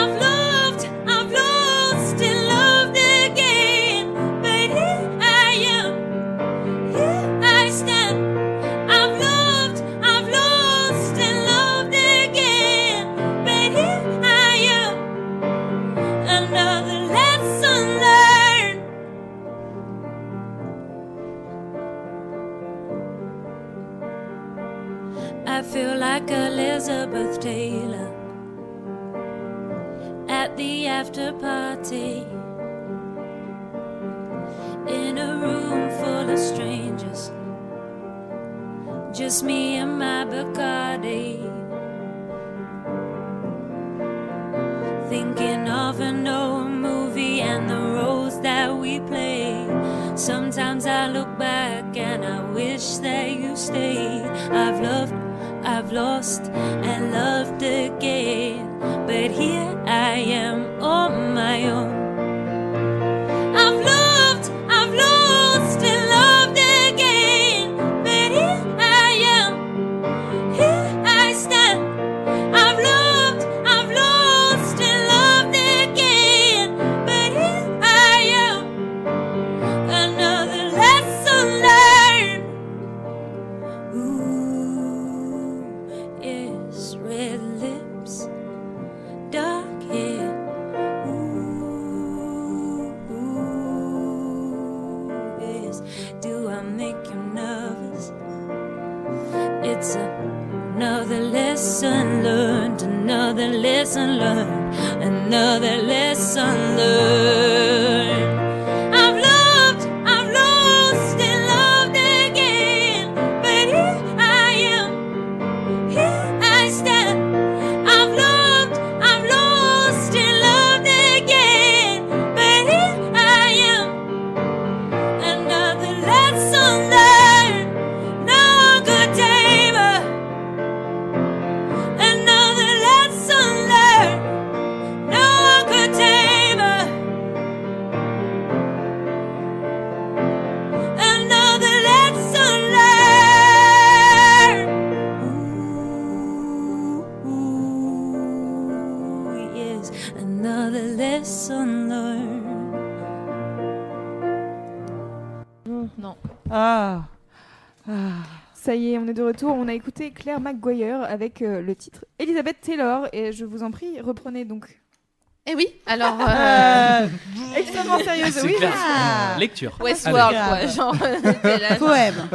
Speaker 7: I've loved, I've lost, and loved again. But here I am, here I stand. I've loved, I've lost, and loved again. But here I am, another lesson learned. I feel like Elizabeth Taylor at the after party in a room full of strangers, just me and my Bacardi. Thinking of an old movie and the roles that we play. Sometimes I look back and I wish that you stayed. I've loved, I've lost, and loved again. But here I am on my own. I've loved, I've lost, and loved again. But here I am, here I stand. I've loved, I've lost, and loved again. But here I am, another lesson learned. Ooh, yes, red lips, dark hair. Ooh, yes, do I make you nervous? It's another lesson learned, another lesson learned, another lesson learned. I've loved, I've lost, and loved again. But here I am, here I stand. I've loved, I've lost, and loved again. But here I am, another lesson learned. No good day, but another lesson learned. No good day, but another lesson learned. Ooh, yes, another lesson learned.
Speaker 9: Non.
Speaker 1: Ah.
Speaker 6: Ça y est, on est de retour. On a écouté Claire McGuire avec euh, le titre Elizabeth Taylor. Et je vous en prie, reprenez donc.
Speaker 2: Eh oui, alors.
Speaker 1: [LAUGHS] Euh,
Speaker 6: Extrêmement sérieuse,
Speaker 5: C'est
Speaker 6: oui.
Speaker 5: clair.
Speaker 1: Ah.
Speaker 5: Lecture.
Speaker 2: Westworld, quoi.
Speaker 1: Allez.
Speaker 2: Genre,
Speaker 1: [LAUGHS]
Speaker 2: t'es là, genre,
Speaker 1: Ah, bah. Poème.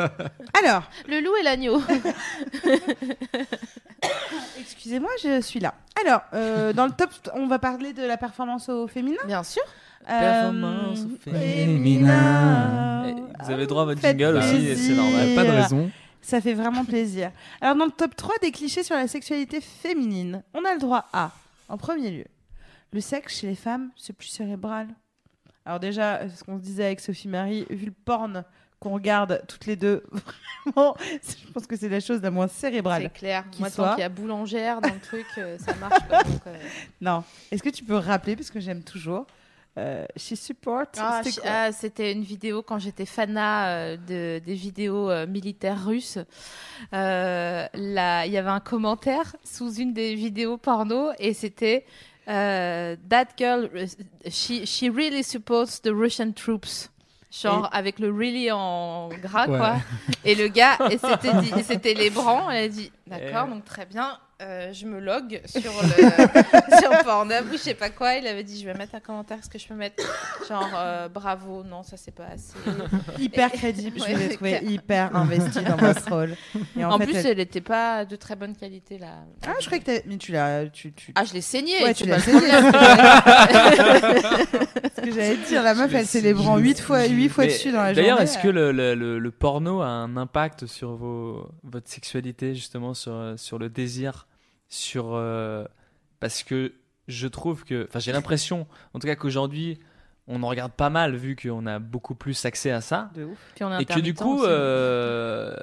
Speaker 1: Alors,
Speaker 2: le loup et
Speaker 1: [LAUGHS]
Speaker 2: l'agneau.
Speaker 1: excusez-moi, je suis là. Alors, euh, dans le top, on va parler de la performance au féminin.
Speaker 2: Bien sûr.
Speaker 1: Euh,
Speaker 5: Performance au
Speaker 1: féminin.
Speaker 5: Eh, Vous avez droit à votre
Speaker 1: Faites
Speaker 5: jingle aussi, et c'est
Speaker 1: plaisir. euh,
Speaker 5: normal.
Speaker 10: Pas de raison.
Speaker 1: Ça fait vraiment plaisir. Alors, dans le top 3 des clichés sur la sexualité féminine, on a le droit à, en premier lieu, le sexe chez les femmes, c'est plus cérébral. Alors, déjà, euh, ce qu'on se disait avec Sophie Marie, vu le porn qu'on regarde toutes les deux, [LAUGHS] vraiment, c'est- je pense que c'est la chose la moins
Speaker 2: C'est
Speaker 1: cérébrale.
Speaker 2: clair.
Speaker 1: Qui
Speaker 2: Moi,
Speaker 1: soit.
Speaker 2: tant qu'il y a boulangère dans le truc, euh, ça marche. Quoi, donc, euh.
Speaker 1: Non. Est-ce que tu peux rappeler, parce que j'aime toujours, euh, chez Support,
Speaker 2: Ah,
Speaker 1: c'était
Speaker 2: je-
Speaker 1: quoi
Speaker 2: ah, C'était une vidéo quand j'étais fana euh, de, des vidéos euh, militaires russes. Euh, là, Il y avait un commentaire sous une des vidéos porno et c'était euh, That girl, uh, she, she really supports the Russian troops. Genre avec le really en gras,
Speaker 10: Ouais.
Speaker 2: quoi. Et le gars, et c'était dit- et c'était les brans, elle a dit D'accord,
Speaker 5: Et-
Speaker 2: donc très bien, euh, je me
Speaker 1: [LAUGHS]
Speaker 2: log sur, le, sur Pornhub ou je sais pas quoi. Il avait dit Je vais mettre un commentaire, est-ce que je peux mettre Genre, euh, bravo, non, ça c'est pas assez.
Speaker 1: [LAUGHS] Hyper crédible, je
Speaker 2: Ouais,
Speaker 1: l'ai
Speaker 2: c'est
Speaker 1: trouvé
Speaker 2: clair.
Speaker 1: hyper investi dans votre rôle. Et en,
Speaker 2: en
Speaker 1: fait,
Speaker 2: plus,
Speaker 1: elle-
Speaker 2: elle était pas de très bonne qualité là.
Speaker 1: Ah, je croyais que t'avais- Mais tu l'as... Tu, tu...
Speaker 2: Ah, je l'ai saigné.
Speaker 1: Ouais,
Speaker 2: c'est
Speaker 1: tu
Speaker 2: pas
Speaker 1: l'as
Speaker 2: le
Speaker 1: saigné.
Speaker 2: problème.
Speaker 1: [LAUGHS] Ce que j'allais te dire, la meuf, elle célèbre en 8 fois, 8 fois
Speaker 5: Mais
Speaker 1: dessus dans la journée. euh.
Speaker 5: D'ailleurs, est-ce que le, le- le- le porno a un impact sur vos, votre sexualité, justement, sur, euh, sur le désir sur, euh, Parce que je trouve que. Enfin, j'ai l'impression, en tout cas, qu'aujourd'hui, on en regarde pas mal, vu qu'on a beaucoup plus accès à ça.
Speaker 1: De ouf.
Speaker 2: Puis on est
Speaker 5: Et que du
Speaker 2: intermittent
Speaker 4: [LAUGHS]
Speaker 5: coup,
Speaker 2: aussi.
Speaker 5: euh,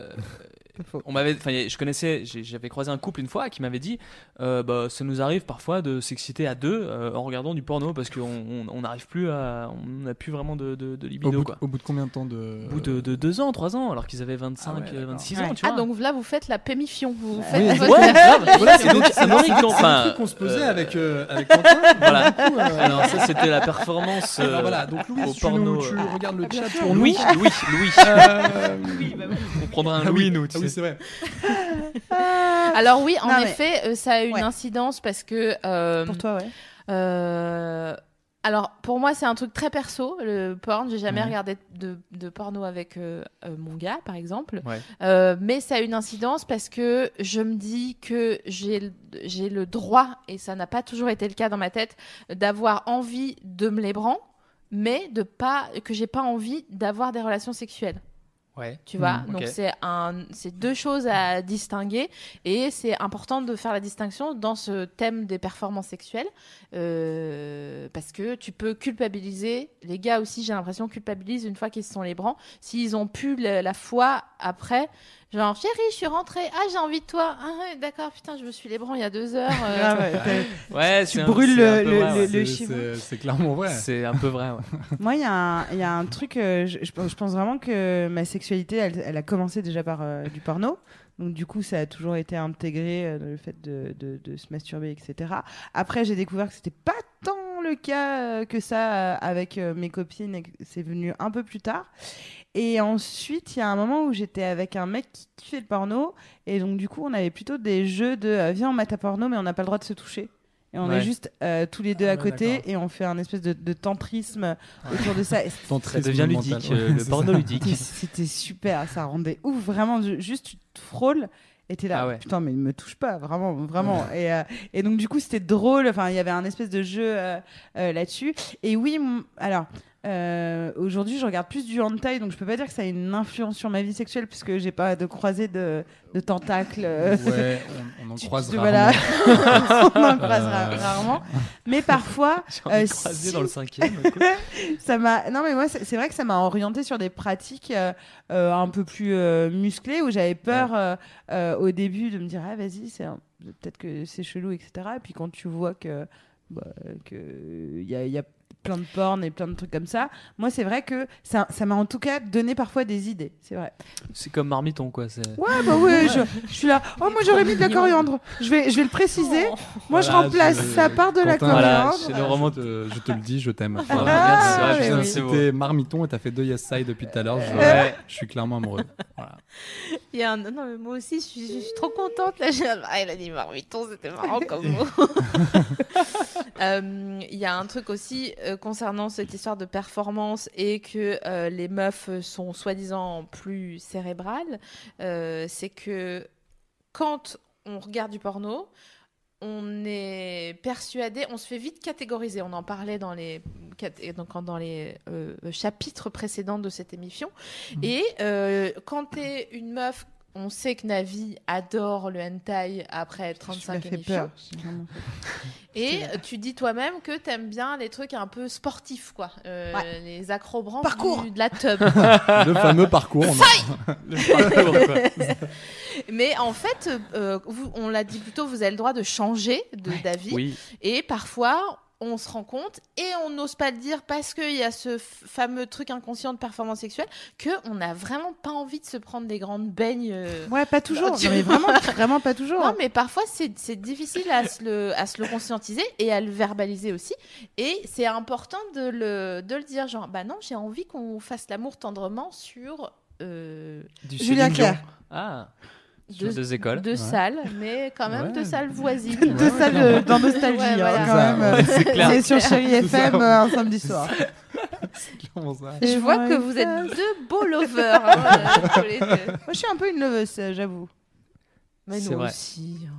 Speaker 5: on m'avait, enfin, je connaissais, j'ai- j'avais croisé un couple une fois qui m'avait dit, euh, bah, ça nous arrive parfois de s'exciter à deux euh, en regardant du porno parce qu'on on- on n'arrive plus à, on n'a plus vraiment de, de, de libido
Speaker 4: au, bout,
Speaker 5: quoi.
Speaker 4: au bout de combien de temps de.
Speaker 5: Au bout de, de deux ans, trois ans, alors qu'ils avaient 25,
Speaker 4: Ah ouais,
Speaker 5: euh, 26 ans,
Speaker 2: Ouais.
Speaker 5: tu vois.
Speaker 2: Ah,
Speaker 5: [LAUGHS]
Speaker 2: donc là, vous faites la pémifion. Vous
Speaker 5: Ouais.
Speaker 2: faites
Speaker 5: Oui,
Speaker 2: votre- [LAUGHS]
Speaker 5: ouais, grave. Voilà, c'est donc- c'est
Speaker 4: un
Speaker 5: donc-
Speaker 4: truc-
Speaker 5: enfin,
Speaker 4: un truc qu'on se posait
Speaker 5: euh,
Speaker 4: avec, euh,
Speaker 5: [LAUGHS]
Speaker 4: avec Quentin.
Speaker 5: Voilà.
Speaker 4: Du coup, euh,
Speaker 5: Alors ça, c'était la performance
Speaker 4: [LAUGHS] Alors
Speaker 5: euh,
Speaker 4: voilà, donc Louis,
Speaker 5: au
Speaker 4: tu,
Speaker 5: porno.
Speaker 4: nous- tu
Speaker 5: euh,
Speaker 4: regardes le
Speaker 5: ah, bien
Speaker 4: chat
Speaker 5: sûr.
Speaker 4: pour
Speaker 5: Louis,
Speaker 4: nous.
Speaker 5: Louis, Louis. [LAUGHS] bah
Speaker 4: Euh,
Speaker 5: On prendra un
Speaker 4: Ah
Speaker 5: Louis,
Speaker 4: oui,
Speaker 5: nous. tu
Speaker 4: ah oui,
Speaker 5: sais.
Speaker 4: c'est vrai.
Speaker 1: [LAUGHS]
Speaker 2: Alors oui, en
Speaker 1: Non, mais-
Speaker 2: effet, euh, ça a une
Speaker 1: Ouais.
Speaker 2: incidence parce que... euh,
Speaker 1: Pour toi, ouais.
Speaker 2: euh, alors pour moi, c'est un truc très perso, le porn. J'ai jamais
Speaker 5: Ouais.
Speaker 2: regardé de, de porno avec euh, euh, mon gars, par exemple.
Speaker 5: Ouais.
Speaker 2: Euh, mais ça a une incidence parce que je me dis que j'ai le- j'ai le droit, et ça n'a pas toujours été le cas dans ma tête, d'avoir envie de me lébran, mais de pas que j'ai pas envie d'avoir des relations sexuelles.
Speaker 5: Ouais.
Speaker 2: Tu vois,
Speaker 6: Hmm,
Speaker 5: Mm,
Speaker 2: donc
Speaker 5: ok.
Speaker 2: c'est un, c'est deux choses à distinguer et c'est important de faire la distinction dans ce thème des performances sexuelles euh, parce que tu peux culpabiliser les gars aussi. J'ai l'impression culpabilisent une fois qu'ils se sont les brans s'ils ont pu la, la foi après. Genre chérie, je suis rentrée, ah j'ai envie de toi, ah ouais, d'accord putain je me suis les brans il y a deux heures. euh.
Speaker 1: Grave, ouais, t'as-
Speaker 5: Ouais,
Speaker 1: Tu
Speaker 5: c'est un-
Speaker 1: brûles
Speaker 5: c'est un
Speaker 1: le-
Speaker 5: peu
Speaker 1: le-
Speaker 5: vrai, ouais.
Speaker 4: C'est-
Speaker 1: le- chiffre.
Speaker 4: c'est- C'est clairement vrai.
Speaker 5: C'est un peu vrai. ouais.
Speaker 1: Moi, il y, a un- il y a un truc, euh, je, je pense- je pense vraiment que ma sexualité, elle, elle a commencé déjà par euh, du porno. Donc, du coup, ça a toujours été intégré, euh, le fait de, de- de se masturber, etc. Après, j'ai découvert que c'était pas tant le cas euh, que ça euh, avec euh, mes copines, et que c'est venu un peu plus tard. Et ensuite, il y a un moment où j'étais avec un mec qui kiffait le porno, et donc, du coup, on avait plutôt des jeux de euh, viens, on mate à porno, mais on n'a pas le droit de se toucher. Et on
Speaker 5: Ouais.
Speaker 1: est juste euh, tous les deux
Speaker 4: Ah
Speaker 1: à
Speaker 4: ouais,
Speaker 1: côté
Speaker 4: d'accord.
Speaker 1: et on fait un espèce de, de tantrisme
Speaker 5: [LAUGHS]
Speaker 1: autour de ça. Et c'était-
Speaker 5: Ça
Speaker 4: Tantrisme
Speaker 5: devient
Speaker 4: mental,
Speaker 5: ludique,
Speaker 4: ouais,
Speaker 5: euh, le
Speaker 4: [LAUGHS] c'est
Speaker 5: porno
Speaker 4: ça.
Speaker 5: ludique.
Speaker 1: C'était super, ça rendait ouf, vraiment. ju- Juste, tu te frôles et t'es là.
Speaker 5: Ah ouais.
Speaker 1: Putain, mais ne me touche pas, vraiment, vraiment. et, euh, et donc, du coup, c'était drôle. Enfin, il y avait un espèce de jeu euh, euh, là-dessus. Et oui, mon- alors. euh, Aujourd'hui, je regarde plus du hentai, donc je peux pas dire que ça a une influence sur ma vie sexuelle puisque j'ai pas de croisée de, de tentacles. euh,
Speaker 4: Ouais, on, on en
Speaker 1: tu-
Speaker 4: croise
Speaker 1: tu-
Speaker 4: rarement.
Speaker 1: voilà. [LAUGHS] on en croise ra-
Speaker 4: Euh.
Speaker 1: rarement. Mais
Speaker 4: [LAUGHS]
Speaker 1: parfois,
Speaker 5: J'ai envie de
Speaker 1: Euh,
Speaker 5: croiser
Speaker 1: si-
Speaker 5: dans le cinquième.
Speaker 1: [LAUGHS] ça m'a non mais moi c'est c'est vrai que ça m'a orienté sur des pratiques euh, euh, un peu plus euh, musclées où j'avais peur euh, euh, au début de me dire ah vas-y c'est un- peut-être que c'est chelou etc et puis quand tu vois que bah, que il y a, y a plein de porn et plein de trucs comme ça moi c'est vrai que ça ça m'a en tout cas donné parfois des idées c'est vrai
Speaker 5: C'est comme Marmiton, quoi. c'est-
Speaker 1: ouais bah ouais je, je suis là oh moi j'aurais mis de la coriandre je vais je vais le préciser
Speaker 7: Oh.
Speaker 1: moi je
Speaker 4: Voilà,
Speaker 1: remplace
Speaker 4: je-
Speaker 1: ça par de la
Speaker 4: Quentin,
Speaker 5: Ah, voilà,
Speaker 1: coriandre
Speaker 5: c'est le roman.
Speaker 4: Je te, je te le dis, je t'aime.
Speaker 5: Ah,
Speaker 4: Voilà.
Speaker 5: merci,
Speaker 1: Ah,
Speaker 5: ouais,
Speaker 1: mais
Speaker 5: putain,
Speaker 1: oui.
Speaker 5: c'est beau.
Speaker 4: C'était marmiton et t'as fait deux yes side depuis tout à l'heure. Je,
Speaker 5: Ouais.
Speaker 4: je suis clairement amoureux. Voilà.
Speaker 7: Il y a un... Non, mais moi aussi, je suis, je suis trop
Speaker 2: [LAUGHS]
Speaker 7: contente. Là, J'ai- ah, il a dit marmiton, c'était marrant comme mot.
Speaker 2: [LAUGHS] Euh, Il y a un truc aussi euh, concernant cette histoire de performance et que euh, les meufs sont soi-disant plus cérébrales, euh, c'est que quand on regarde du porno, on est persuadé, on se fait vite catégoriser. On en parlait dans les, cat- et donc, dans les euh, chapitres précédents de cette émission.
Speaker 1: Mmh.
Speaker 2: Et euh, quand t'es une meuf, on sait que Navi adore le hentai après
Speaker 1: tu m'as
Speaker 2: 35
Speaker 1: fait
Speaker 2: émissions.
Speaker 1: peur Vraiment.
Speaker 2: Et euh, tu dis toi-même que t'aimes bien les trucs un peu sportifs, quoi. Euh, Les acrobranches
Speaker 1: Parcours.
Speaker 2: du- de la tub.
Speaker 4: [LAUGHS] Le fameux parcours. on en-
Speaker 2: [LAUGHS]
Speaker 5: Le parcours, quoi.
Speaker 2: Mais en fait, euh, vous- on l'a dit plutôt, vous avez le droit de changer de- d'avis.
Speaker 5: Oui,
Speaker 2: Et parfois, on se rend compte et on n'ose pas le dire parce qu'il y a ce f- fameux truc inconscient de performance sexuelle qu'on n'a vraiment pas envie de se prendre des grandes beignes. euh,
Speaker 1: ouais pas toujours
Speaker 2: Non, tu-
Speaker 1: non, mais vraiment
Speaker 2: [LAUGHS]
Speaker 1: vraiment pas toujours
Speaker 2: Non, mais parfois, c'est c'est difficile à se, le, à se le conscientiser et à le verbaliser aussi. Et c'est important de le, de le dire. Genre, bah non, j'ai envie qu'on fasse l'amour tendrement sur euh,
Speaker 5: du
Speaker 1: Julien
Speaker 5: Céline Dion.
Speaker 1: Clerc.
Speaker 5: Ah, sur
Speaker 2: deux,
Speaker 5: deux écoles.
Speaker 2: deux salles, mais quand même
Speaker 4: Ouais.
Speaker 2: deux salles voisines.
Speaker 1: Deux salles euh, dans Nostalgie,
Speaker 2: Ouais,
Speaker 1: hein,
Speaker 2: voilà.
Speaker 1: quand même. euh,
Speaker 5: C'est clair.
Speaker 1: on est sur Chéri FM euh, un
Speaker 2: [LAUGHS]
Speaker 5: [LAUGHS]
Speaker 1: samedi soir.
Speaker 4: Clairement ça.
Speaker 2: Je vois que vous êtes deux beaux lovers.
Speaker 1: [LAUGHS]
Speaker 2: hein, euh, tous les deux.
Speaker 1: Moi, je suis un peu une loveuse, euh, j'avoue.
Speaker 2: Mais
Speaker 5: C'est
Speaker 2: nous
Speaker 5: vrai. [LAUGHS]
Speaker 2: aussi. hein.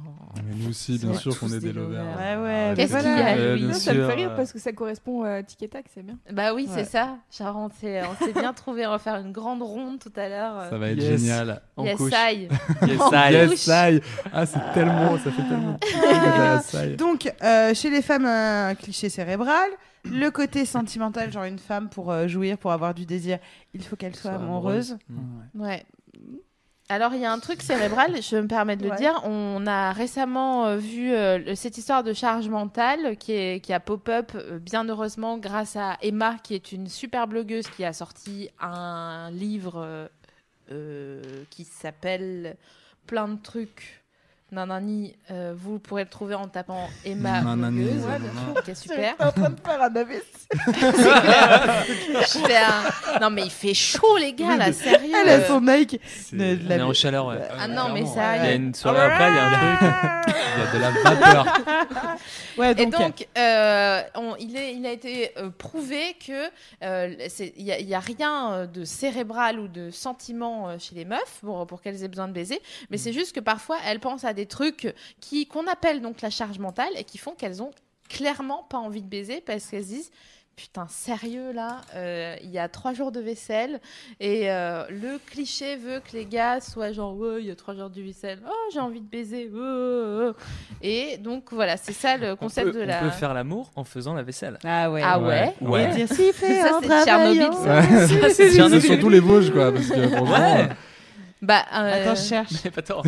Speaker 4: Mais nous aussi,
Speaker 2: On
Speaker 4: bien
Speaker 2: est
Speaker 4: sûr qu'on
Speaker 2: tous
Speaker 4: est
Speaker 2: des
Speaker 4: des lovers.
Speaker 1: lovers. Ouais, ouais,
Speaker 4: Ah,
Speaker 2: Qu'est-ce
Speaker 4: c'est
Speaker 2: qu'il y
Speaker 4: clair.
Speaker 2: a,
Speaker 5: Euh,
Speaker 2: Louis
Speaker 5: bien
Speaker 6: ça me
Speaker 5: sûr,
Speaker 6: fait rire
Speaker 5: euh,
Speaker 6: parce que ça correspond à Tic et Tac, c'est bien.
Speaker 2: Bah oui, c'est
Speaker 1: Ouais.
Speaker 2: ça. Genre, on s'est on s'est bien trouvé. On va faire une grande ronde tout à l'heure.
Speaker 4: Ça va être
Speaker 5: Yes.
Speaker 4: génial.
Speaker 5: en
Speaker 2: yes,
Speaker 5: couche.
Speaker 2: I.
Speaker 5: Yes,
Speaker 2: En couche.
Speaker 5: I.
Speaker 4: [LAUGHS] Yes, aïe. Ah, c'est tellement, ça fait tellement. Ah, ça y est.
Speaker 1: Donc, euh, chez les femmes, un cliché cérébral. Le côté sentimental, genre une femme pour euh, jouir, pour avoir du désir, il faut qu'elle soit
Speaker 5: Soit
Speaker 1: amoureuse.
Speaker 5: amoureuse.
Speaker 2: Ouais. Alors, il y a un truc cérébral, je me permets de le
Speaker 6: Ouais.
Speaker 2: dire. On a récemment euh, vu euh, le- cette histoire de charge mentale qui, est, qui a pop-up, euh, bien heureusement, grâce à Emma, qui est une super blogueuse qui a sorti un livre euh, euh, qui s'appelle Plein de trucs. Nanani, Euh, vous pourrez le trouver en tapant Emma
Speaker 4: Nanani,
Speaker 2: blogueuse,
Speaker 4: ouais, bien sûr.
Speaker 2: qui est super.
Speaker 6: en train de faire un
Speaker 2: [LAUGHS] J'étais un- Non mais il fait chaud les gars là, sérieux.
Speaker 1: Elle a son Nike. de- de
Speaker 5: On
Speaker 1: la-
Speaker 5: est en chaleur, ouais.
Speaker 2: Ah non mais ça.
Speaker 5: Il y a une soirée
Speaker 1: Ah
Speaker 5: après, il y a un truc. Il y a de la vapeur.
Speaker 1: [LAUGHS] Ouais,
Speaker 2: Et
Speaker 1: donc,
Speaker 2: donc, euh, on- il, est, il a été euh, prouvé que euh, c'est- il n'y a, rien euh, de cérébral ou de sentiment euh, chez les meufs pour, pour qu'elles aient besoin de baiser, mais c'est juste que parfois elles pensent à des trucs qui qu'on appelle donc la charge mentale et qui font qu'elles ont clairement pas envie de baiser parce qu'elles se disent putain sérieux là, euh, il y a trois jours de vaisselle et euh, le cliché veut que les gars soient genre ouais il y a trois jours de vaisselle, oh j'ai envie de baiser, oh, oh, oh. et donc voilà c'est ça le
Speaker 5: On
Speaker 2: concept
Speaker 5: peut,
Speaker 2: de la
Speaker 5: on peut faire l'amour en faisant la vaisselle.
Speaker 1: ah ouais.
Speaker 2: ah ouais,
Speaker 5: Ouais. Ouais.
Speaker 1: Dire, si, fais
Speaker 2: Ça,
Speaker 1: un
Speaker 2: c'est
Speaker 1: travail,
Speaker 2: Tchernobyl,
Speaker 1: hein.
Speaker 2: [LAUGHS]
Speaker 4: Ouais.
Speaker 1: Si, si, si,
Speaker 5: Tchernobyl.
Speaker 1: si, si.
Speaker 4: surtout les Vosges, quoi. Parce que franchement,
Speaker 5: Ouais.
Speaker 2: bah euh,
Speaker 1: Attends, je cherche.
Speaker 5: Mais pas
Speaker 1: [LAUGHS]
Speaker 5: tort.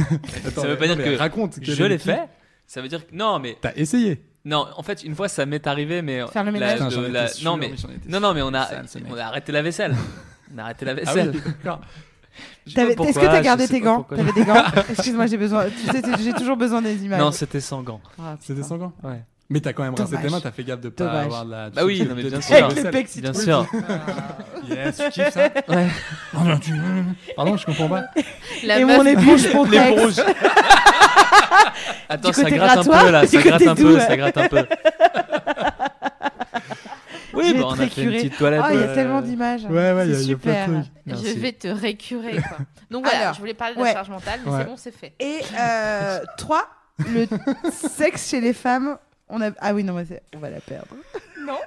Speaker 4: attends,
Speaker 5: Ça veut pas
Speaker 4: non,
Speaker 5: dire
Speaker 4: mais
Speaker 5: que
Speaker 4: Raconte. quel
Speaker 5: Je
Speaker 4: est
Speaker 5: l'ai
Speaker 4: le
Speaker 5: fait. Ça veut dire que non, mais
Speaker 4: T'as essayé.
Speaker 5: non. En fait, une fois, ça m'est arrivé, mais
Speaker 1: Faire le
Speaker 5: la-
Speaker 1: ménage.
Speaker 5: de-
Speaker 4: Putain, j'en étais
Speaker 5: la-
Speaker 4: sûr,
Speaker 5: non mais
Speaker 4: j'en étais
Speaker 5: non non mais on a
Speaker 4: Sale, ce mec.
Speaker 5: on a arrêté la vaisselle. On a arrêté la
Speaker 4: Ah oui,
Speaker 5: vaisselle.
Speaker 4: d'accord.
Speaker 5: Je sais
Speaker 1: T'avais-
Speaker 5: pas
Speaker 1: Est-ce que
Speaker 5: pourquoi,
Speaker 1: t'as
Speaker 5: je
Speaker 1: gardé
Speaker 5: sais
Speaker 1: tes
Speaker 5: pas
Speaker 1: gants
Speaker 5: pourquoi.
Speaker 1: T'avais
Speaker 5: [LAUGHS]
Speaker 1: des gants Excuse-moi, j'ai besoin. Tu sais, j'ai toujours besoin des images.
Speaker 5: Non, c'était sans gants.
Speaker 1: Ah,
Speaker 4: C'était
Speaker 1: putain.
Speaker 4: sans gants.
Speaker 5: Ouais.
Speaker 4: Mais t'as quand même rincé
Speaker 1: Dommage.
Speaker 4: tes mains, t'as fait gaffe de pas
Speaker 1: Dommage.
Speaker 4: avoir de la.
Speaker 5: Bah oui, non, mais bien sûr.
Speaker 1: Avec le pec, si
Speaker 5: Bien
Speaker 1: tu
Speaker 5: sûr.
Speaker 4: sûr. Yes, tu kiffes ça
Speaker 5: [LAUGHS] Ouais.
Speaker 4: Oh non, tu. Pardon, je comprends pas.
Speaker 2: la
Speaker 1: Et
Speaker 2: meuf-
Speaker 1: mon [LAUGHS] éponge pour
Speaker 5: Les
Speaker 1: texte.
Speaker 5: rouges. Attends,
Speaker 1: Du
Speaker 5: ça
Speaker 1: côté
Speaker 5: gratte un peu
Speaker 1: grattoir,
Speaker 5: là,
Speaker 1: du
Speaker 5: ça
Speaker 1: côté
Speaker 5: gratte un
Speaker 1: doux,
Speaker 5: peu,
Speaker 1: là.
Speaker 5: ça gratte un peu. Oui,
Speaker 1: Je vais
Speaker 5: bah, on a
Speaker 1: très
Speaker 5: fait une
Speaker 1: curée.
Speaker 5: petite toilette.
Speaker 1: Oh, il y a
Speaker 5: euh,
Speaker 1: tellement d'images.
Speaker 4: Ouais, ouais, il y a-
Speaker 1: C'est
Speaker 4: il y a plein
Speaker 1: super.
Speaker 4: de trucs.
Speaker 2: je
Speaker 5: Merci.
Speaker 2: vais te récurer quoi. donc voilà
Speaker 1: Alors,
Speaker 2: je voulais parler de la
Speaker 1: ouais.
Speaker 2: charge mentale mais
Speaker 4: Ouais.
Speaker 2: c'est bon c'est fait
Speaker 1: Et
Speaker 2: [LAUGHS]
Speaker 1: euh, 3, le sexe chez les femmes. On a... Ah oui, non, mais c'est- on va la perdre.
Speaker 6: Non.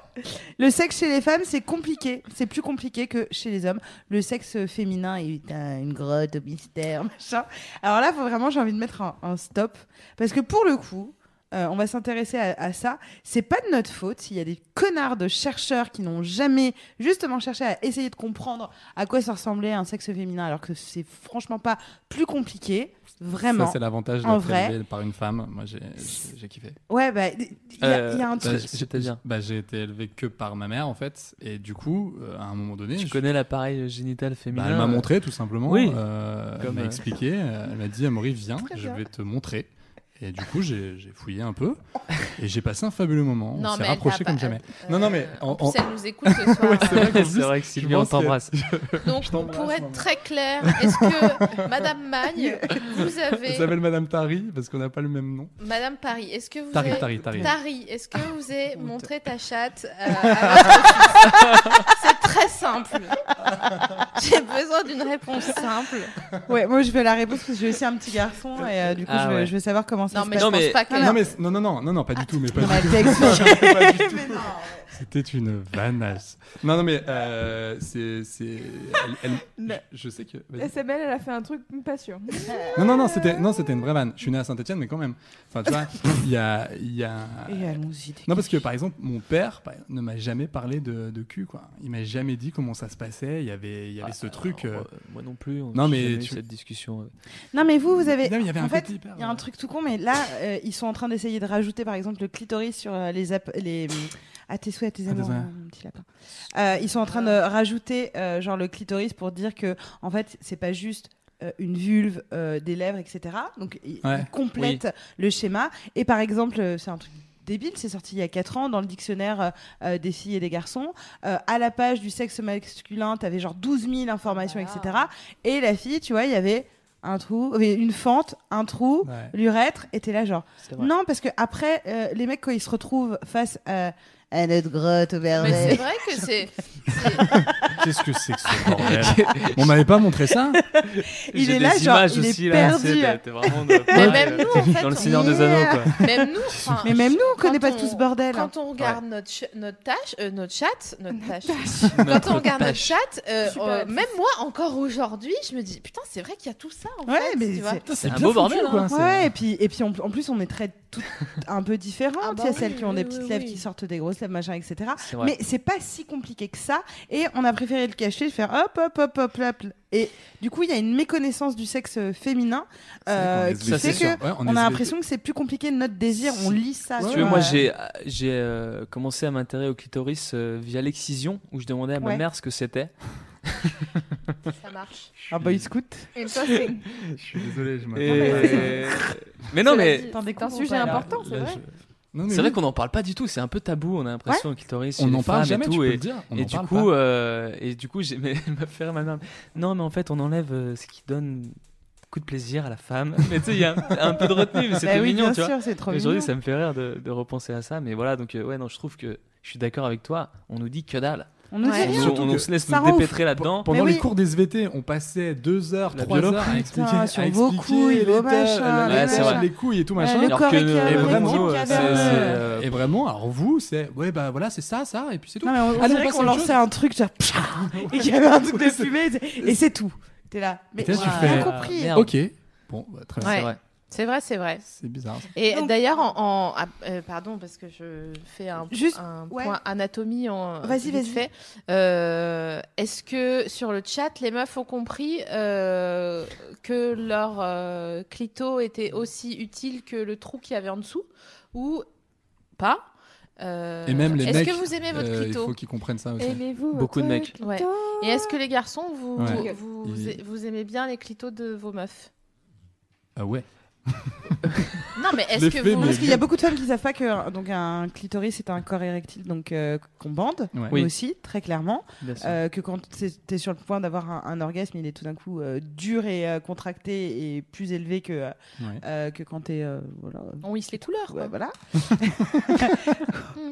Speaker 1: Le sexe chez les femmes, c'est compliqué. C'est plus compliqué que chez les hommes. Le sexe féminin est un- une grotte au mystère, [LAUGHS] machin. Alors là, faut vraiment, j'ai envie de mettre un, un stop. Parce que pour le coup, euh, on va s'intéresser à, à ça. C'est pas de notre faute s'il y a des connards de chercheurs qui n'ont jamais justement cherché à essayer de comprendre à quoi ça ressemblait un sexe féminin, alors que c'est franchement pas plus compliqué. Vraiment.
Speaker 4: Ça, c'est l'avantage
Speaker 1: En
Speaker 4: d'être
Speaker 1: vrai.
Speaker 4: élevé par une femme. Moi, j'ai j'ai- j'ai kiffé.
Speaker 1: Ouais, bah, il y, a- il y a un
Speaker 5: Euh,
Speaker 4: Bah,
Speaker 1: truc.
Speaker 4: j'ai-
Speaker 5: c'est-à-dire
Speaker 4: bah, j'ai été élevé que par ma mère, en fait. Et du coup, euh, à un moment donné.
Speaker 5: Tu
Speaker 4: je-
Speaker 5: connais l'appareil génital
Speaker 4: Bah,
Speaker 5: féminin euh,
Speaker 4: elle m'a montré tout simplement.
Speaker 5: Oui.
Speaker 4: Euh, elle
Speaker 5: Comme,
Speaker 4: m'a
Speaker 5: euh,
Speaker 4: expliqué. euh, Elle m'a dit Amaury, viens,
Speaker 6: Très
Speaker 4: je
Speaker 6: bien.
Speaker 4: vais te montrer. Et du coup, j'ai j'ai fouillé un peu. Et j'ai passé un fabuleux moment.
Speaker 2: Non,
Speaker 4: On s'est
Speaker 2: mais elle
Speaker 4: rapprochés
Speaker 2: t'a pas-
Speaker 4: comme jamais.
Speaker 2: euh,
Speaker 4: Non, non, mais
Speaker 2: en,
Speaker 4: en-
Speaker 2: plus
Speaker 4: en-
Speaker 2: elle nous écoute
Speaker 4: [LAUGHS]
Speaker 2: ce soir
Speaker 4: vrai qu'en
Speaker 5: C'est
Speaker 4: plus,
Speaker 5: vrai que
Speaker 4: je
Speaker 5: Sylvie, on
Speaker 4: pense que-
Speaker 5: t'embrasse.
Speaker 4: [LAUGHS] Je
Speaker 2: donc
Speaker 4: t'embrasse,
Speaker 2: pour être
Speaker 4: maman.
Speaker 2: très clair est-ce que [LAUGHS] Madame
Speaker 4: [LAUGHS]
Speaker 2: Magne vous
Speaker 4: Elle
Speaker 2: avez
Speaker 4: s'appelle Madame Tari parce qu'on n'a pas le même nom.
Speaker 2: Madame Paris est-ce que vous
Speaker 4: Tari,
Speaker 2: avez
Speaker 4: Tari, Tari.
Speaker 2: Tari, est-ce que vous avez montré ta chatte euh, à votre fils C'est très
Speaker 1: [LAUGHS]
Speaker 2: simple. J'ai besoin d'une réponse simple.
Speaker 1: Ouais, moi je veux la réponse parce que j'ai aussi un petit garçon et euh, du coup
Speaker 5: Ah
Speaker 1: je, veux,
Speaker 5: ouais.
Speaker 1: je veux savoir comment ça
Speaker 2: Non,
Speaker 1: se
Speaker 2: mais
Speaker 1: passe.
Speaker 2: je
Speaker 5: Non,
Speaker 2: pense
Speaker 5: mais-
Speaker 2: pas que.
Speaker 4: Non, mais c- non, non, non, non, non, pas du tout, mais pas
Speaker 1: Non, mais
Speaker 4: du [LAUGHS]
Speaker 1: elle t'a expliqué.
Speaker 5: [LAUGHS]
Speaker 4: tout. Pas du tout. C'était une vanasse. Non, non, mais euh, c'est. c'est- elle- elle-
Speaker 6: Mais-
Speaker 4: je, je sais
Speaker 5: Euh,
Speaker 4: que. vas-y.
Speaker 6: SML, elle a fait un truc, pas
Speaker 1: [LAUGHS]
Speaker 6: sûr.
Speaker 4: Non, non, non, c'était, non, c'était une vraie vanne. Je suis né à Saint-Etienne, mais quand même. Enfin, tu vois, il y a. il Y a...
Speaker 1: Et allons-y. t'es-
Speaker 4: Non, parce que par exemple, mon père par- ne m'a jamais parlé de, de cul, quoi. Il m'a jamais dit comment ça se passait. Il y avait, il y avait
Speaker 5: Ah,
Speaker 4: ce truc.
Speaker 5: alors,
Speaker 4: euh,
Speaker 5: euh, Moi non plus. on
Speaker 4: Non,
Speaker 5: n'a
Speaker 4: mais
Speaker 5: jamais eu
Speaker 4: tu-
Speaker 5: cette discussion.
Speaker 1: Non, mais vous, vous avez.
Speaker 4: Non, mais il y avait
Speaker 1: en
Speaker 4: un
Speaker 1: fait,
Speaker 4: côté hyper,
Speaker 1: il y a un
Speaker 4: euh,
Speaker 1: truc tout con, mais là euh, ils sont en train d'essayer de rajouter par exemple le clitoris sur euh, les. app- les... À tes souhaits, à tes
Speaker 4: Ah,
Speaker 1: amours,
Speaker 4: désolé.
Speaker 1: euh, mon petit lapin. Euh, ils sont en train de rajouter euh, genre le clitoris pour dire que en fait c'est pas juste. euh, une vulve, euh, des lèvres, etc. Donc, ils
Speaker 4: Ouais.
Speaker 1: ils complètent le schéma. Et par exemple, euh, c'est un truc débile, c'est sorti il y a 4 ans dans le dictionnaire euh, euh, des filles et des garçons. Euh, à la page du sexe masculin, t'avais genre 12 000 informations,
Speaker 2: Voilà.
Speaker 1: etc. Et la fille, tu vois, il y avait un trou, euh, une fente, un trou,
Speaker 4: ouais.
Speaker 1: l'urètre, et t'es là genre.
Speaker 5: C'est vrai.
Speaker 1: Non, parce que après, euh, les mecs, quand ils se retrouvent face à, à notre grotte au
Speaker 2: Mais c'est
Speaker 1: verre,
Speaker 2: vrai que c'est.
Speaker 4: Qu'est-ce que c'est que ce bordel
Speaker 1: [LAUGHS]
Speaker 4: On m'avait pas montré ça
Speaker 1: Il
Speaker 5: J'ai
Speaker 1: est là,
Speaker 5: des
Speaker 1: genre,
Speaker 5: images
Speaker 1: il est
Speaker 5: aussi, là,
Speaker 1: perdu.
Speaker 5: c'est- t'es- t'es vraiment de-
Speaker 2: Mais même nous, en fait,
Speaker 5: dans le
Speaker 2: on-
Speaker 5: Seigneur des Anneaux,
Speaker 2: [LAUGHS]
Speaker 5: quoi.
Speaker 2: Même
Speaker 5: [LAUGHS]
Speaker 2: nous, enfin,
Speaker 1: Mais même nous, on
Speaker 2: quand
Speaker 1: connaît pas
Speaker 2: on-
Speaker 1: tout ce bordel. hein.
Speaker 2: Quand on regarde notre, ch- notre tâche, euh, notre chat, notre tâche.
Speaker 5: Notre
Speaker 2: Quand on regarde notre
Speaker 5: tâche.
Speaker 2: chat, euh,
Speaker 6: Super
Speaker 2: euh,
Speaker 6: actrice.
Speaker 2: même moi, encore aujourd'hui, je me dis putain, c'est vrai qu'il y a tout ça. En
Speaker 1: Ouais,
Speaker 2: fait,
Speaker 1: mais
Speaker 2: tu vois.
Speaker 1: c'est-
Speaker 5: C'est un beau bordel. hein.
Speaker 4: quoi. C'est-
Speaker 1: Ouais, et puis, et puis en, en plus, on est très toutes un peu différentes.
Speaker 2: Ah bah
Speaker 1: Il y a celles
Speaker 2: oui,
Speaker 1: qui ont des
Speaker 2: oui,
Speaker 1: petites
Speaker 2: oui,
Speaker 1: lèvres
Speaker 2: oui.
Speaker 1: qui sortent des grosses lèvres, machin, etc.
Speaker 5: C'est vrai.
Speaker 1: Mais c'est pas si compliqué que ça ça. Et on a préféré le cacher, faire hop, hop, hop, hop, hop. Et du coup, il y a une méconnaissance du sexe euh, féminin euh,
Speaker 5: qu'on est
Speaker 1: qui
Speaker 5: SBT.
Speaker 1: fait
Speaker 5: Ça, c'est
Speaker 1: que
Speaker 5: sûr. Ouais, on
Speaker 1: on,
Speaker 5: est
Speaker 1: a
Speaker 5: SBT.
Speaker 1: l'impression que c'est plus compliqué notre désir. On lit ça.
Speaker 5: Si
Speaker 1: sur,
Speaker 5: tu veux, moi
Speaker 1: euh,
Speaker 5: j'ai j'ai euh, commencé à m'intéresser au clitoris euh, via l'excision où je demandais à ma
Speaker 1: Ouais.
Speaker 5: mère ce que c'était.
Speaker 2: Ça marche.
Speaker 1: Ah bah il scoute.
Speaker 6: Et toi, c'est-
Speaker 4: Je suis désolé, je
Speaker 5: Et- mais non,
Speaker 6: Cela
Speaker 5: mais
Speaker 6: dit,
Speaker 1: T'en
Speaker 6: c'est un
Speaker 1: découvres ou
Speaker 6: sujet
Speaker 1: pas, là
Speaker 6: important, c'est
Speaker 4: Là,
Speaker 6: vrai.
Speaker 4: je- Non, mais
Speaker 5: c'est
Speaker 4: oui,
Speaker 5: vrai qu'on n'en parle pas du tout. C'est un peu tabou. On a l'impression le clitoris,
Speaker 4: on
Speaker 5: chez
Speaker 4: n'en
Speaker 5: les
Speaker 4: parle
Speaker 5: femmes
Speaker 4: jamais,
Speaker 5: et
Speaker 4: tu
Speaker 5: tout.
Speaker 4: peux
Speaker 5: et-
Speaker 4: le dire. On
Speaker 5: et
Speaker 4: en
Speaker 5: du
Speaker 4: parle
Speaker 5: coup,
Speaker 4: pas.
Speaker 5: euh, et du coup, j'ai mais- [LAUGHS] ma faire ma mère. Non, mais en fait, on enlève euh, ce qui donne coup de plaisir à la femme. [LAUGHS] Mais tu sais, il y a un, un peu de retenue, mais c'était
Speaker 1: Bah oui,
Speaker 5: mignon,
Speaker 1: bien
Speaker 5: tu vois.
Speaker 1: sûr, c'est trop
Speaker 5: Mais Aujourd'hui,
Speaker 1: mignon.
Speaker 5: ça me fait rire de, de repenser à ça. Mais voilà, donc euh, ouais, non, je trouve que je suis d'accord avec toi. On nous dit que dalle.
Speaker 1: On nous
Speaker 7: Ouais.
Speaker 1: dit
Speaker 5: On,
Speaker 1: rien.
Speaker 5: on- on se laisse
Speaker 1: Ça
Speaker 5: nous
Speaker 1: rend ouf.
Speaker 5: dépêtrer là-dedans.
Speaker 4: Pendant
Speaker 1: Mais
Speaker 4: les
Speaker 1: oui.
Speaker 4: cours des SVT, on passait deux heures,
Speaker 5: La
Speaker 4: trois
Speaker 5: biologie.
Speaker 4: heures à expliquer,
Speaker 1: Putain,
Speaker 4: à
Speaker 1: sur vos
Speaker 4: expliquer
Speaker 1: couilles,
Speaker 4: les
Speaker 1: vos
Speaker 4: terres,
Speaker 1: machins,
Speaker 4: la-
Speaker 5: les
Speaker 4: la-
Speaker 5: machins.
Speaker 4: les couilles et tout machin.
Speaker 1: le
Speaker 5: Alors
Speaker 1: corps
Speaker 5: que,
Speaker 1: est carré,
Speaker 4: et
Speaker 1: le
Speaker 4: vraiment,
Speaker 1: corps est
Speaker 5: euh,
Speaker 1: carré.
Speaker 5: c'est- c'est, euh,
Speaker 4: Et vraiment, alors vous, c'est ouais bah voilà, c'est ça, ça, et puis c'est tout.
Speaker 1: Non,
Speaker 5: Ah,
Speaker 1: mais on, on
Speaker 4: Allez,
Speaker 1: dirait
Speaker 4: passe
Speaker 1: qu'on
Speaker 4: à autre
Speaker 1: lançait un truc, genre, pshah, et qu'il y avait un truc de fumée, et c'est- et c'est tout. T'es là. Mais
Speaker 4: t'as
Speaker 1: j'ai
Speaker 4: su
Speaker 1: rien
Speaker 4: faire.
Speaker 1: compris.
Speaker 5: Merde.
Speaker 4: Ok, bon, bah, très bien.
Speaker 5: C'est
Speaker 2: Ouais.
Speaker 5: vrai.
Speaker 2: C'est vrai, c'est vrai.
Speaker 4: C'est bizarre. ça.
Speaker 2: Et
Speaker 1: Donc-
Speaker 2: d'ailleurs, en, en- ah, euh, pardon parce que je fais un,
Speaker 1: Juste-
Speaker 2: un
Speaker 1: ouais.
Speaker 2: point anatomie en
Speaker 1: Vas-y,
Speaker 2: vite
Speaker 1: vas-y.
Speaker 2: fait. Euh, Est-ce que sur le chat, les meufs ont compris euh, que leur euh, clito était aussi utile que le trou qu'il y avait en dessous ou pas Euh,
Speaker 4: Et même les
Speaker 2: Est-ce
Speaker 4: mecs,
Speaker 2: que vous aimez votre
Speaker 4: Euh, il
Speaker 2: clito
Speaker 4: faut qu'ils comprennent ça aussi.
Speaker 6: Aimez-vous
Speaker 5: Beaucoup de
Speaker 6: votre
Speaker 5: mecs.
Speaker 6: clito
Speaker 2: Ouais. Et est-ce que les garçons, vous,
Speaker 4: Ouais.
Speaker 2: vous,
Speaker 4: Il-
Speaker 2: vous aimez bien les clitos de vos meufs
Speaker 4: Ah
Speaker 1: [LAUGHS]
Speaker 4: ouais.
Speaker 2: Non, mais est-ce
Speaker 4: Les
Speaker 2: que
Speaker 4: faits,
Speaker 2: vous...
Speaker 4: mais-
Speaker 1: Parce qu'il y a beaucoup de femmes qui savent pas que donc un clitoris c'est un corps érectile donc euh, qu'on bande
Speaker 4: Ouais.
Speaker 5: Oui.
Speaker 1: aussi très clairement
Speaker 5: Bien sûr.
Speaker 1: euh, que quand t'es- t'es sur le point d'avoir un, un orgasme il est tout d'un coup euh, dur et euh, contracté et plus élevé que euh,
Speaker 4: Ouais.
Speaker 1: euh, que quand t'es euh, voilà
Speaker 2: On hisse les couleurs.
Speaker 1: Ouais,
Speaker 2: quoi.
Speaker 1: voilà.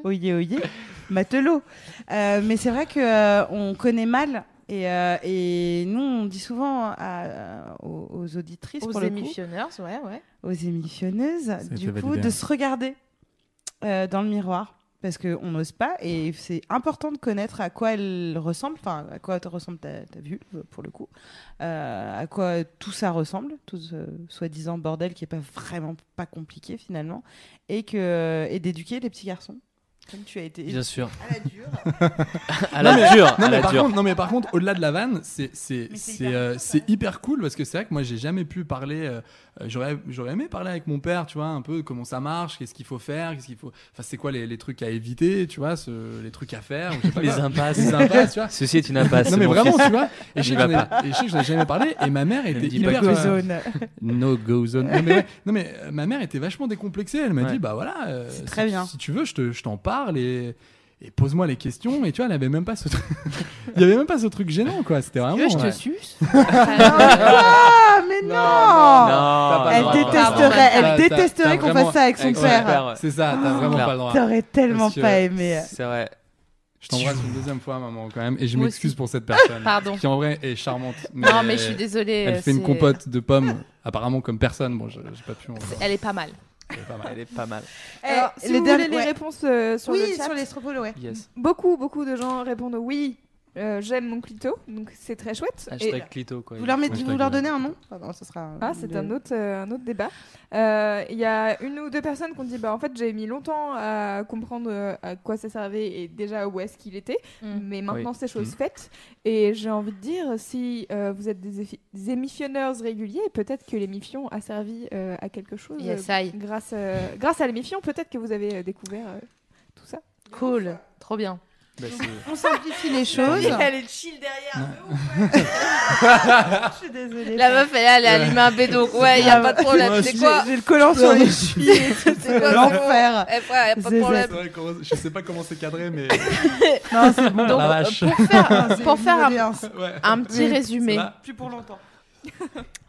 Speaker 1: oyez, oyez, [LAUGHS] matelot. Euh, mais c'est vrai que euh, on connaît mal. Et, euh, et nous, on dit souvent à- aux, aux auditrices,
Speaker 2: Aux
Speaker 1: pour le coup,
Speaker 2: émissionneurs, ouais, ouais.
Speaker 1: aux émissionneuses,
Speaker 4: été
Speaker 1: du coup,
Speaker 4: validé,
Speaker 1: de
Speaker 4: hein.
Speaker 1: se regarder euh, dans le miroir. Parce qu'on n'ose pas. Et c'est important de connaître à quoi elle ressemble. Enfin, à quoi te ressemble ta, ta vue, euh, pour le coup. Euh, à quoi tout ça ressemble. Tout ce soi-disant bordel qui est pas vraiment pas compliqué, finalement. Et, que, et d'éduquer les petits garçons. Comme tu as été.
Speaker 5: Bien sûr.
Speaker 1: À la dure.
Speaker 5: [LAUGHS] À la dure.
Speaker 4: Non
Speaker 5: à
Speaker 4: mais,
Speaker 5: la
Speaker 4: par
Speaker 5: dure.
Speaker 4: contre, non mais par contre, au-delà de la vanne, c'est c'est
Speaker 1: Mais c'est
Speaker 4: c'est
Speaker 1: hyper
Speaker 4: euh, c'est
Speaker 1: cool, ça.
Speaker 4: hyper cool parce que c'est vrai que moi j'ai jamais pu parler. euh, euh, j'aurais j'aurais aimé parler avec mon père, tu vois, un peu comment ça marche, qu'est-ce qu'il faut faire, qu'est-ce qu'il faut. Enfin, c'est quoi les, les trucs à éviter, tu vois, ce- les trucs à faire. ou je sais pas
Speaker 5: Les
Speaker 4: quoi.
Speaker 5: impasses.
Speaker 4: Les impasses, tu vois.
Speaker 5: Ceci est une impasse.
Speaker 4: Non mais
Speaker 5: mon
Speaker 4: vraiment,
Speaker 5: fils.
Speaker 4: tu vois. Et je
Speaker 5: J'y
Speaker 4: sais que j'en
Speaker 5: vais
Speaker 4: ai- et je sais que j'en ai jamais parlé. Et ma mère était
Speaker 5: me dis pas
Speaker 4: hyper
Speaker 5: que-
Speaker 4: euh,
Speaker 1: Zone.
Speaker 4: No go zone. Non mais, ouais. Non, mais, euh, ma mère était vachement décomplexée. Elle m'a
Speaker 5: Ouais.
Speaker 4: dit bah voilà, euh,
Speaker 1: C'est
Speaker 4: si,
Speaker 1: très
Speaker 4: tu-
Speaker 1: bien.
Speaker 4: si tu veux, je te- je t'en parle et, et pose-moi les questions. Et tu vois, elle avait même pas ce truc. [LAUGHS] Il y avait même pas ce truc gênant quoi. C'était vraiment.
Speaker 2: je te
Speaker 4: ouais. [LAUGHS]
Speaker 2: suce.
Speaker 1: Ah, mais [LAUGHS] non,
Speaker 5: Non, non, non,
Speaker 1: Elle
Speaker 5: non, non.
Speaker 1: détesterait,
Speaker 4: T'as-
Speaker 1: elle
Speaker 4: t'as-
Speaker 1: détesterait
Speaker 4: t'as
Speaker 1: qu'on
Speaker 4: vraiment-
Speaker 1: fasse ça avec son
Speaker 5: avec son
Speaker 1: père.
Speaker 5: père.
Speaker 4: C'est ça. T'as vraiment
Speaker 5: Claire.
Speaker 4: pas le droit.
Speaker 1: T'aurais tellement
Speaker 4: Parce que-
Speaker 1: pas aimé.
Speaker 5: C'est vrai.
Speaker 4: Je t'embrasse une deuxième fois, maman, quand même. Et je
Speaker 2: Moi
Speaker 4: m'excuse
Speaker 2: aussi.
Speaker 4: pour cette personne.
Speaker 2: Pardon.
Speaker 4: Qui en vrai est charmante. Mais
Speaker 2: Non, mais je suis désolée.
Speaker 4: Elle
Speaker 2: euh,
Speaker 4: fait une
Speaker 2: c'est-
Speaker 4: compote de pommes, [LAUGHS] apparemment comme personne. Bon, je- j'ai pas pu. en voir.
Speaker 2: c'est- Elle est pas
Speaker 1: [LAUGHS]
Speaker 2: mal.
Speaker 4: Elle est pas mal.
Speaker 5: Elle est pas mal.
Speaker 6: Alors,
Speaker 1: Eh,
Speaker 6: si
Speaker 1: les
Speaker 6: vous
Speaker 1: derniers-
Speaker 6: voulez les
Speaker 1: ouais.
Speaker 6: réponses euh, sur
Speaker 1: oui,
Speaker 6: le chat,
Speaker 1: sur les stropolos, ouais.
Speaker 5: Yes.
Speaker 6: beaucoup, beaucoup de gens répondent oui, euh, j'aime mon clito, donc c'est très chouette. Et-
Speaker 5: Hashtag clito quoi.
Speaker 1: Vous leur, mettez-
Speaker 4: Ouais, je
Speaker 1: vous leur
Speaker 4: rigole.
Speaker 1: donnez un nom Ah non, ça sera.
Speaker 6: Ah, c'est
Speaker 1: le-
Speaker 6: un autre, euh, un autre débat. Euh, Il y a une ou deux personnes qui ont dit bah en fait j'ai mis longtemps à comprendre euh, à quoi ça servait et déjà où est-ce qu'il était,
Speaker 2: Mm.
Speaker 6: mais maintenant c'est chose
Speaker 4: Mm.
Speaker 6: faite. Et j'ai envie de dire si euh, vous êtes des, effi- des émissionneurs réguliers, peut-être que l'émission a servi euh, à quelque chose.
Speaker 2: Yes, I.
Speaker 6: euh, grâce, euh, grâce à l'émission, peut-être que vous avez euh, découvert euh, tout ça.
Speaker 2: Cool. Trop bien.
Speaker 5: Bah, c'est-
Speaker 1: On simplifie les
Speaker 5: [LAUGHS]
Speaker 1: choses.
Speaker 7: est chill derrière.
Speaker 1: Je suis désolée.
Speaker 2: La meuf, elle, est là, elle a allumé un bédo. Ouais,
Speaker 5: Ah
Speaker 2: y a pas de problème. C'est
Speaker 1: J'ai-
Speaker 2: quoi
Speaker 1: J'ai le collant sur les chevilles. et tout,
Speaker 2: C'est
Speaker 1: C'est
Speaker 2: quoi,
Speaker 1: l'enfer.
Speaker 2: Eh, ouais, y a pas de
Speaker 1: Zézette.
Speaker 2: problème.
Speaker 4: C'est vrai qu'on- Je sais pas comment c'est
Speaker 2: [LAUGHS]
Speaker 4: cadré, mais.
Speaker 1: Non, c'est bon.
Speaker 2: Donc,
Speaker 5: La
Speaker 2: euh,
Speaker 5: vache.
Speaker 2: pour
Speaker 1: Ah, [LAUGHS]
Speaker 2: faire, pour faire un,
Speaker 4: Ouais.
Speaker 2: un petit résumé,
Speaker 4: va.
Speaker 1: Plus pour longtemps.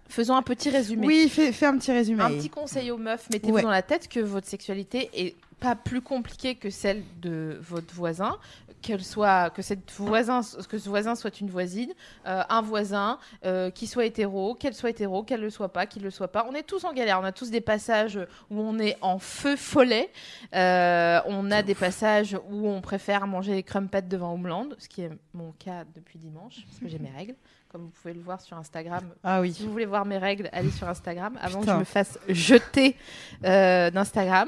Speaker 2: faisons un petit résumé.
Speaker 1: Oui, fais, fais un petit résumé.
Speaker 2: Un petit conseil aux meufs, mettez-vous
Speaker 1: Ouais.
Speaker 2: dans la tête que votre sexualité est pas plus compliquée que celle de votre voisin, qu'elle soit que cette voisin que ce voisin soit une voisine, euh, un voisin euh, qui soit hétéro, qu'elle soit hétéro, qu'elle le soit pas, qu'il le soit pas. On est tous en galère, on a tous des passages où on est en feu follet, Euh, on a des passages où on préfère manger les crumpets devant Homeland, ce qui est mon cas depuis dimanche parce que j'ai mes règles. comme vous pouvez le voir sur Instagram.
Speaker 1: Ah oui.
Speaker 2: Si vous voulez voir mes règles, allez sur Instagram avant que
Speaker 1: Putain.
Speaker 2: je me fasse jeter euh, d'Instagram.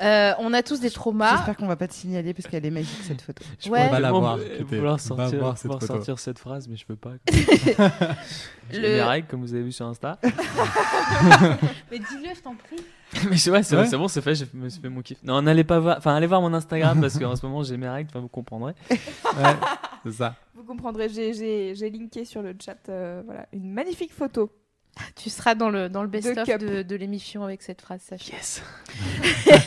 Speaker 2: Euh, on a tous des traumas.
Speaker 1: J'espère qu'on va pas te signaler parce qu'elle est magique cette photo.
Speaker 2: Ouais.
Speaker 5: pourrais
Speaker 2: Va
Speaker 4: la
Speaker 5: tellement
Speaker 4: voir,
Speaker 5: v-
Speaker 4: Kété. Va
Speaker 5: euh, vouloir sortir,
Speaker 4: voir cette
Speaker 5: vouloir
Speaker 4: photo.
Speaker 5: sortir cette phrase, mais je peux
Speaker 4: [LAUGHS]
Speaker 5: pas. J'ai
Speaker 2: Le-
Speaker 5: mes règles, comme vous avez vu sur Insta.
Speaker 7: Mais dis-le, je t'en prie.
Speaker 5: [LAUGHS] mais je- ouais, c'est
Speaker 4: Ouais.
Speaker 5: c'est bon, c'est fait, j'ai me suis fait mon kiff. Non, n'allez pas voir, enfin, allez voir mon
Speaker 4: [LAUGHS]
Speaker 5: Instagram parce qu'en ce moment, j'ai mes règles, enfin, vous comprendrez.
Speaker 4: Ouais, c'est ça.
Speaker 6: Vous comprendrez, j'ai- j'ai j'ai linké sur le chat euh, voilà, une magnifique photo.
Speaker 2: Tu seras dans le, dans le best-of
Speaker 6: cup.
Speaker 2: de, de l'émission avec cette phrase, sachez.
Speaker 5: Yes.
Speaker 2: [LAUGHS]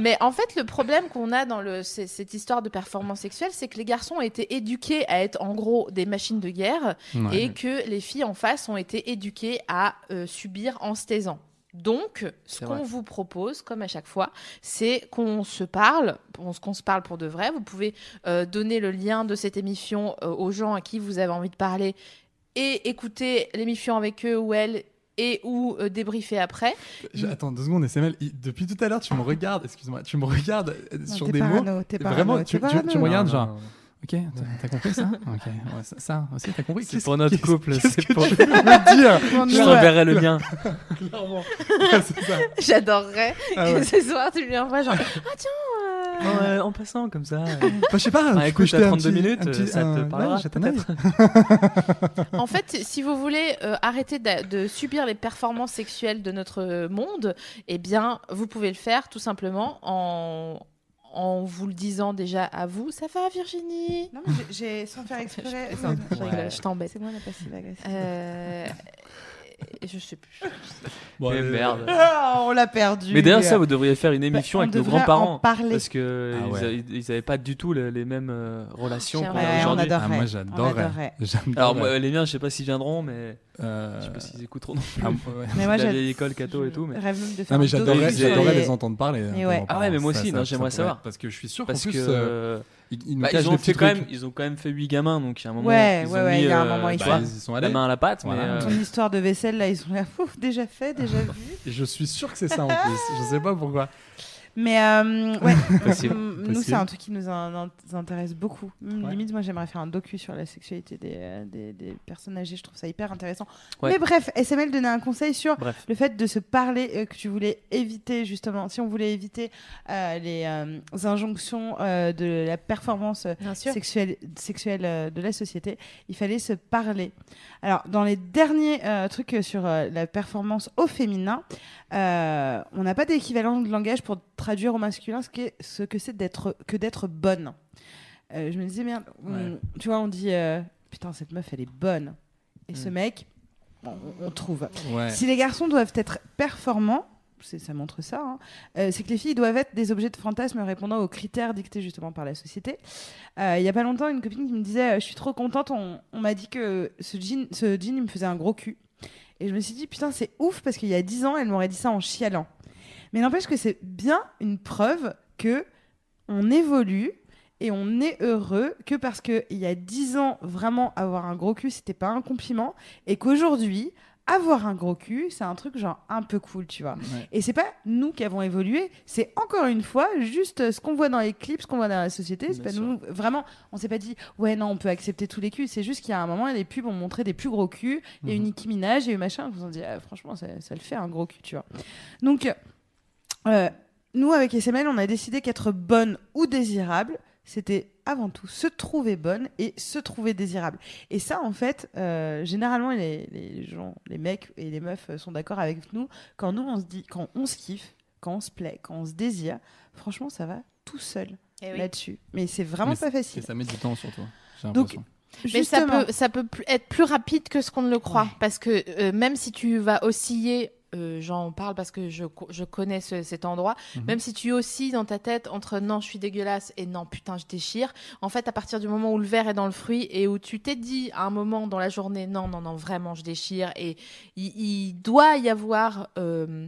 Speaker 2: Mais en fait, le problème qu'on a dans le, c- cette histoire de performance sexuelle, c'est que les garçons ont été éduqués à être en gros des machines de guerre
Speaker 4: Ouais.
Speaker 2: et que les filles en face ont été éduquées à euh, subir en se taisant. Donc, ce
Speaker 5: C'est
Speaker 2: qu'on
Speaker 5: vrai.
Speaker 2: vous propose, comme à chaque fois, c'est qu'on se parle, on, qu'on se parle pour de vrai. Vous pouvez euh, donner le lien de cette émission euh, aux gens à qui vous avez envie de parler et écouter l'émission avec eux ou elles et ou euh, débriefer après.
Speaker 4: Je- Attends deux secondes, SML. il- Depuis tout à l'heure, tu me regardes, excuse-moi, tu me regardes euh,
Speaker 1: Non,
Speaker 4: sur
Speaker 1: t'es
Speaker 4: des mots.
Speaker 1: parano, t'es
Speaker 4: Vraiment,
Speaker 1: parano,
Speaker 4: tu-
Speaker 1: t'es
Speaker 4: tu- tu
Speaker 1: parano.
Speaker 4: me regardes,
Speaker 5: Non,
Speaker 4: genre,
Speaker 5: non, non.
Speaker 4: Ok, t'as- t'as compris
Speaker 1: [LAUGHS]
Speaker 4: ça Ok, ouais, ça, ça aussi, t'as compris
Speaker 5: C'est
Speaker 4: Qu'est-ce-
Speaker 5: pour notre
Speaker 4: qu'est-ce-
Speaker 5: couple,
Speaker 4: qu'est-ce
Speaker 5: c'est
Speaker 4: que
Speaker 5: pour- [LAUGHS]
Speaker 4: tu veux me dire
Speaker 5: Je
Speaker 4: Ouais.
Speaker 5: t'enverrai le lien.
Speaker 4: [LAUGHS] [LAUGHS]
Speaker 2: [LAUGHS]
Speaker 4: Clairement. [LAUGHS] Ouais, c'est ça.
Speaker 2: J'adorerais
Speaker 4: Ah ouais.
Speaker 2: que ce soir tu lui envoies
Speaker 4: [LAUGHS]
Speaker 2: genre Ah,
Speaker 5: Euh, en passant, comme ça.
Speaker 4: Bah, je sais pas,
Speaker 5: Bah,
Speaker 4: tu peux
Speaker 5: écoute,
Speaker 4: jeter
Speaker 5: à
Speaker 4: un
Speaker 5: 32
Speaker 4: petit-
Speaker 5: minutes, euh,
Speaker 4: un petit-
Speaker 5: ça te
Speaker 4: un- ouais,
Speaker 5: parlera,
Speaker 4: jette un œil. [LAUGHS]
Speaker 2: En fait, si vous voulez euh, arrêter d'a- de, subir les performances sexuelles de notre euh, monde, eh bien, vous pouvez le faire tout simplement en, en vous le disant déjà à vous. Ça va, Virginie
Speaker 1: Non, mais j'ai- j'ai sans faire exprès.
Speaker 2: Non, [LAUGHS] je
Speaker 1: Ouais.
Speaker 2: rigole, je t'embête.
Speaker 1: C'est moi la passive agressive.
Speaker 2: Euh, je sais plus.
Speaker 4: Bon,
Speaker 5: Mais
Speaker 4: allez,
Speaker 5: Eh, merde.
Speaker 1: Ah, on l'a perdu. euh,
Speaker 5: Mais d'ailleurs, ça, vous devriez faire une émission
Speaker 1: on
Speaker 5: avec nos
Speaker 1: devrait en
Speaker 5: grands-parents.
Speaker 1: parler.
Speaker 5: Parce que
Speaker 4: Ah
Speaker 5: ils
Speaker 4: ouais.
Speaker 5: a- ils, n'avaient pas du tout le- les mêmes euh, relations
Speaker 2: C'est
Speaker 5: qu'on
Speaker 2: vrai,
Speaker 5: a
Speaker 1: Ouais, on
Speaker 5: aujourd'hui.
Speaker 1: adorerait.
Speaker 4: Ah, moi,
Speaker 1: On
Speaker 4: j'adorerais.
Speaker 1: adorerait.
Speaker 4: J'adorerais.
Speaker 5: Alors, moi, les miens, je sais pas s'ils viendront, mais
Speaker 4: Euh,
Speaker 5: je sais pas s'ils écouteront non plus.
Speaker 4: ah, ouais.
Speaker 1: Mais
Speaker 5: la
Speaker 1: moi, j'ad-
Speaker 5: vieille école, catho et tout, mais-
Speaker 1: je rêve même de faire
Speaker 4: Non mais
Speaker 1: une docu
Speaker 4: j'adorais,
Speaker 1: sur
Speaker 4: j'adorais
Speaker 1: les-
Speaker 4: les entendre parler.
Speaker 1: Mais ouais.
Speaker 5: Ah ouais, mais moi
Speaker 4: Ça-
Speaker 5: aussi,
Speaker 4: ça-
Speaker 5: non,
Speaker 4: ça
Speaker 5: j'aimerais
Speaker 4: pourrait-
Speaker 5: savoir.
Speaker 4: Parce que je suis sûr qu'en
Speaker 5: Parce
Speaker 4: plus,
Speaker 5: que.
Speaker 4: euh,
Speaker 5: euh,
Speaker 4: ils ils nous
Speaker 5: bah,
Speaker 4: cachent
Speaker 5: ils, ont
Speaker 4: des
Speaker 5: fait
Speaker 4: petits
Speaker 5: quand
Speaker 4: trucs.
Speaker 5: même, ils ont quand même fait 8 gamins, donc il y a un moment.
Speaker 1: Ouais,
Speaker 5: ils
Speaker 1: ouais,
Speaker 5: ont
Speaker 1: ouais,
Speaker 5: mis,
Speaker 1: il y a un
Speaker 5: euh,
Speaker 1: moment, il
Speaker 5: tu
Speaker 1: faut-
Speaker 5: vois,
Speaker 4: Bah, ils y sont
Speaker 5: la
Speaker 4: allés.
Speaker 5: main à la pâte,
Speaker 4: Voilà.
Speaker 5: mais. euh,
Speaker 1: Ton histoire de vaisselle, là, ils sont là, ouf, déjà
Speaker 5: [LAUGHS]
Speaker 1: fait, déjà vu.
Speaker 4: Je suis sûr que c'est ça en plus. Je sais pas pourquoi.
Speaker 1: Mais euh, ouais,
Speaker 5: [LAUGHS] Possible,
Speaker 1: hum, nous,
Speaker 4: possible.
Speaker 1: c'est un truc qui nous in- in- intéresse beaucoup. Hum,
Speaker 4: Ouais.
Speaker 1: Limite, moi, j'aimerais faire un docu sur la sexualité des, euh, des, des personnes âgées. Je trouve ça hyper intéressant.
Speaker 5: Ouais.
Speaker 1: Mais bref, SML donnait un conseil sur
Speaker 5: Bref.
Speaker 1: le fait de se parler euh, que tu voulais éviter, justement. Si on voulait éviter euh, les euh, injonctions euh, de la performance euh,
Speaker 2: Bien
Speaker 1: sexuelle, sexuelle euh, de la société, il fallait se parler. Alors, dans les derniers euh, trucs euh, sur euh, la performance au féminin, euh, on n'a pas d'équivalent de langage pour traduire au masculin ce, qu'est- ce que c'est d'être que d'être bonne. Euh, je me disais, merde, on-
Speaker 4: Ouais.
Speaker 1: tu vois, on dit, euh, putain, cette meuf, elle est bonne. Et ce
Speaker 5: Mm.
Speaker 1: mec, on, on trouve.
Speaker 4: Ouais.
Speaker 1: Si les garçons doivent être performants, c'est- ça montre ça, hein, euh, c'est que les filles doivent être des objets de fantasme répondant aux critères dictés justement par la société. Euh, Il y a pas longtemps, une copine qui me disait euh, Je suis trop contente, on, on m'a dit que ce jean, ce jean, il me faisait un gros cul. Et je me suis dit Putain, c'est ouf parce qu'il y a 10 ans, elle m'aurait dit ça en chialant. Mais n'empêche que c'est bien une preuve que on évolue et on est heureux que parce qu'il y a 10 ans, vraiment avoir un gros cul, c'était pas un compliment et qu'aujourd'hui, avoir un gros cul, c'est un truc genre un peu cool, tu vois.
Speaker 4: Ouais.
Speaker 1: Et c'est pas nous qui avons évolué, c'est encore une fois juste euh, ce qu'on voit dans les clips, ce qu'on voit dans la société. C'est
Speaker 5: Bien
Speaker 1: pas
Speaker 5: sûr.
Speaker 1: nous, vraiment, on s'est pas dit, ouais, non, on peut accepter tous les culs. C'est juste qu'il y a un moment, les pubs ont montré des plus gros culs, il y a eu
Speaker 4: Mhm.
Speaker 1: Nicki Minaj, il y a eu machin. On s'est dit, ah, franchement, ça, ça le fait un gros cul, tu vois. Donc, euh, nous, avec SML, on a décidé qu'être bonne ou désirable, c'était avant tout se trouver bonne et se trouver désirable. Et ça, en fait, euh, généralement, les, les gens, les mecs et les meufs euh, sont d'accord avec nous. Quand nous, on se dit, quand on se kiffe, quand on se plaît, quand on se désire, franchement, ça va tout seul
Speaker 2: Eh
Speaker 7: Eh
Speaker 1: là-dessus. Mais c'est vraiment
Speaker 4: Mais
Speaker 1: pas
Speaker 4: Et
Speaker 1: facile.
Speaker 4: ça met du temps sur toi. j'ai
Speaker 1: Donc,
Speaker 4: l'impression.
Speaker 2: Mais ça
Speaker 1: Justement.
Speaker 2: peut, ça peut plus- être plus rapide que ce qu'on ne le croit.
Speaker 1: Ouais.
Speaker 2: Parce que euh, même si tu vas osciller, euh, j'en parle parce que je, co- je connais ce- cet endroit,
Speaker 4: Mhm.
Speaker 2: même si tu oscilles dans ta tête entre non, je suis dégueulasse et non, putain, je déchire, en fait, à partir du moment où le verre est dans le fruit et où tu t'es dit à un moment dans la journée, non, non, non, vraiment, je déchire, et il, il doit y avoir. euh,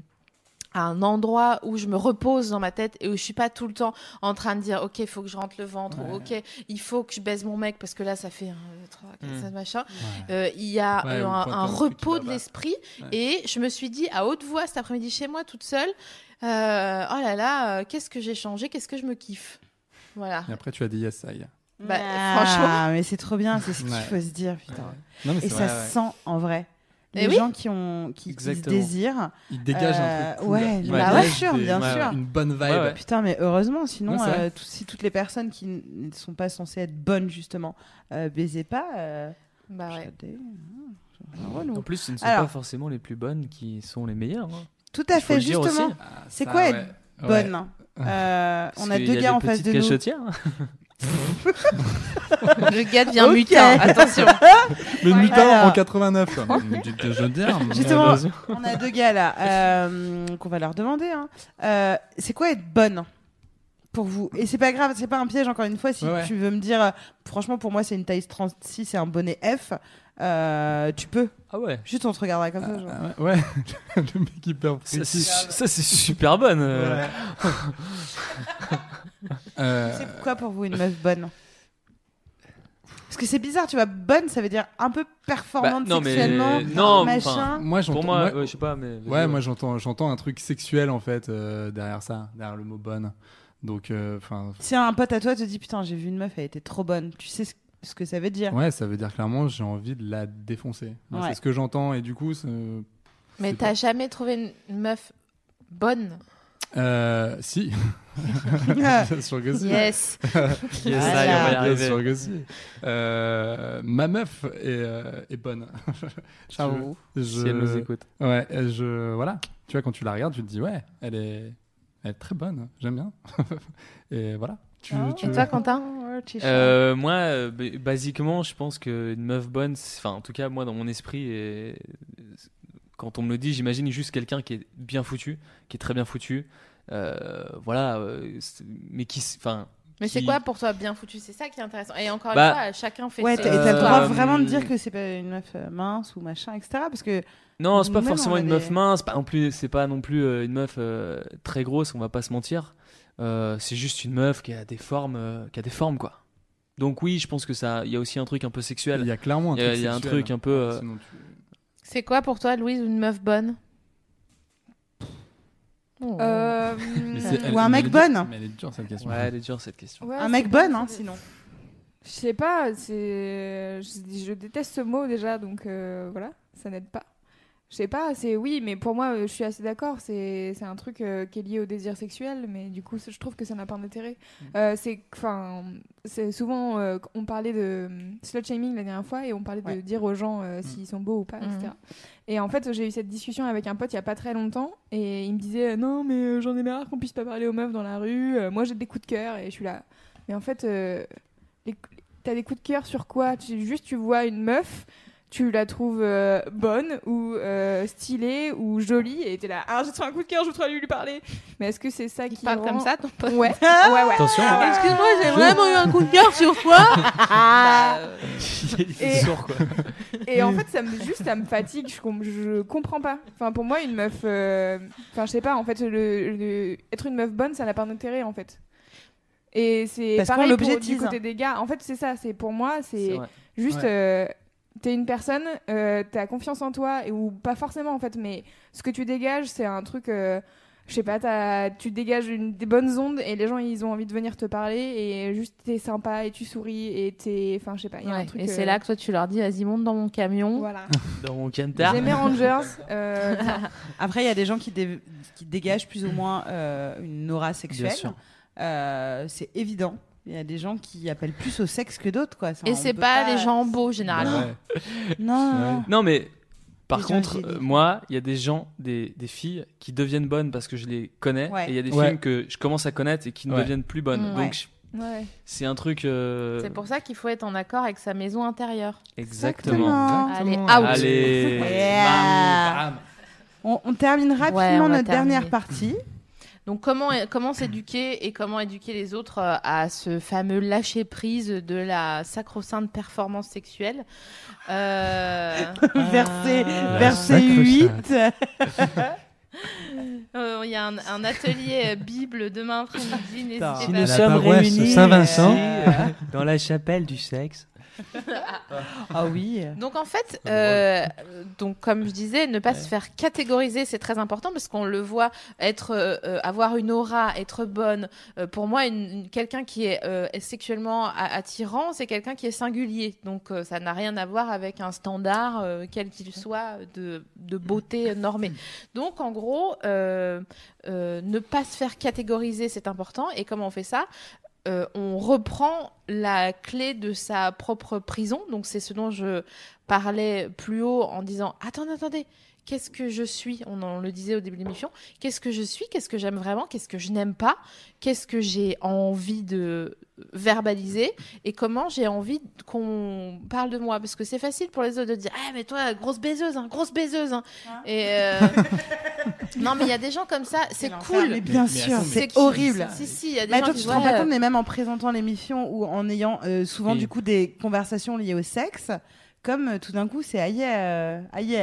Speaker 2: un endroit où je me repose dans ma tête et où je suis pas tout le temps en train de dire ok il faut que je rentre le ventre ou,
Speaker 4: Ouais.
Speaker 2: ok il faut que je baise mon mec parce que là ça fait 1, 3, 4,
Speaker 5: Mm.
Speaker 2: machin.
Speaker 4: Ouais.
Speaker 2: Euh, il y a
Speaker 4: Hmm. Ouais,
Speaker 2: euh,
Speaker 4: ou
Speaker 2: un,
Speaker 4: quand
Speaker 2: un
Speaker 4: t'as un truc qui
Speaker 2: repos
Speaker 4: va
Speaker 2: de
Speaker 4: pas.
Speaker 2: l'esprit
Speaker 4: Ouais.
Speaker 2: et je me suis dit à haute voix cet après-midi chez moi toute seule, euh, oh là là, euh, qu'est-ce que j'ai changé, qu'est-ce que je me kiffe. Voilà.
Speaker 4: Et après, tu as dit yes, ça y est.
Speaker 7: Bah,
Speaker 1: Ah,
Speaker 7: Franchement,
Speaker 1: mais c'est trop bien, c'est ce qu'il
Speaker 4: Ouais.
Speaker 1: faut se dire, putain.
Speaker 4: Non, mais c'est
Speaker 1: Et
Speaker 4: vrai,
Speaker 1: ça
Speaker 4: ouais.
Speaker 1: se sent en vrai.
Speaker 7: Eh
Speaker 1: Les
Speaker 7: oui.
Speaker 1: gens qui ont qui, qui se
Speaker 4: Exactement.
Speaker 1: désirent.
Speaker 4: Il dégage
Speaker 1: Euh,
Speaker 4: un truc. Cool,
Speaker 1: ouais,
Speaker 4: Il
Speaker 1: bah
Speaker 4: dégage
Speaker 1: bien sûr, bien sûr.
Speaker 4: Une bonne vibe.
Speaker 5: Ouais, ouais.
Speaker 1: Putain, mais heureusement, sinon,
Speaker 4: Ouais, c'est vrai.
Speaker 1: euh, tout- si toutes les personnes qui n- ne sont pas censées être bonnes, justement, euh, baisaient pas. euh,
Speaker 7: bah ouais.
Speaker 1: j'adais- ah, c'est relou.
Speaker 5: Mmh. En plus, ce ne sont
Speaker 1: Alors-
Speaker 5: pas forcément les plus bonnes qui sont les meilleures. hein.
Speaker 1: Tout à
Speaker 5: Il faut
Speaker 1: fait,
Speaker 5: le dire
Speaker 1: justement.
Speaker 5: aussi.
Speaker 4: Ah,
Speaker 1: C'est
Speaker 4: ça,
Speaker 1: quoi
Speaker 4: ouais.
Speaker 1: être Bonne. Euh,
Speaker 5: Parce
Speaker 1: on a
Speaker 5: qu'il y
Speaker 1: deux
Speaker 5: des
Speaker 1: gars en face
Speaker 5: petites
Speaker 1: de nous.
Speaker 5: cachotières.
Speaker 7: [LAUGHS] Le gars devient
Speaker 1: Ok.
Speaker 7: mutin,
Speaker 1: [LAUGHS]
Speaker 5: [LAUGHS]
Speaker 7: attention.
Speaker 4: Le
Speaker 1: Ouais.
Speaker 4: mutant
Speaker 1: Alors-
Speaker 4: en
Speaker 1: [LAUGHS]
Speaker 4: 89. quoi. Mais dites que je dire, mais-
Speaker 1: Justement, on a deux gars là euh, qu'on va leur demander. hein. Euh, c'est quoi être bonne pour vous Et c'est pas grave, c'est pas un piège encore une fois. Si
Speaker 4: Ouais, ouais.
Speaker 1: tu veux me dire, euh, franchement pour moi c'est une taille 36 et un bonnet F, euh, tu peux.
Speaker 5: Ah ouais.
Speaker 1: Juste on te regardera comme ça. genre.
Speaker 4: Ah ouais, [LAUGHS] ouais. le mec hyper
Speaker 5: Ça, c'est
Speaker 4: précis.
Speaker 5: su- ça, c'est super bonne. euh. [LAUGHS]
Speaker 4: Euh,
Speaker 1: C'est quoi pour vous une meuf bonne Parce que c'est bizarre, tu vois, bonne ça veut dire un peu
Speaker 5: Bah,
Speaker 1: performante
Speaker 5: non, mais.
Speaker 1: sexuellement,
Speaker 5: Non, enfin,
Speaker 1: machin.
Speaker 4: Moi, j'entends.
Speaker 5: Pour moi,
Speaker 4: moi-
Speaker 5: ouais, je sais pas, mais.
Speaker 4: ouais, moi, j'entends, j'entends un truc sexuel en fait euh, derrière ça, derrière le mot bonne. Donc, euh, enfin,
Speaker 1: Si un pote à toi te dit putain j'ai vu une meuf, elle était trop bonne, tu sais ce- ce que ça veut dire.
Speaker 4: ouais, ça veut dire clairement, j'ai envie de la défoncer. Moi,
Speaker 1: Ouais.
Speaker 4: C'est ce que j'entends et du coup, c'est-
Speaker 7: Mais
Speaker 4: C'est
Speaker 7: t'as jamais trouvé une- une meuf bonne
Speaker 4: euh,
Speaker 7: [LAUGHS]
Speaker 4: si. Bien sûr que si. [LAUGHS]
Speaker 7: Yes.
Speaker 5: Yes,
Speaker 1: Voilà.
Speaker 5: aïe, on va Ah, y
Speaker 4: Bien
Speaker 5: arriver.
Speaker 4: sûr que si. Euh, ma meuf est, euh,
Speaker 7: [LAUGHS]
Speaker 4: est bonne. Si tu veux. Je,
Speaker 5: Si elle nous écoute.
Speaker 4: Ouais, euh, je voilà. Tu vois quand tu la regardes, tu te dis ouais, elle est, elle est très bonne. J'aime bien. [LAUGHS] et voilà. Tu,
Speaker 1: Ah.
Speaker 4: tu-
Speaker 7: Et toi, Quentin
Speaker 5: Euh, moi, euh, ba- basiquement, je pense qu'une meuf bonne, c'est- enfin, en tout cas, moi, dans mon esprit, et- quand on me le dit, j'imagine juste quelqu'un qui est bien foutu, qui est très bien foutu, euh, voilà, euh, c'est- mais qui, s- enfin,
Speaker 7: Mais c'est
Speaker 5: qui-
Speaker 7: quoi pour toi bien foutu C'est ça qui est intéressant. Et encore
Speaker 5: Bah,
Speaker 7: une fois, chacun fait
Speaker 1: Ouais,
Speaker 7: ses-
Speaker 1: t'as et t'as le droit
Speaker 5: Euh,
Speaker 1: vraiment de dire que c'est pas une meuf euh, mince ou machin, etc. Parce que
Speaker 5: Non, c'est pas
Speaker 1: Même on
Speaker 5: forcément
Speaker 1: a
Speaker 5: une
Speaker 1: des-
Speaker 5: meuf mince, pas non plus, c'est pas non plus euh, une meuf euh, très grosse, on va pas se mentir. Euh, c'est juste une meuf qui a des formes, euh, qui a des formes quoi. Donc oui, je pense que ça, il y a aussi un truc un peu
Speaker 4: Il
Speaker 5: sexuel.
Speaker 4: y a clairement un
Speaker 5: Il y a-
Speaker 4: truc.
Speaker 5: il y a un
Speaker 4: sexuel.
Speaker 5: truc un peu, euh,
Speaker 4: Sinon, tu-
Speaker 7: C'est quoi pour toi, Louise, une meuf bonne Oh.
Speaker 6: Euh,
Speaker 4: Mais c'est- elle-
Speaker 1: Ou un
Speaker 4: mais
Speaker 1: mec
Speaker 4: elle est dure-
Speaker 1: bonne.
Speaker 4: Mais elle est dure cette question.
Speaker 5: Ouais, elle est dure cette question.
Speaker 6: ouais,
Speaker 1: un
Speaker 6: c'est
Speaker 1: mec
Speaker 6: pas-
Speaker 1: bonne, hein, sinon.
Speaker 6: Je sais pas, c'est je, je déteste ce mot déjà, donc euh, voilà, ça n'aide pas. Je sais pas, c'est oui, mais pour moi, euh, je suis assez d'accord. C'est c'est un truc euh, qui est lié au désir sexuel, mais du coup, je trouve que ça n'a pas d'intérêt. Euh, c'est enfin, c'est souvent euh, on parlait de mm, slut shaming la dernière fois et on parlait de
Speaker 1: Ouais.
Speaker 6: dire aux gens euh, s'ils sont beaux ou pas,
Speaker 7: Mhm.
Speaker 6: etc. Et en fait, j'ai eu cette discussion avec un pote il y a pas très longtemps et il me disait non mais euh, j'en ai marre qu'on puisse pas parler aux meufs dans la rue. euh, moi j'ai des coups de cœur et je suis là. Mais en fait, euh, les- t'as des coups de cœur sur quoi Tu- Juste tu vois une meuf, tu la trouves euh, bonne ou euh, stylée ou jolie et t'es là ah j'ai trouvé un coup de cœur, je voudrais lui lui parler. Mais est-ce que c'est ça
Speaker 7: Il
Speaker 6: qui
Speaker 7: parle
Speaker 6: rend-
Speaker 7: comme ça, ton pote
Speaker 6: Ouais. ouais ouais.
Speaker 5: Attention.
Speaker 7: Excuse-moi, j'ai vraiment eu un coup de cœur sur toi. Bah,
Speaker 5: [LAUGHS]
Speaker 7: euh,
Speaker 6: Et-
Speaker 5: Sors, quoi.
Speaker 6: Et en fait, ça me juste, ça me fatigue. Je, com- je comprends pas. Enfin, pour moi, une meuf, euh, enfin, je sais pas. En fait, le, le- être une meuf bonne, ça n'a pas d'intérêt, en fait. Et c'est
Speaker 1: Parce qu'on
Speaker 6: pareil pour, du
Speaker 1: l'objectise.
Speaker 6: côté des gars. En fait, c'est ça. C'est pour moi,
Speaker 5: C'est
Speaker 6: c'est
Speaker 5: vrai.
Speaker 6: juste. euh, T'es une personne, euh, t'as confiance en toi, et, ou pas forcément en fait, mais ce que tu dégages, c'est un truc, euh, je sais pas, t'as- tu dégages une, des bonnes ondes et les gens ils ont envie de venir te parler, et juste t'es sympa et tu souris, et t'es. Enfin, je sais pas, il y a un
Speaker 7: ouais,
Speaker 6: truc.
Speaker 7: Et c'est
Speaker 6: euh,
Speaker 7: là que toi, tu leur dis, vas-y, monte dans mon camion. [LAUGHS]
Speaker 6: Voilà.
Speaker 5: Dans mon cantard. [LAUGHS]
Speaker 6: J'aimais Rangers. euh,
Speaker 1: Après, il y a des gens qui, dé- qui dégagent plus ou moins euh, une aura sexuelle.
Speaker 5: Bien sûr.
Speaker 1: Euh, c'est évident. Il y a des gens qui appellent plus au sexe que d'autres, quoi. Ça,
Speaker 7: Et
Speaker 1: on
Speaker 7: c'est
Speaker 1: peut
Speaker 7: pas les gens beaux, généralement.
Speaker 4: Ouais.
Speaker 1: Non. non, non.
Speaker 5: Non mais par
Speaker 1: Les gens
Speaker 5: contre,
Speaker 1: qui-
Speaker 5: euh, moi, il y a des gens, des, des filles qui deviennent bonnes parce que je les connais,
Speaker 1: Ouais.
Speaker 5: et il y a des
Speaker 4: Ouais.
Speaker 5: filles que je commence à connaître et qui ne
Speaker 4: Ouais.
Speaker 5: deviennent plus bonnes.
Speaker 7: Mm.
Speaker 5: Donc
Speaker 1: Ouais.
Speaker 5: je-
Speaker 6: ouais.
Speaker 5: c'est un truc. euh,
Speaker 7: C'est pour ça qu'il faut être en accord avec sa maison intérieure.
Speaker 5: Exactement.
Speaker 7: Allez, out.
Speaker 5: Allez.
Speaker 1: Yeah.
Speaker 5: Bam, bam.
Speaker 1: On, on termine rapidement
Speaker 7: Ouais, on va
Speaker 1: notre
Speaker 7: terminer.
Speaker 1: dernière partie.
Speaker 7: Donc comment comment s'éduquer et comment éduquer les autres euh, à ce fameux lâcher prise de la sacro-sainte performance sexuelle. Euh,
Speaker 1: [LAUGHS] verset
Speaker 7: euh,
Speaker 1: verset
Speaker 4: sacre
Speaker 1: 8.
Speaker 7: [LAUGHS] euh, Il y a un, un atelier euh, Bible demain après-midi.
Speaker 1: Putain.
Speaker 7: n'hésitez
Speaker 1: Si
Speaker 7: pas.
Speaker 5: sommes euh,
Speaker 4: paroisse
Speaker 5: réunis,
Speaker 4: Saint-Vincent.
Speaker 5: Dans la chapelle du sexe.
Speaker 1: Ah oui.
Speaker 2: Donc en fait, euh, donc comme je disais, ne pas se faire catégoriser, c'est très important parce qu'on le voit être, euh, euh, avoir une aura, être bonne. Euh, pour moi, une- une- quelqu'un qui est euh, sexuellement a- attirant, c'est quelqu'un qui est singulier. Donc euh, ça n'a rien à voir avec un standard, euh, quel qu'il soit, de, de beauté normée. Donc en gros, euh, euh, ne pas se faire catégoriser, c'est important. Et comment on fait ça euh, on reprend la clé de sa propre prison. Donc c'est ce dont je parlais plus haut en disant attendez, attendez, qu'est-ce que je suis On en le disait au début de l'émission. Qu'est-ce que je suis Qu'est-ce que j'aime vraiment Qu'est-ce que je n'aime pas Qu'est-ce que j'ai envie de verbaliser et comment j'ai envie qu'on parle de moi parce que c'est facile pour les autres de dire ah mais toi grosse baiseuse hein, grosse baiseuse hein.
Speaker 1: Ah.
Speaker 2: et
Speaker 1: [LAUGHS]
Speaker 2: euh, non mais il y a des gens comme ça c'est
Speaker 1: l'enfer.
Speaker 2: cool
Speaker 1: Mais bien
Speaker 4: Mais- mais
Speaker 1: sûr,
Speaker 4: attends, mais
Speaker 1: c'est
Speaker 2: qui-
Speaker 1: horrible.
Speaker 2: si si il y a des
Speaker 1: Mais
Speaker 2: gens qui
Speaker 1: attends, Bah, tu te
Speaker 2: voient,
Speaker 1: rends pas
Speaker 2: euh,
Speaker 1: compte, mais même en présentant l'émission ou en ayant euh, souvent
Speaker 5: Oui.
Speaker 1: du coup des conversations liées au sexe, comme euh, tout d'un coup c'est aïe, euh, aïe,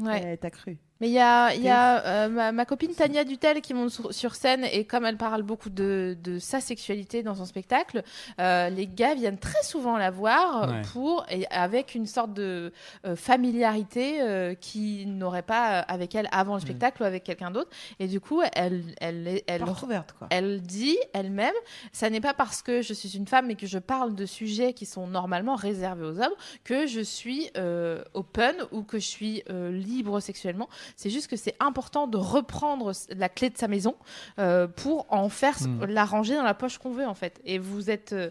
Speaker 2: ouais.
Speaker 1: euh, t'as cru.
Speaker 2: Mais il y a, il y
Speaker 1: C'était
Speaker 2: a euh, ma, ma copine Tania Dutel qui monte sur, sur scène et comme elle parle beaucoup de, de sa sexualité dans son spectacle, euh, les gars viennent très souvent la voir
Speaker 4: Ouais.
Speaker 2: pour et avec une sorte de euh, familiarité euh, qu'ils n'auraient pas euh, avec elle avant le spectacle ou avec quelqu'un d'autre. Et du coup, elle, elle, elle,
Speaker 1: Porte ouverte quoi.
Speaker 2: elle dit elle-même, ça n'est pas parce que je suis une femme et que je parle de sujets qui sont normalement réservés aux hommes que je suis euh, open ou que je suis euh, libre sexuellement. C'est juste que c'est important de reprendre s- la clé de sa maison euh, pour en faire s-
Speaker 4: Mm.
Speaker 2: la ranger dans la poche qu'on veut en fait. Et vous êtes euh,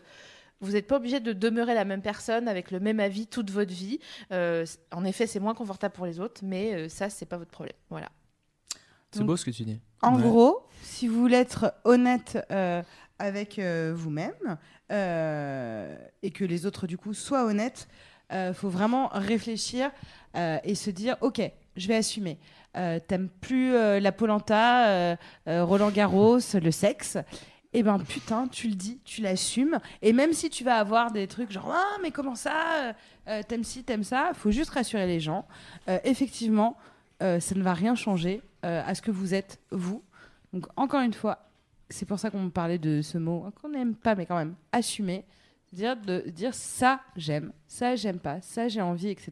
Speaker 2: vous n'êtes pas obligé de demeurer la même personne avec le même avis toute votre vie. Euh, c- en effet, c'est moins confortable pour les autres, mais euh, ça, c'est pas votre problème. Voilà.
Speaker 5: C'est beau ce que tu dis.
Speaker 1: En
Speaker 4: Ouais.
Speaker 1: gros, si vous voulez être honnête euh, avec euh, vous-même euh, et que les autres du coup soient honnêtes, euh, faut vraiment réfléchir euh, et se dire ok, je vais assumer. Euh, T'aimes plus euh, la polenta, euh, euh, Roland Garros, le sexe. Eh ben putain, tu le dis, tu l'assumes. Et même si tu vas avoir des trucs genre ah mais comment ça, euh, euh, t'aimes ci, t'aimes ça, faut juste rassurer les gens. Euh, effectivement, euh, ça ne va rien changer euh, à ce que vous êtes, vous. Donc, encore une fois, c'est pour ça qu'on parlait de ce mot hein, qu'on n'aime pas, mais quand même, assumer. Dire, de dire ça j'aime, ça j'aime pas, ça j'ai envie, etc.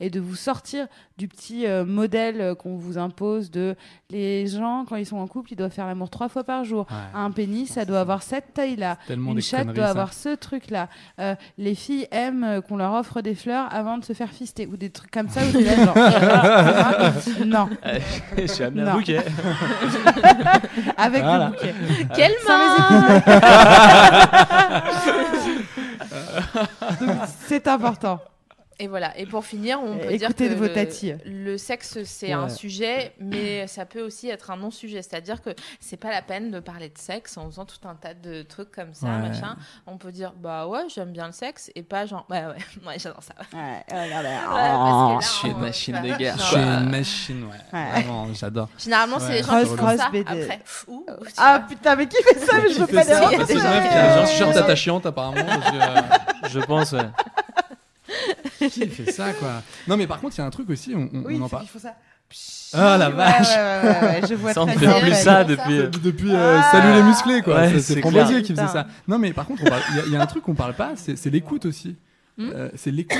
Speaker 1: Et de vous sortir du petit euh, modèle euh, qu'on vous impose de les gens, quand ils sont en couple, ils doivent faire l'amour trois fois par jour. Un pénis,
Speaker 4: Ah,
Speaker 1: ça doit avoir cette taille-là.
Speaker 4: Tellement
Speaker 1: Une
Speaker 4: des
Speaker 1: chatte
Speaker 4: conneries,
Speaker 1: doit
Speaker 4: ça.
Speaker 1: avoir ce truc-là. Euh, les filles aiment euh, qu'on leur offre des fleurs avant de se faire fister ou des trucs comme ça.
Speaker 4: [LAUGHS]
Speaker 1: Ou des
Speaker 5: [LAUGHS]
Speaker 1: non,
Speaker 5: Euh, je suis amené à un
Speaker 1: Non.
Speaker 5: bouquet.
Speaker 1: [LAUGHS] avec
Speaker 5: Voilà.
Speaker 1: le bouquet.
Speaker 5: [LAUGHS]
Speaker 2: Quelle main
Speaker 5: [LAUGHS]
Speaker 1: Donc, C'est important.
Speaker 2: Et voilà. Et pour finir, on peut
Speaker 1: Écoutez
Speaker 2: dire que
Speaker 1: de vos
Speaker 2: le-
Speaker 1: tatis.
Speaker 2: Le, sexe, c'est un
Speaker 4: Ouais.
Speaker 2: sujet, mais ça peut aussi être un non-sujet. C'est-à-dire que c'est pas la peine de parler de sexe en faisant tout un tas de trucs comme ça,
Speaker 4: Ouais.
Speaker 2: machin. On peut dire, bah ouais, j'aime bien le sexe, et pas genre, bah ouais, [LAUGHS] ouais, j'adore ça. Euh, Ouais,
Speaker 1: Ouais, oh regardez.
Speaker 2: Ah,
Speaker 4: Ah,
Speaker 2: parce que là,
Speaker 5: je suis une
Speaker 2: on-
Speaker 5: Ah, machine
Speaker 2: bah,
Speaker 5: de guerre.
Speaker 2: non.
Speaker 4: Je suis une machine, ouais.
Speaker 1: Ouais.
Speaker 4: Vraiment, j'adore.
Speaker 2: Généralement, c'est les gens
Speaker 1: Ouais.
Speaker 2: qui font
Speaker 1: Cross-
Speaker 2: ça
Speaker 1: cross BD.
Speaker 2: après. Ouh, tu
Speaker 1: Ah
Speaker 2: vois.
Speaker 1: putain, mais qui fait ça Mais je veux
Speaker 4: Qui
Speaker 1: pas
Speaker 4: fait ça
Speaker 1: derrière.
Speaker 4: C'est une meuf qui a genre shirt attachante, apparemment. parce que,
Speaker 5: [LAUGHS]
Speaker 4: euh,
Speaker 5: Je pense, ouais.
Speaker 4: Qui fait ça, quoi Non, mais par contre, il y a un truc aussi, on, on-
Speaker 1: Oui,
Speaker 4: on en
Speaker 1: faut
Speaker 4: parle.
Speaker 1: qu'il faut ça.
Speaker 4: Ah la
Speaker 1: Ouais,
Speaker 4: vache
Speaker 1: ouais, ouais, ouais, ouais, je vois
Speaker 5: Ça, on
Speaker 1: très
Speaker 5: ne
Speaker 2: bien,
Speaker 5: fait plus
Speaker 2: ouais,
Speaker 1: bien.
Speaker 5: ça
Speaker 2: c'est
Speaker 5: depuis. euh,
Speaker 4: Depuis euh, Salut les musclés, quoi.
Speaker 5: Ouais,
Speaker 4: Ça,
Speaker 5: c'est
Speaker 4: c'est Framboisier
Speaker 1: clair.
Speaker 4: qui faisait ça.
Speaker 1: Putain.
Speaker 4: Non, mais par contre, on parle- il y a- il y, a un truc qu'on parle pas, c'est c'est l'écoute aussi.
Speaker 2: Hmm.
Speaker 4: Euh, c'est l'écoute.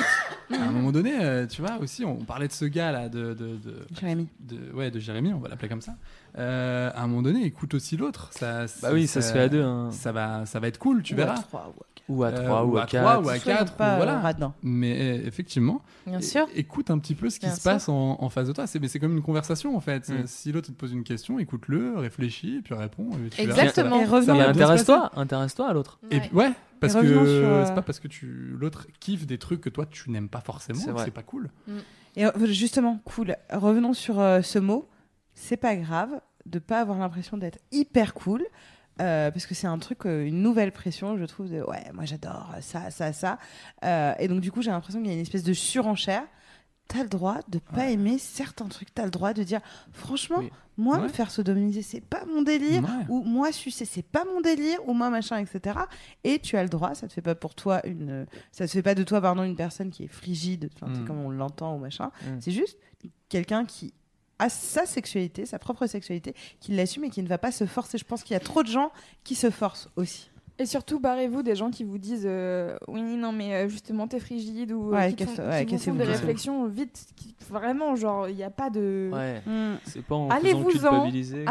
Speaker 1: Hmm.
Speaker 4: À un moment donné, euh, tu vois, aussi, on parlait de ce gars-là, de- de- de,
Speaker 1: Jérémy.
Speaker 4: de, ouais, de Jérémy, on va l'appeler comme ça. Euh, à un moment donné, écoute aussi l'autre. Ça,
Speaker 5: Bah oui, ça se fait à deux. hein.
Speaker 4: Ça va, ça va être cool, tu
Speaker 1: Ou à
Speaker 4: verras.
Speaker 1: trois, ou à quatre.
Speaker 5: Ou à
Speaker 4: Euh,
Speaker 5: trois, ou à
Speaker 4: trois,
Speaker 5: quatre.
Speaker 4: ou à
Speaker 1: Soyons
Speaker 4: quatre, ou
Speaker 1: pas, euh,
Speaker 4: voilà.
Speaker 1: radins.
Speaker 4: Mais euh, effectivement,
Speaker 2: Bien
Speaker 4: é-
Speaker 2: sûr.
Speaker 4: écoute un petit peu ce qui
Speaker 2: Bien
Speaker 4: se
Speaker 2: sûr.
Speaker 4: passe en, en face de toi. C'est, mais c'est comme une conversation en fait.
Speaker 5: Mm.
Speaker 4: Si l'autre te pose une question, écoute-le, réfléchis, puis réponds. et tu verras,
Speaker 2: Exactement.
Speaker 5: Mais
Speaker 4: Ça
Speaker 1: Et
Speaker 4: va
Speaker 1: revenons.
Speaker 4: bien se
Speaker 5: intéresse-toi, intéresse-toi à l'autre.
Speaker 4: ça va- Et
Speaker 2: Ouais.
Speaker 4: puis- ouais, parce que
Speaker 1: revenons sur, euh,
Speaker 4: c'est pas parce que tu l'autre kiffe des trucs que toi tu n'aimes pas forcément,
Speaker 5: C'est
Speaker 4: que
Speaker 5: vrai.
Speaker 4: c'est pas cool.
Speaker 1: Et re- justement, cool. Revenons sur euh, ce mot. C'est pas grave de pas avoir l'impression d'être hyper cool. euh, parce que c'est un truc, euh, une nouvelle pression, je trouve, de ouais, moi j'adore euh, ça, ça, ça. Euh, et donc, du coup, j'ai l'impression qu'il y a une espèce de surenchère. T'as le droit de pas aimer certains trucs, t'as le droit de dire, franchement,
Speaker 5: Oui.
Speaker 1: moi, me
Speaker 4: Ouais.
Speaker 1: faire sodomiser, c'est pas mon délire,
Speaker 4: Ouais.
Speaker 1: ou moi, sucer, c'est pas mon délire, ou moi, machin, etc. Et tu as le droit, ça te fait pas pour toi une, ça se fait pas de toi pardon une personne qui est frigide enfin c'est
Speaker 4: Mm.
Speaker 1: comme on l'entend ou machin
Speaker 5: Mm.
Speaker 1: c'est juste quelqu'un qui a sa sexualité sa propre sexualité qui l'assume et qui ne va pas se forcer je pense qu'il y a trop de gens qui se forcent aussi
Speaker 6: Et surtout, barrez-vous des gens qui vous disent euh, oui, non, mais euh, justement, t'es frigide ou euh,
Speaker 1: Ouais,
Speaker 6: qui, te
Speaker 1: casse-
Speaker 6: font,
Speaker 1: ouais,
Speaker 6: qui vous font
Speaker 1: cassez-vous,
Speaker 6: des
Speaker 1: cassez-vous.
Speaker 6: réflexions vite. qui- vraiment, genre, il n'y a pas de.
Speaker 5: Ouais.
Speaker 1: Mm.
Speaker 5: C'est pas en faisant
Speaker 6: Allez-vous-en,
Speaker 5: culpabiliser. que-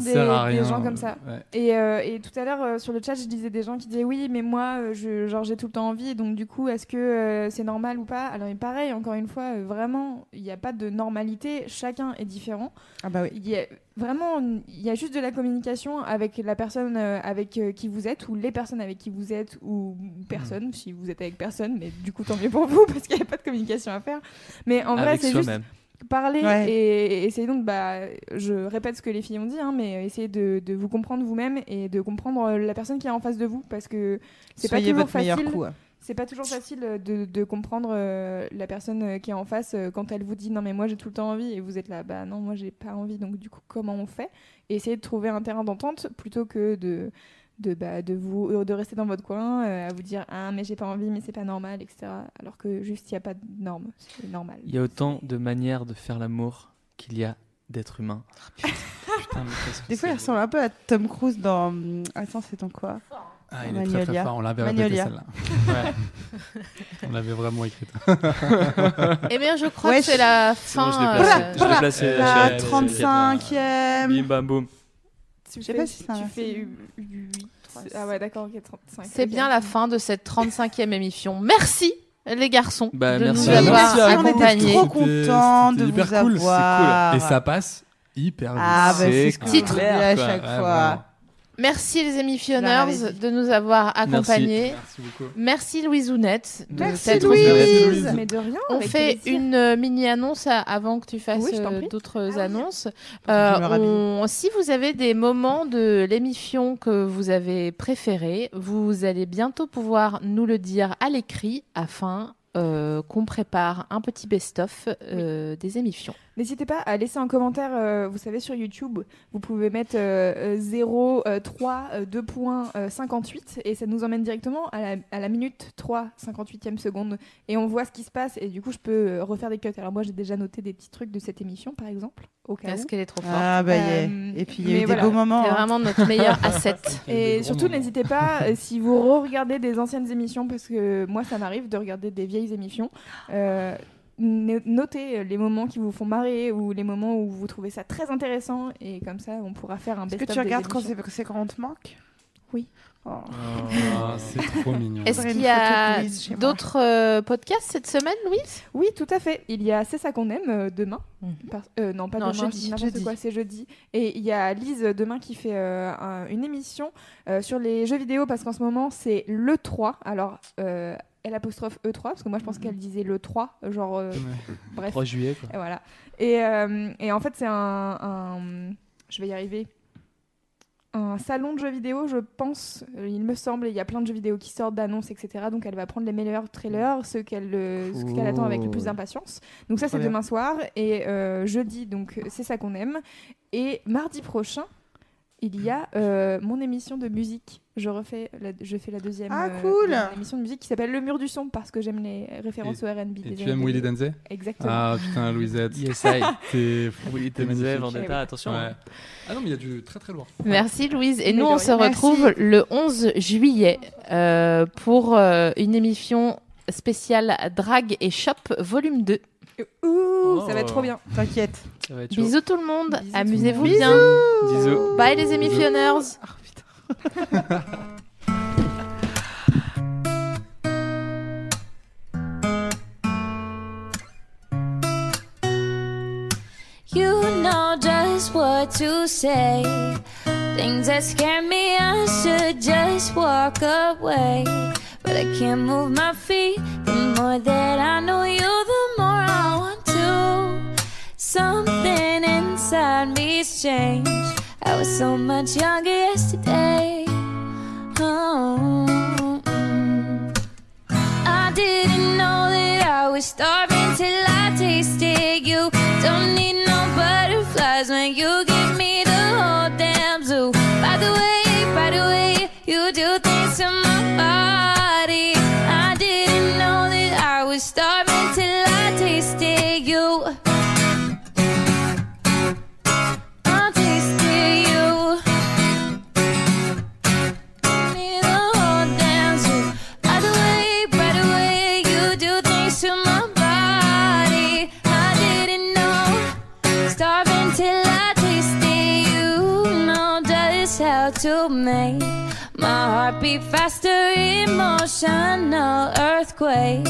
Speaker 4: ne
Speaker 6: des,
Speaker 4: sert à
Speaker 6: des
Speaker 4: rien,
Speaker 6: gens
Speaker 4: euh,
Speaker 6: comme ça.
Speaker 4: ouais.
Speaker 6: Et, euh, et tout à l'heure euh, sur le chat, je disais des gens qui disaient oui, mais moi, euh, je, genre, j'ai tout le temps envie, donc du coup, est-ce que euh, c'est normal ou pas Alors, et pareil, encore une fois, euh, vraiment, il n'y a pas de normalité. Chacun est différent.
Speaker 1: Ah bah oui.
Speaker 6: Il y a vraiment, il y a juste de la communication avec la personne euh, avec euh, qui vous êtes ou les personnes avec qui vous êtes ou
Speaker 1: Hmm.
Speaker 6: personne, si vous êtes avec personne, mais du coup tant mieux pour vous [LAUGHS] parce qu'il n'y a pas de communication à faire. Mais en vrai,
Speaker 5: Avec
Speaker 6: c'est juste
Speaker 5: soi-même.
Speaker 6: parler
Speaker 1: Ouais.
Speaker 6: et, et essayer donc, bah, je répète ce que les filles ont dit, hein, mais essayez de, de vous comprendre vous-même et de comprendre euh, la personne qui est en face de vous parce que c'est pas
Speaker 1: Soyez
Speaker 6: toujours
Speaker 1: votre
Speaker 6: facile.
Speaker 1: meilleur coup. hein.
Speaker 6: C'est pas toujours facile euh, de, de comprendre euh, la personne euh, qui est en face euh, quand elle vous dit non mais moi j'ai tout le temps envie et vous êtes là bah non moi j'ai pas envie donc du coup comment on fait et essayer de trouver un terrain d'entente plutôt que de de bah, de vous euh, de rester dans votre coin euh, à vous dire ah mais j'ai pas envie mais c'est pas normal etc alors que juste il y a pas de norme c'est normal
Speaker 5: Il y a autant de manières de faire l'amour qu'il y a d'êtres humains.
Speaker 2: Ah,
Speaker 5: Putain, mais qu'est-ce que
Speaker 1: Des fois,
Speaker 5: c'est
Speaker 1: il ressemble un peu à Tom Cruise dans. hum, Attends, c'est en quoi
Speaker 4: Ah, il est très très
Speaker 1: Magnolia.
Speaker 4: fort, on l'avait répété
Speaker 1: Magnolia.
Speaker 4: celle-là.
Speaker 1: [LAUGHS]
Speaker 4: [LAUGHS] on l'avait vraiment écrite.
Speaker 7: Eh bien, je crois
Speaker 1: Ouais,
Speaker 7: que c'est
Speaker 1: je-
Speaker 7: la
Speaker 5: C'est bon,
Speaker 7: fin.
Speaker 5: Oh,
Speaker 7: euh,
Speaker 5: je l'ai placé. Je l'ai placé,
Speaker 1: La
Speaker 5: chérie.
Speaker 1: 35e.
Speaker 5: Bim bam boum.
Speaker 6: tu
Speaker 1: sais pas si c'est un
Speaker 6: tu
Speaker 1: racine.
Speaker 6: fais u- u- huit, trois, ah ouais d'accord ok, 35
Speaker 7: C'est
Speaker 6: ok.
Speaker 7: bien la fin de cette 35e émission. Merci les garçons
Speaker 5: Bah,
Speaker 7: de
Speaker 5: merci
Speaker 7: nous
Speaker 5: à vous.
Speaker 7: avoir
Speaker 5: Merci à vous.
Speaker 7: accompagnés.
Speaker 1: Trop contents de
Speaker 4: hyper
Speaker 1: vous
Speaker 4: cool,
Speaker 1: avoir.
Speaker 4: C'est cool. Et ça passe hyper
Speaker 1: Ah, bah,
Speaker 4: vite.
Speaker 1: c'est
Speaker 5: C'est
Speaker 1: ce qu'on dit
Speaker 7: clair,
Speaker 1: à
Speaker 5: quoi.
Speaker 1: chaque
Speaker 4: Ouais,
Speaker 1: fois.
Speaker 4: Ah, vraiment.
Speaker 7: Merci les
Speaker 1: Je leur
Speaker 7: émissionneurs
Speaker 1: avais dit.
Speaker 7: de nous avoir accompagnés.
Speaker 4: Merci beaucoup.
Speaker 7: Merci, Louise Ounette. de
Speaker 1: Merci,
Speaker 7: t'être
Speaker 1: Louise.
Speaker 7: venue.
Speaker 1: Louise.
Speaker 6: mais de rien
Speaker 7: On
Speaker 6: avec
Speaker 7: fait
Speaker 6: plaisir.
Speaker 7: une euh, mini-annonce à- avant que tu fasses
Speaker 6: Oui, je t'en
Speaker 7: euh,
Speaker 6: prie.
Speaker 7: d'autres annonces.
Speaker 1: que je me
Speaker 7: Euh,
Speaker 1: rhabille.
Speaker 7: on- si vous avez des moments de l'émission que vous avez préférés, vous allez bientôt pouvoir nous le dire à l'écrit afin euh, qu'on prépare un petit best-of euh, des émissions.
Speaker 6: N'hésitez pas à laisser un commentaire, euh, vous savez, sur YouTube, vous pouvez mettre euh, euh, 0, euh, 3, euh, 2 points, euh, 58, et ça nous emmène directement à la, à la minute 3, 58e seconde, et on voit ce qui se passe, et du coup, je peux euh, refaire des cuts. Alors, moi, j'ai déjà noté des petits trucs de cette émission, par exemple, au cas
Speaker 7: Parce
Speaker 6: où.
Speaker 7: qu'elle est trop forte.
Speaker 1: Ah bah yeah.
Speaker 6: Euh,
Speaker 1: Et puis il y a eu
Speaker 6: mais
Speaker 1: des
Speaker 6: voilà,
Speaker 1: beaux moments.
Speaker 7: C'est
Speaker 1: hein.
Speaker 7: vraiment notre meilleur asset.
Speaker 6: Et surtout, n'hésitez pas, euh, si vous re-regardez des anciennes émissions, parce que moi, ça m'arrive de regarder des vieilles émissions, euh, no- notez les moments qui vous font marrer ou les moments où vous trouvez ça très intéressant, et comme ça, on pourra faire un
Speaker 1: Est-ce que
Speaker 6: best-of.
Speaker 1: tu
Speaker 6: des
Speaker 1: regardes quand c'est
Speaker 6: émissions.
Speaker 1: c'est quand on te manque
Speaker 6: Oui.
Speaker 1: Oh.
Speaker 4: Ah, c'est trop mignon.
Speaker 7: Est-ce
Speaker 1: Faudrait
Speaker 7: qu'il
Speaker 1: une
Speaker 7: y
Speaker 1: photo de
Speaker 7: a
Speaker 1: Louise chez moi.
Speaker 7: d'autres euh, podcasts cette semaine, Louise
Speaker 6: Oui, tout à fait. Il y a C'est ça qu'on aime euh, demain.
Speaker 7: Mhm.
Speaker 6: Par- euh, non, pas
Speaker 7: Non,
Speaker 6: demain,
Speaker 7: jeudi,
Speaker 6: je dis n'importe
Speaker 1: jeudi.
Speaker 6: quoi, c'est jeudi. Et il y a Lise demain qui fait euh, un- une émission euh, sur les jeux vidéo parce qu'en ce moment, c'est le 3. Alors, euh, L apostrophe E3, parce que moi, je pense
Speaker 7: Mhm.
Speaker 6: qu'elle disait le 3, genre. euh, bref.
Speaker 5: 3 juillet quoi.
Speaker 6: Et voilà. Et, euh, et en fait, c'est un, un- Je vais y arriver. Un salon de jeux vidéo, je pense, euh, il me semble. Il y a plein de jeux vidéo qui sortent d'annonces, etc. Donc elle va prendre les meilleurs trailers, ceux qu'elle euh, ceux qu'elle attend avec le plus
Speaker 5: Cool.
Speaker 6: d'impatience. Donc ça,
Speaker 1: Trop
Speaker 6: c'est
Speaker 1: bien.
Speaker 6: demain soir. Et euh, jeudi, donc c'est ça qu'on aime. Et mardi prochain. Il y a euh, mon émission de musique. Je refais, la, je fais la deuxième
Speaker 1: Ah,
Speaker 6: euh,
Speaker 1: cool.
Speaker 6: de mon émission de musique qui s'appelle Le Mur du Son parce que j'aime les références au R&B.
Speaker 4: Et
Speaker 6: des
Speaker 4: tu
Speaker 6: années
Speaker 4: aimes Willy
Speaker 6: 2000.
Speaker 4: Denzey
Speaker 6: Exactement.
Speaker 4: Ah putain, Louisette.
Speaker 5: Yes, I.
Speaker 4: [LAUGHS] T'es
Speaker 5: Oui,
Speaker 4: t'es
Speaker 5: t'es Manuel
Speaker 4: magnifique.
Speaker 5: Vendetta, attention. hein.
Speaker 4: Ouais. Ah non, mais il y a du très très loin.
Speaker 7: Merci Louise. Et
Speaker 6: Mais
Speaker 7: nous,
Speaker 6: de
Speaker 7: on
Speaker 6: rien.
Speaker 7: se retrouve le 11 juillet euh, pour euh, une émission spéciale Drag et Shop volume 2.
Speaker 6: Ouh,
Speaker 5: Oh.
Speaker 6: ça va être trop bien.
Speaker 1: T'inquiète.
Speaker 5: Ça va être chaud.
Speaker 7: Bisous tout le monde.
Speaker 6: Bisous tout le
Speaker 7: Amusez-vous
Speaker 6: monde. Oh,
Speaker 7: bien.
Speaker 5: Bisous.
Speaker 7: Bye les émissionneurs. [LAUGHS]
Speaker 8: You know just what to say. Things that scare me, I should just walk away. But I can't move my feet. The more that I know you, the more I want to. Something inside me's changed. I was so much younger yesterday. Oh, mm. I didn't know that I was starving till I tasted you. Don't need no butterflies when you give me the whole damn zoo. By the way, by the way, you do things to my body. I didn't know that I was starving till I tasted you. I tasted you. Give me the spell to make my heart beat faster. Emotional earthquake,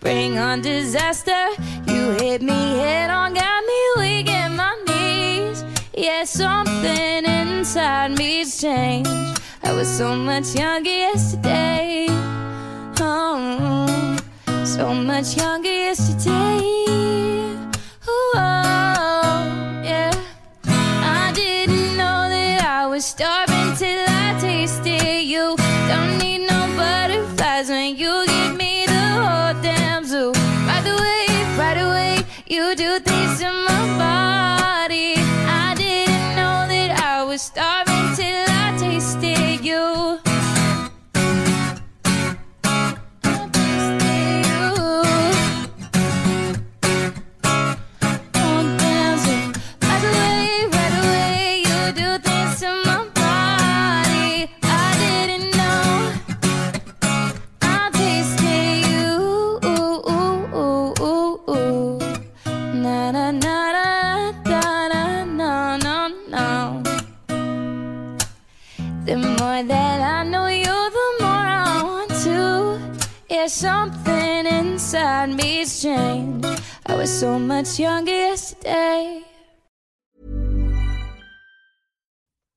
Speaker 8: bring on disaster. You hit me head on, got me weak in my knees. Yeah, something inside me's changed. I was so much younger yesterday. Oh, so much younger yesterday. Ooh, oh, yeah. I didn't know that I was starving till I tasted you. Don't need no butterflies when you give me the whole damn zoo. Right away, right away, you do things to my body. I didn't know that I was starving till I tasted you. I tasted you. Don't dance it. Right away, right away, you do things to my body. I didn't know. I tasted you. Na na na na da, na na na na. The more that I know you, the more I want to. Yeah, something inside me's changed. I was so much younger yesterday.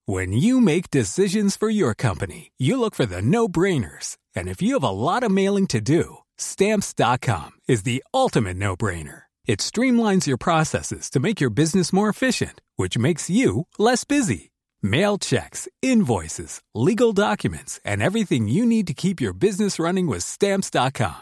Speaker 11: When you make decisions for your company, you look for the no brainers. And if you have a lot of mailing to do, stamps.com is the ultimate no brainer. It streamlines your processes to make your business more efficient, which makes you less busy. Mail checks, invoices, legal documents, and everything you need to keep your business running with stamps.com.